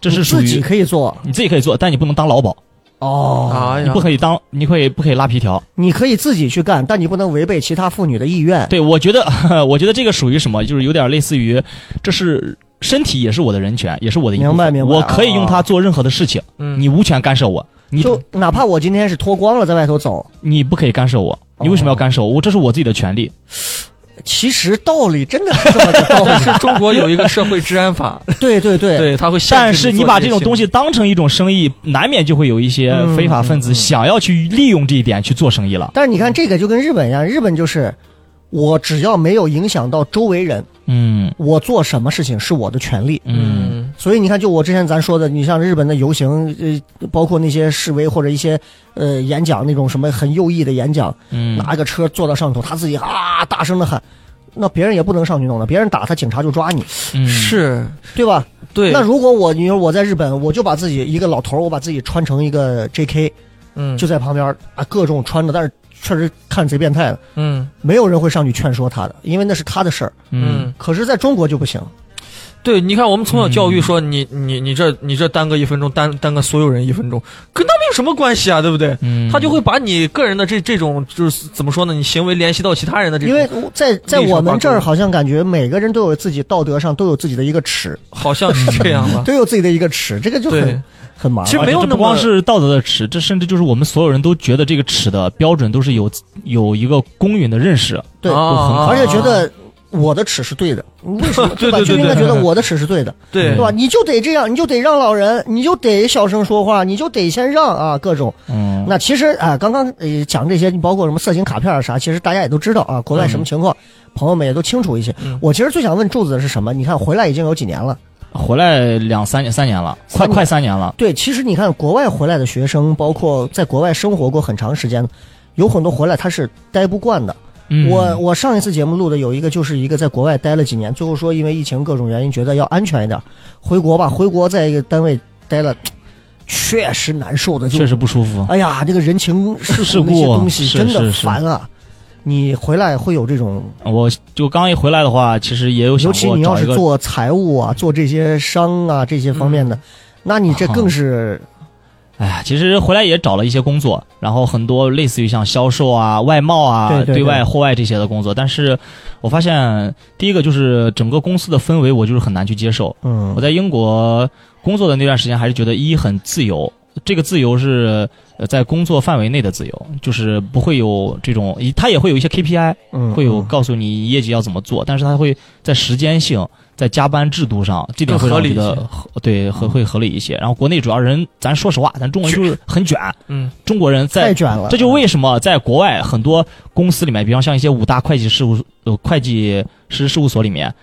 这是
你
属
自己
于
可以做
你自己可以做，但你不能当劳保，
哦
哎
你
呀
不，可以当，你可以不可以拉皮条？
你可以自己去干，但你不能违背其他妇女的意愿。
对我觉得， 我觉得这个属于什么？就是有点类似于，这是身体也是我的人权，也是我的一部分
明白明白啊
我可以用它做任何的事情，
嗯
你无权干涉我，你
就哪怕我今天是脱光了在外头走，
你不可以干涉我，
哦
你为什么要干涉我？我这是我自己的权利。
其实道理真的是这么 个道
但是
理。
中国有一个社会治安法，
对对 对，
对，他会限制
但是你把这种东
西，
西当成一种生意，难免就会有一些
嗯
非法分
嗯
子
嗯
想要去利用这一点去做生意了。
但是你看这个就跟日本一样，日本就是我只要没有影响到周围人，
嗯
我做什么事情是我的权利。
嗯。
嗯，
所以你看，就我之前咱说的，你像日本的游行，呃，包括那些示威或者一些呃演讲那种什么很右翼的演讲，
嗯
拿一个车坐到上头，他自己啊大声的喊，那别人也不能上去弄的，别人打他，警察就抓你，
嗯
是
对吧？
对，
那如果我你说我在日本，我就把自己一个老头儿，我把自己穿成一个 J.K.
嗯
就在旁边儿啊，各种穿的，但是确实看贼变态的，
嗯
没有人会上去劝说他的，因为那是他的事儿。
嗯
嗯，
可是在中国就不行，
对，你看我们从小
嗯
教育说你你你这你这耽搁一分钟，耽耽搁所有人一分钟，跟他们有什么关系啊？对不对？
嗯，
他就会把你个人的这这种就是怎么说呢？你行为联系到其他人的这
因
种，
为在在
立场
我们
挂钩
这儿好像感觉每个人都有自己道德上都有自己的一个尺，
好像是这样 吧？
都有自己的一个尺，这个就
啊对
很很麻
其实
烦。
而且
没有
这
那
不光
么
啊是道德的尺，这甚至就是我们所有人都觉得这个尺的标准都是有有一个公允的认识。
对
啊
而且觉得我的尺是对的，为什么
对
吧？
对对
就应该觉
对
得我的尺是对的。
对
对吧？你就得这样，你就得让老人，你就得小声说话，你就得先让啊，各种。
嗯，
那其实啊、刚刚呃讲这些，包括什么色情卡片啊啥，其实大家也都知道啊，国外什么情况，朋友们也都清楚一些。
嗯
我其实最想问柱子的是什么？你看回来已经有几年了，
回来两三年，三年了，
三
快
年
快三年了。
对，其实你看国外回来的学生，包括在国外生活过很长时间的，有很多回来他是待不惯的。
嗯，
我我上一次节目录的有一个，就是一个在国外待了几年，最后说因为疫情各种原因，觉得要安全一点，回国吧。回国在一个单位待了，确实难受的，就
确实不舒服。
哎呀，这个人情世啊
事
那些
故啊
东西
是
真的
是是
烦啊！你回来会有这种，
我就刚一回来的话，其实也有想
呃尤其
过
你要
找一
是
个，
做财务啊，做这些商啊这些方面
嗯
的，那你这更是
哎呀，其实回来也找了一些工作，然后很多类似于像销售啊、外贸啊、
对对对
外货外这些的工作，但是我发现第一个就是整个公司的氛围，我就是很难去接受。
嗯
我在英国工作的那段时间，还是觉得一很自由，这个自由是呃在工作范围内的自由，就是不会有这种，他也会有一些 KPI，
嗯
会有
嗯
告诉你业绩要怎么做，但是它会在时间性、在加班制度上，这
更
点会
合
让我
理
觉
一
得
些嗯
合对合会合理一些。然后国内主要人，咱说实话，咱中国人就是很卷，
嗯，
中国人
太
在。
卷了，
这就为什么在国外很多公司里面，比方像一些五大会计事务呃会计师事务所里面，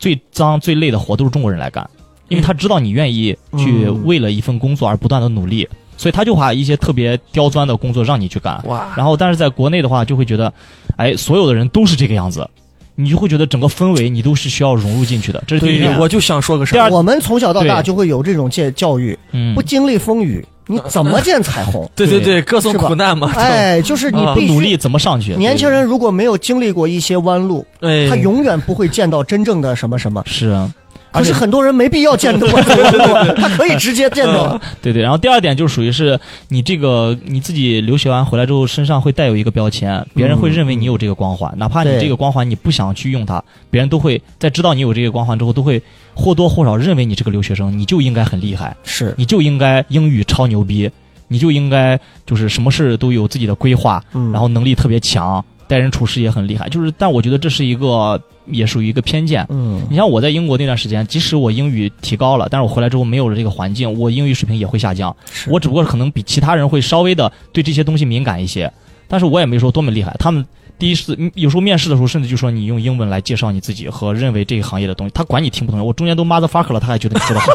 最脏最累的活都是中国人来干，因为他知道你愿意去
嗯
为了一份工作而不断的努力，所以他就把一些特别刁钻的工作让你去
嗯
干。
哇，
然后，但是在国内的话，就会觉得，哎，所有的人都是这个样子，你就会觉得整个氛围你都是需要融入进去的。这是第一
对，
点。
我就想说个
第
啥
二，
我们从小到大
对
就会有这种教教育，
嗯
不，经历风雨，你怎么见彩 虹？
对对对，歌颂
是吧
苦难嘛，
哎，就是你
啊
不
必
努
须。
力怎么上去？
年轻人如果没有经历过一些弯路，
哎，
他永远不会见到真正的什么什么。
对是，啊
可是很多人没必要见到过这个弯 路，他可以直接见到。
对对。然后第二点就属于是你这个你自己留学完回来之后，身上会带有一个标签，别人会认为你有这个光环，哪怕你
对
这个光环你不想去用它，别人都会在知道你有这个光环之后，都会或多或少认为你这个留学生你就应该很厉害。
是，
你就应该英语超牛逼，你就应该就是什么事都有自己的规划，
嗯
然后能力特别强，待人处事也很厉害。就是，但我觉得这是一个也属于一个偏见。
嗯，
你像我在英国那段时间，即使我英语提高了，但是我回来之后没有了这个环境，我英语水平也会下降。
是
我只不过可能比其他人会稍微的对这些东西敏感一些，但是我也没说多么厉害。他们第一次嗯有时候面试的时候，甚至就说你用英文来介绍你自己和认为这个行业的东西，他管你听不懂。我中间都 mother fuck 了，他还觉得你说的好，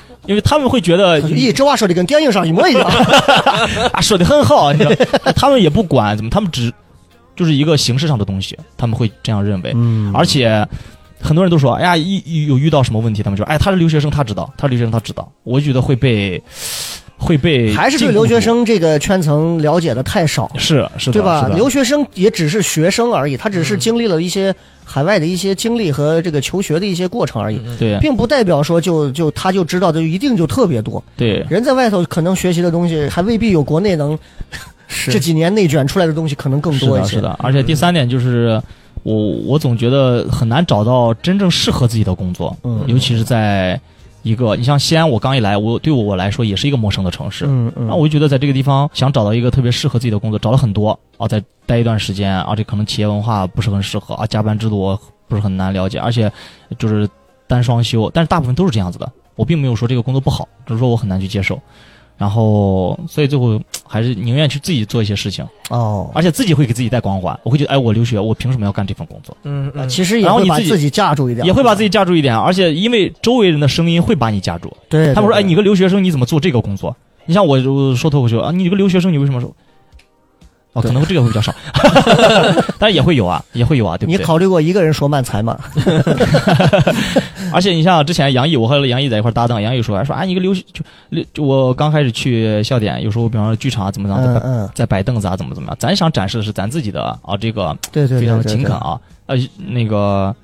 因为他们会觉得
咦，这呃话说的跟电影上一模一样。
啊说的很好，你知 道，他们也不管怎么，他们只就是一个形式上的东西，他们会这样认为。
嗯
而且很多人都说，哎呀，一一有遇到什么问题，他们就说，哎，他是留学生，他知道，他是留学生，他知道。我就觉得会被会被
还是对留学生这个圈层了解的太少，
是是的，
对吧
是？的
留学生也只是学生而已，他只是经历了一些海外的一些经历和这个求学的一些过程而已，
对
并不代表说就就他就知道的一定就特别多。
对
人在外头可能学习的东西还未必有国内能这
是
几年内卷出来的东西可能更
是
多一
的
些。嗯
是的，而且第三点就是。我我总觉得很难找到真正适合自己的工作，
嗯
尤其是在一个你像西安，我刚一来，我对我来说也是一个陌生的城市，
嗯嗯，
然后我就觉得在这个地方想找到一个特别适合自己的工作，找了很多啊，再待一段时间，而且可能企业文化不是很适合啊，加班制度我不是很难了解，而且就是单双休，但是大部分都是这样子的。我并没有说这个工作不好，只是说我很难去接受。然后，所以最后还是宁愿去自己做一些事情，
哦，
而且自己会给自己带光环。我会觉得，哎，我留学，我凭什么要干这份工作？
嗯嗯，
其实也
然后
会
你
把
自己
自己架住一点，嗯
也会把自己架住一点。啊而且，因为周围人的声音会把你架住，
对。对
他们说：“
对
哎，你个留学生，你怎么做这个工作？”你像我我说脱口秀啊，你个留学生，你为什么说？哦，可能这个会比较 少，但也会有啊，也会有啊，对不
你
对？
考虑过一个人说慢才吗？
而且你像之前杨毅，我和杨毅在一块儿搭档，杨毅说说啊，你个留学就留就我刚开始去笑点，有时候比方说剧场啊，怎么怎么
嗯
样，
嗯，
在摆凳子啊，怎么怎么样，咱想展示的是咱自己的啊，这个
对对对，
非常的
对
勤
对
恳啊。呃，那个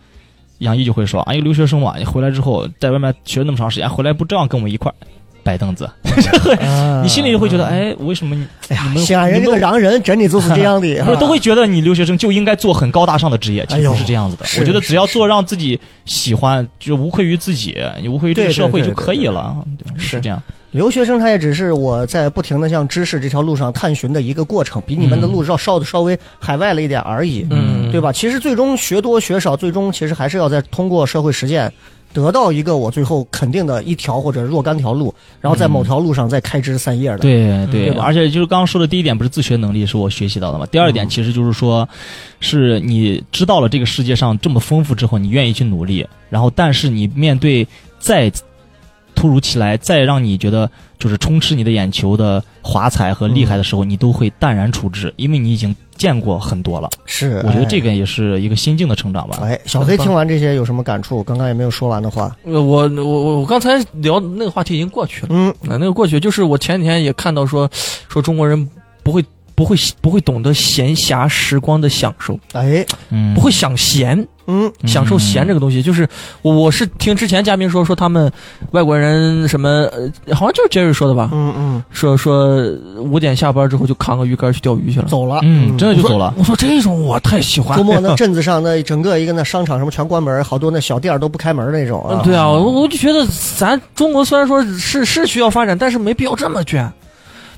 杨毅就会说：“啊，一个留学生嘛，你回来之后在外面学那么长时间，哎回来不这样跟我们一块儿摆凳子，
啊
你心里就会觉得，哎，为什么你
哎呀
你，们
西安人
你
这
们
个洋人真的就是这样的，
不是
啊
都会觉得你留学生就应该做很高大上的职业？其
哎
实
呦
不是这样子的。
是
我觉得只要做让自己喜欢，就无愧于自己，也无愧于这个
对对
社会
对对
就可以了。对
是
这样，
留学生，他也只是我在不停的向知识这条路上探寻的一个过程，比你们的
嗯
路稍稍的稍微海外了一点而已，
嗯
对吧？其实最终学多学少，最终其实还是要再通过社会实践。得到一个我最后肯定的一条或者若干条路，然后在某条路上再开枝散叶的。，
嗯对嗯对
对吧
而且就是刚刚说的第一点，不是自学能力是我学习到的嘛？第二点
嗯
其实就是说，是你知道了这个世界上这么丰富之后，你愿意去努力，然后但是你面对再突如其来、再让你觉得就是充斥你的眼球的华彩和厉害的时候，你都会淡然处之，因为你已经见过很多了。
是。
我觉
哎
得这
个，
个也是一个心境的成长
啊
吧。
哎，小黑听完这些有什么感触？刚刚也没有说完的话。
我呃我我我刚才聊的那个话题已经过去了。
嗯
啊，那个过去就是我前几天也看到说，说中国人不会不会不会懂得闲暇时光的享受，
哎，
嗯，
不会享闲，
嗯，
享受闲这
个，
个东西。就是我我是听之前嘉宾说说他们外国人什么，呃好像就是杰瑞说的吧，
嗯嗯，
说说五点下班之后就扛个鱼竿去钓鱼去了。
走了，
嗯，真的就走了。
我说这种我太喜欢
周末
了。
那镇子上那整个一个那商场什么全关门，好多那小店儿都不开门那种啊。
嗯，对啊，我我就觉得咱中国虽然说是是需要发展，但是没必要这么卷，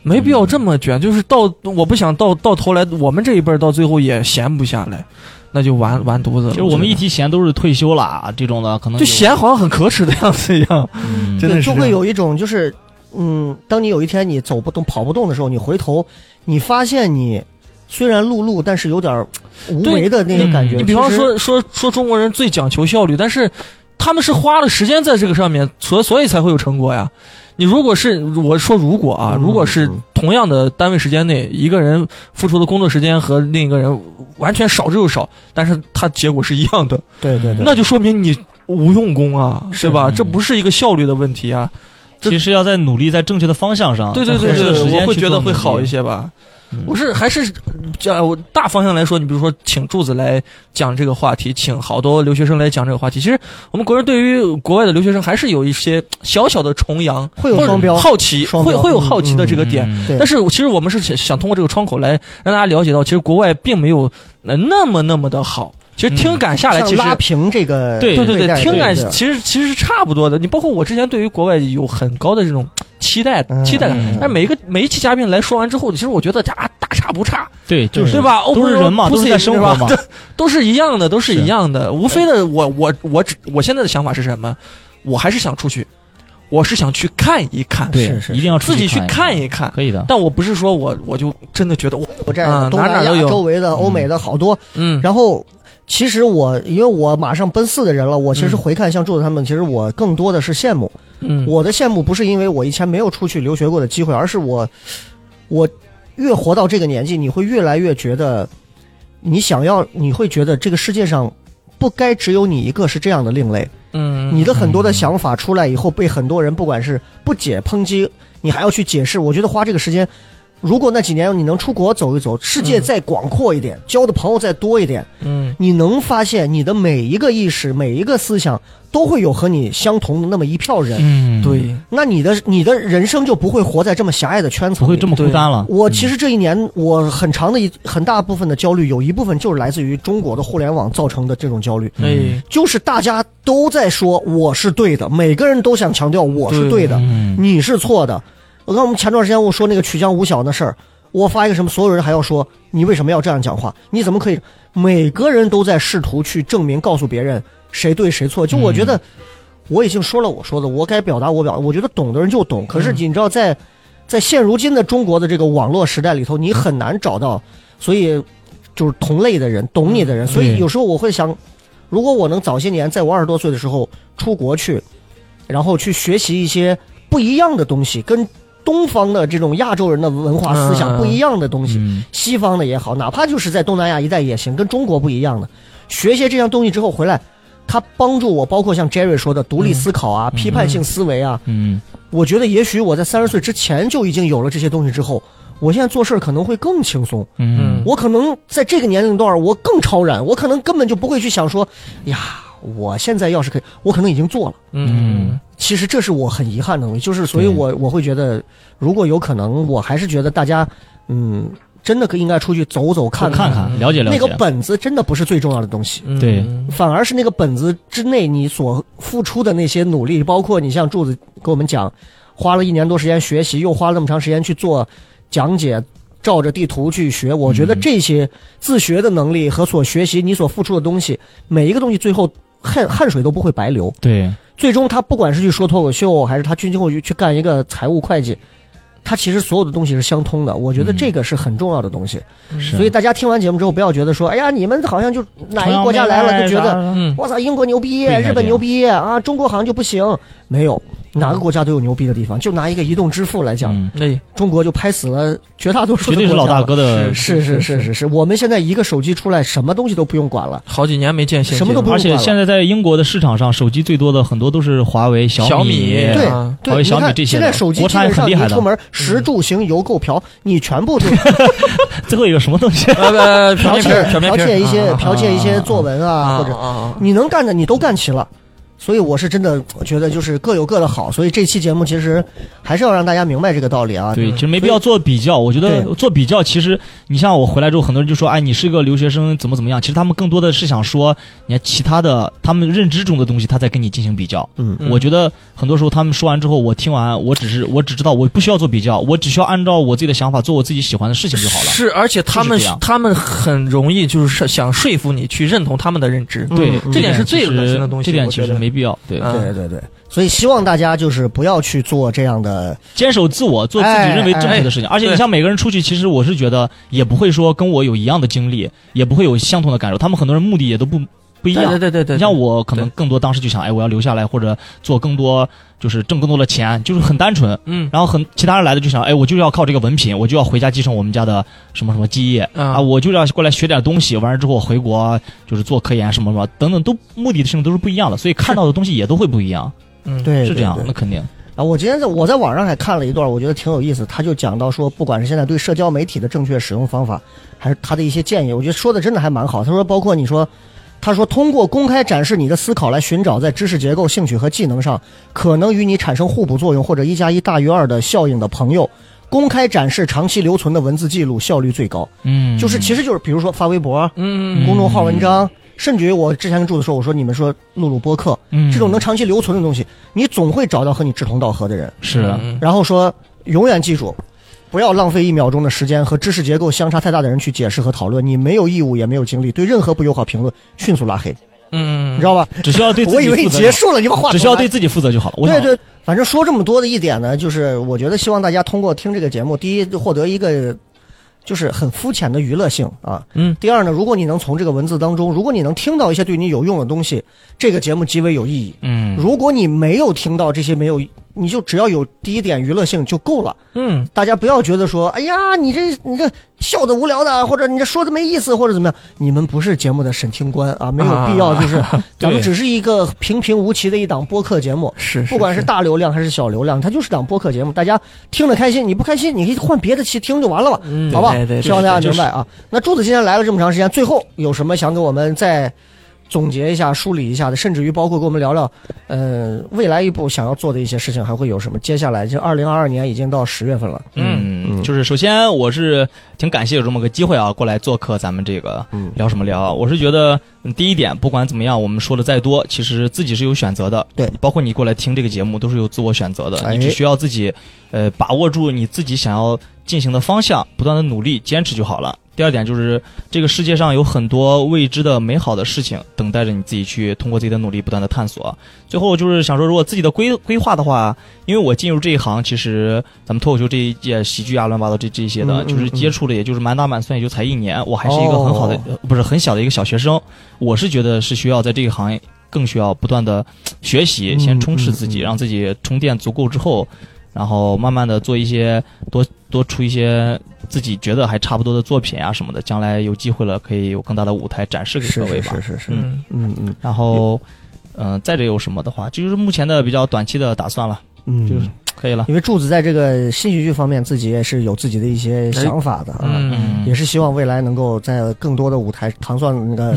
没必要这么卷。就是到我不想到到头来，我们这一辈儿到最后也闲不下来，那就完完犊子了。
其实我们一
觉
提闲都是退休了啊，这种的可能
得就闲，好像很可耻的样子一样，
嗯
真的是
就
这样
会有一种就是，嗯，当你有一天你走不动、跑不动的时候，你回头，你发现你虽然碌碌，但是有点儿无为的那种感觉。
对
嗯你比方
其实，
说说说中国人最讲求效率，但是他们是花了时间在这个上面，所所以才会有成果呀。你如果是我说如果啊，
嗯
如果是同样的单位时间内，一个人付出的工作时间和另一个人完全少之又少，但是他结果是一样的，
对对对，
那就说明你无用功啊，是吧？
嗯
这不是一个效率的问题啊。这
其实要在努力在正确的方向上，
对对
在
对
合适的
对
啊时
对，
间
我会
去
觉得
做努
会
力
好一。些吧。
嗯
我是还是，呃，我大方向来说，你比如说请柱子来讲这个话题，请好多留学生来讲这个话题。其实我们国人对于国外的留学生还是有一些小小的崇洋，
会有
或者
双标
好奇，
双
会
标
会有好奇的这个点。
嗯
对
但是其实我们是想想通过这个窗口来让大家了解到，其实国外并没有呃那么那么的好。其实
嗯
听感下来，
像
其实
拉平这个
对
对对
对待
对，听感
对对
其实其实是差不多的。你包括我之前对于国外有很高的这种期待
嗯
期待感，
嗯
但是每一个每一期嘉宾来说完之后，其实我觉得啊大差不差，
对，就
对
是
吧？
嗯都是人嘛，
Open
都是在生活嘛
Road，对 都是一样的，都是
是
一样的。无非的，我我我只我现在的想法是什么？我还是想出去，我是想去看一看，
对，
是是
一定要出
自己去看
一
一看。
可以的。
但我不是说我我就真的觉得我
我这
啊
样，东
哪哪
南
都有
亚周围的、欧美的好多。
嗯
然后，其实我因为我马上奔四的人了，我其实
嗯
回看像柱子他们，其实我更多的是羡慕。
嗯
我的羡慕不是因为我以前没有出去留学过的机会，而是我，我越活到这个年纪，你会越来越觉得，你想要，你会觉得这个世界上不该只有你一个是这样的另类。
嗯
你的很多的想法出来以后，被很多人不管是不解抨击，你还要去解释。我觉得花这个时间，如果那几年你能出国走一走，世界
嗯
再广阔一点，交的朋友再多一点，
嗯
你能发现你的每一个意识、每一个思想都会有和你相同的那么一票人。
嗯，
对，
那你的你的人生就不会活在这么狭隘的圈层
不
里。
会这么孤单了。
我其实这一年，我很长的一很大部分的焦虑，有一部分就是来自于中国的互联网造成的这种焦虑，
嗯
哎，
就是大家都在说我是对的，每个人都想强调我是对的，
嗯
你是错的。我看我们前段时间我说那个曲江五小那事儿，我发一个什么，所有人还要说你为什么要这样讲话？你怎么可以？每个人都在试图去证明，告诉别人谁对谁错。就我觉得，我已经说了我说的，我该表达我表达。我觉得懂的人就懂。可是你知道在，在现如今的中国的这个网络时代里头，你很难找到，所以就是同类的人、懂你的人。所以
嗯
有时候我会想，如果我能早些年，在我二十多岁的时候出国去，然后去学习一些不一样的东西，跟东方的这种亚洲人的文化思想不一样的东西，
啊嗯
西方的也好，哪怕就是在东南亚一带也行，跟中国不一样的，学些这样东西之后回来，它帮助我，包括像 Jerry 说的独立思考啊、批判性思维啊，
嗯，
我觉得也许我在三十岁之前就已经有了这些东西之后，我现在做事儿可能会更轻松。
嗯，
我可能在这个年龄段，我更超然，我可能根本就不会去想说，哎呀，我现在要是可以，我可能已经做了。
嗯
其实这是我很遗憾的东西，就是所以
对
我，我会觉得，如果有可能，我还是觉得大家，嗯，真的可应该出去走走看
看看
嗯
看，了解了
那
解。
个本子真的不是最重要的东西，
嗯
对
反而是那个本子之内你所付出的那些努力，包括你像柱子给我们讲，花了一年多时间学习，又花了那么长时间去做讲解。照着地图去学，我觉得
嗯
这些自学的能力和所学习你所付出的东西，每一个东西最后汗汗水都不会白流。
对，
最终他不管是去说脱口秀，还是他去后去去干一个财务会计，他其实所有的东西是相通的。我觉得
嗯
这个是很重要的东西。
是
所以大家听完节目之后，不要觉得说，哎呀，你们好像就哪一个国家来了就觉得，
得
嗯
我操，英国牛逼，
不应该这
日
样
本牛逼啊，中国好像就不行。没有，哪个国家都有牛逼的地方。就拿一个移动支付来讲，
嗯，
对，
中国就拍死了绝大多数
绝
的
对是老
国家
大
了。
哥的，
是是是是是，我们现在一个手机出来，什么东西都不用管了。
好几年没见现金了，
什么都不
而且现在在英国的市场上，手机最多的很多都是华为、
小
米
米，
对
啊
华
对，
为
你
小米
看
这些
现
的
在手机
国
基
产
本
也很
上
厉
你
害的嗯
出门，食住行游购嫖，你全 部都
最后一个什么东西？
呃呃，
剽
瞟
窃
片
剽窃一
啊
些剽窃一些作文啊，
啊
或者
啊，
你能干的你都干齐了。所以我是真的觉得就是各有各的好，所以这期节目其实还是要让大家明白这个道理啊。
嗯
对，其实没必要做比较。我觉得
对
做比较，其实你像我回来之后，很多人就说：“哎，你是一个留学生，怎么怎么样。”其实他们更多的是想说，你看其他的他们认知中的东西，他在跟你进行比较。
嗯
嗯
我觉得很多时候他们说完之后，我听完，我只是我只知道我不需要做比较，我只需要按照我自己的想法做我自己喜欢的事情就好了。
是，而且他们
就是这样
他们很容易就是想说服你去认同他们的认知，
对，
嗯
这点是
其实
最恶心的东西
这点
我
其
觉
实
得
没必要。对，
嗯
对对对，所以希望大家就是不要去做这样的，
坚守自我，做自己
哎
认为正确的事情。而且你
对
像每个人出去，其实我是觉得也不会说跟我有一样的经历，也不会有相同的感受。他们很多人目的也都不不一
对对
样。
对对对，
你像我可能
对
更多当时就想，哎，我要留下来或者做更多，就是挣更多的钱，就是很单纯。
嗯
然后很其他人来的就想，哎，我就要靠这个文凭，我就要回家继承我们家的什么什么基业、
嗯
啊，我就要过来学点东西，完了之后我回国就是做科研什么什么等等，都目的的事情都是不一样的，所以看到的东西也都会不一样，
嗯
对，
是这样
对，对
那肯定。
啊，我今天在我在网上还看了一段，我觉得挺有意思。他就讲到说，不管是现在对社交媒体的正确使用方法，还是他的一些建议，我觉得说的真的还蛮好。他说，包括你说，他说通过公开展示你的思考来寻找在知识结构、兴趣和技能上可能与你产生互补作用或者一加一大于二的效应的朋友，公开展示长期留存的文字记录效率最高。
嗯，
就是其实就是比如说发微博、啊
嗯
公众号文章，甚至于我之前跟柱子说，我说你们说录录播客，
嗯
这种能长期留存的东西，你总会找到和你志同道合的人。
是
嗯
然后说永远记住，不要浪费一秒钟的时间和知识结构相差太大的人去解释和讨论，你没有义务也没有精力对任何不友好评论迅速拉黑，
嗯
你知道吧？
只需要对自己
我以为
负责就
结
好，
束了，你把话
只需要对
对
自己负责就好了。我想
对对，反正说这么多的一点呢，就是我觉得希望大家通过听这个节目，第一获得一个。就是很肤浅的娱乐性啊。
嗯。
第二呢，如果你能从这个文字当中，如果你能听到一些对你有用的东西，这个节目极为有意义。
嗯，
如果你没有听到这些没有，你就只要有第一点娱乐性就够了。
嗯
大家不要觉得说，哎呀，你这你这笑的无聊的，或者你这说的没意思，或者怎么样。你们不是节目的审听官啊，没有必要，就是、 咱们只是一个平平无奇的一档播客节目。
是，
不管是大流量还是小流量，它就是档播客节目，大家听着开心，你不开心，你可以换别的期听就完了嘛，
嗯
好不好
对对？对
希望大家
就
明
是
白啊。那柱子今天来了这么长时间，最后有什么想给我们再总结一下、梳理一下的，甚至于包括跟我们聊聊，呃，未来一步想要做的一些事情，还会有什么？接下来就二零二二年已经到十月份了，
嗯，
嗯
就是首先我是挺感谢有这么个机会啊，过来做客咱们这个
嗯
聊什么聊啊。我是觉得嗯第一点，不管怎么样，我们说的再多，其实自己是有选择的。
对
包括你过来听这个节目，都是有自我选择的。
哎
你只需要自己，呃，把握住你自己想要进行的方向，不断的努力，坚持就好了。第二点就是，这个世界上有很多未知的美好的事情等待着你自己去通过自己的努力不断的探索。最后就是想说，如果自己的规规划的话，因为我进入这一行，其实咱们脱口秀这一届喜剧啊、乱七八糟这这一些的，
嗯嗯
就是接触的也就是满打满算也就才一年，我还是一个
哦
很好的、呃不是很小的一个小学生。我是觉得是需要在这一行更需要不断的学习，
嗯
先充实自
嗯
己，
嗯
让自己充电足够之后，然后慢慢的做一些多多出一些自己觉得还差不多的作品啊什么的，将来有机会了可以有更大的舞台展示给各
是
位
是
吧。
是是是，
嗯
嗯嗯
然后，嗯、再者有什么的话，就是目前的比较短期的打算了，
嗯，
就是可以了。
因为柱子在这个新喜剧方面自己也是有自己的一些想法的啊。
哎嗯
也是希望未来能够在更多的舞台糖蒜那 个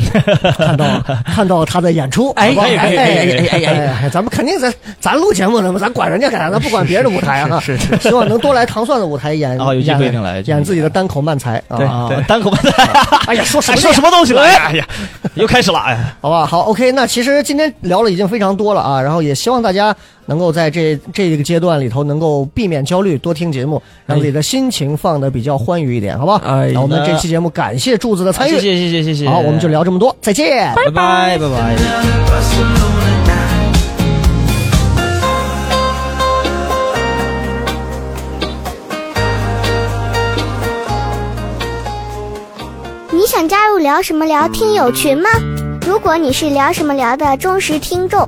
看到看到他的演出，
哎
好不好
可以可以
哎
可以
哎
可以
哎哎，咱们肯定咱咱录节目呢嘛，咱管人家干啥？咱不管别人的舞台啊，
是哦
希望能多来糖蒜的舞台演
啊有机会
演
一定来有机会
演自己的单口慢才啊！
啊，单口吧，
哎呀，说什么呢
还说什么东西了？哎呀， 又开始了，哎，
好吧，好，OK，那其实今天聊了已经非常多了啊，然后也希望大家能够在这这个阶段里头能够避免焦虑，多听节目，让自己的心情放的比较欢愉一点，好不好？
哎
那我们这期节目感谢柱子的参与，
谢谢谢谢谢谢，
哎好，我们就，聊这么多，再见。
拜拜拜拜。
Another Barcelona night.
《你想加入聊什么聊听友群吗？如果你是聊什么聊的忠实听众，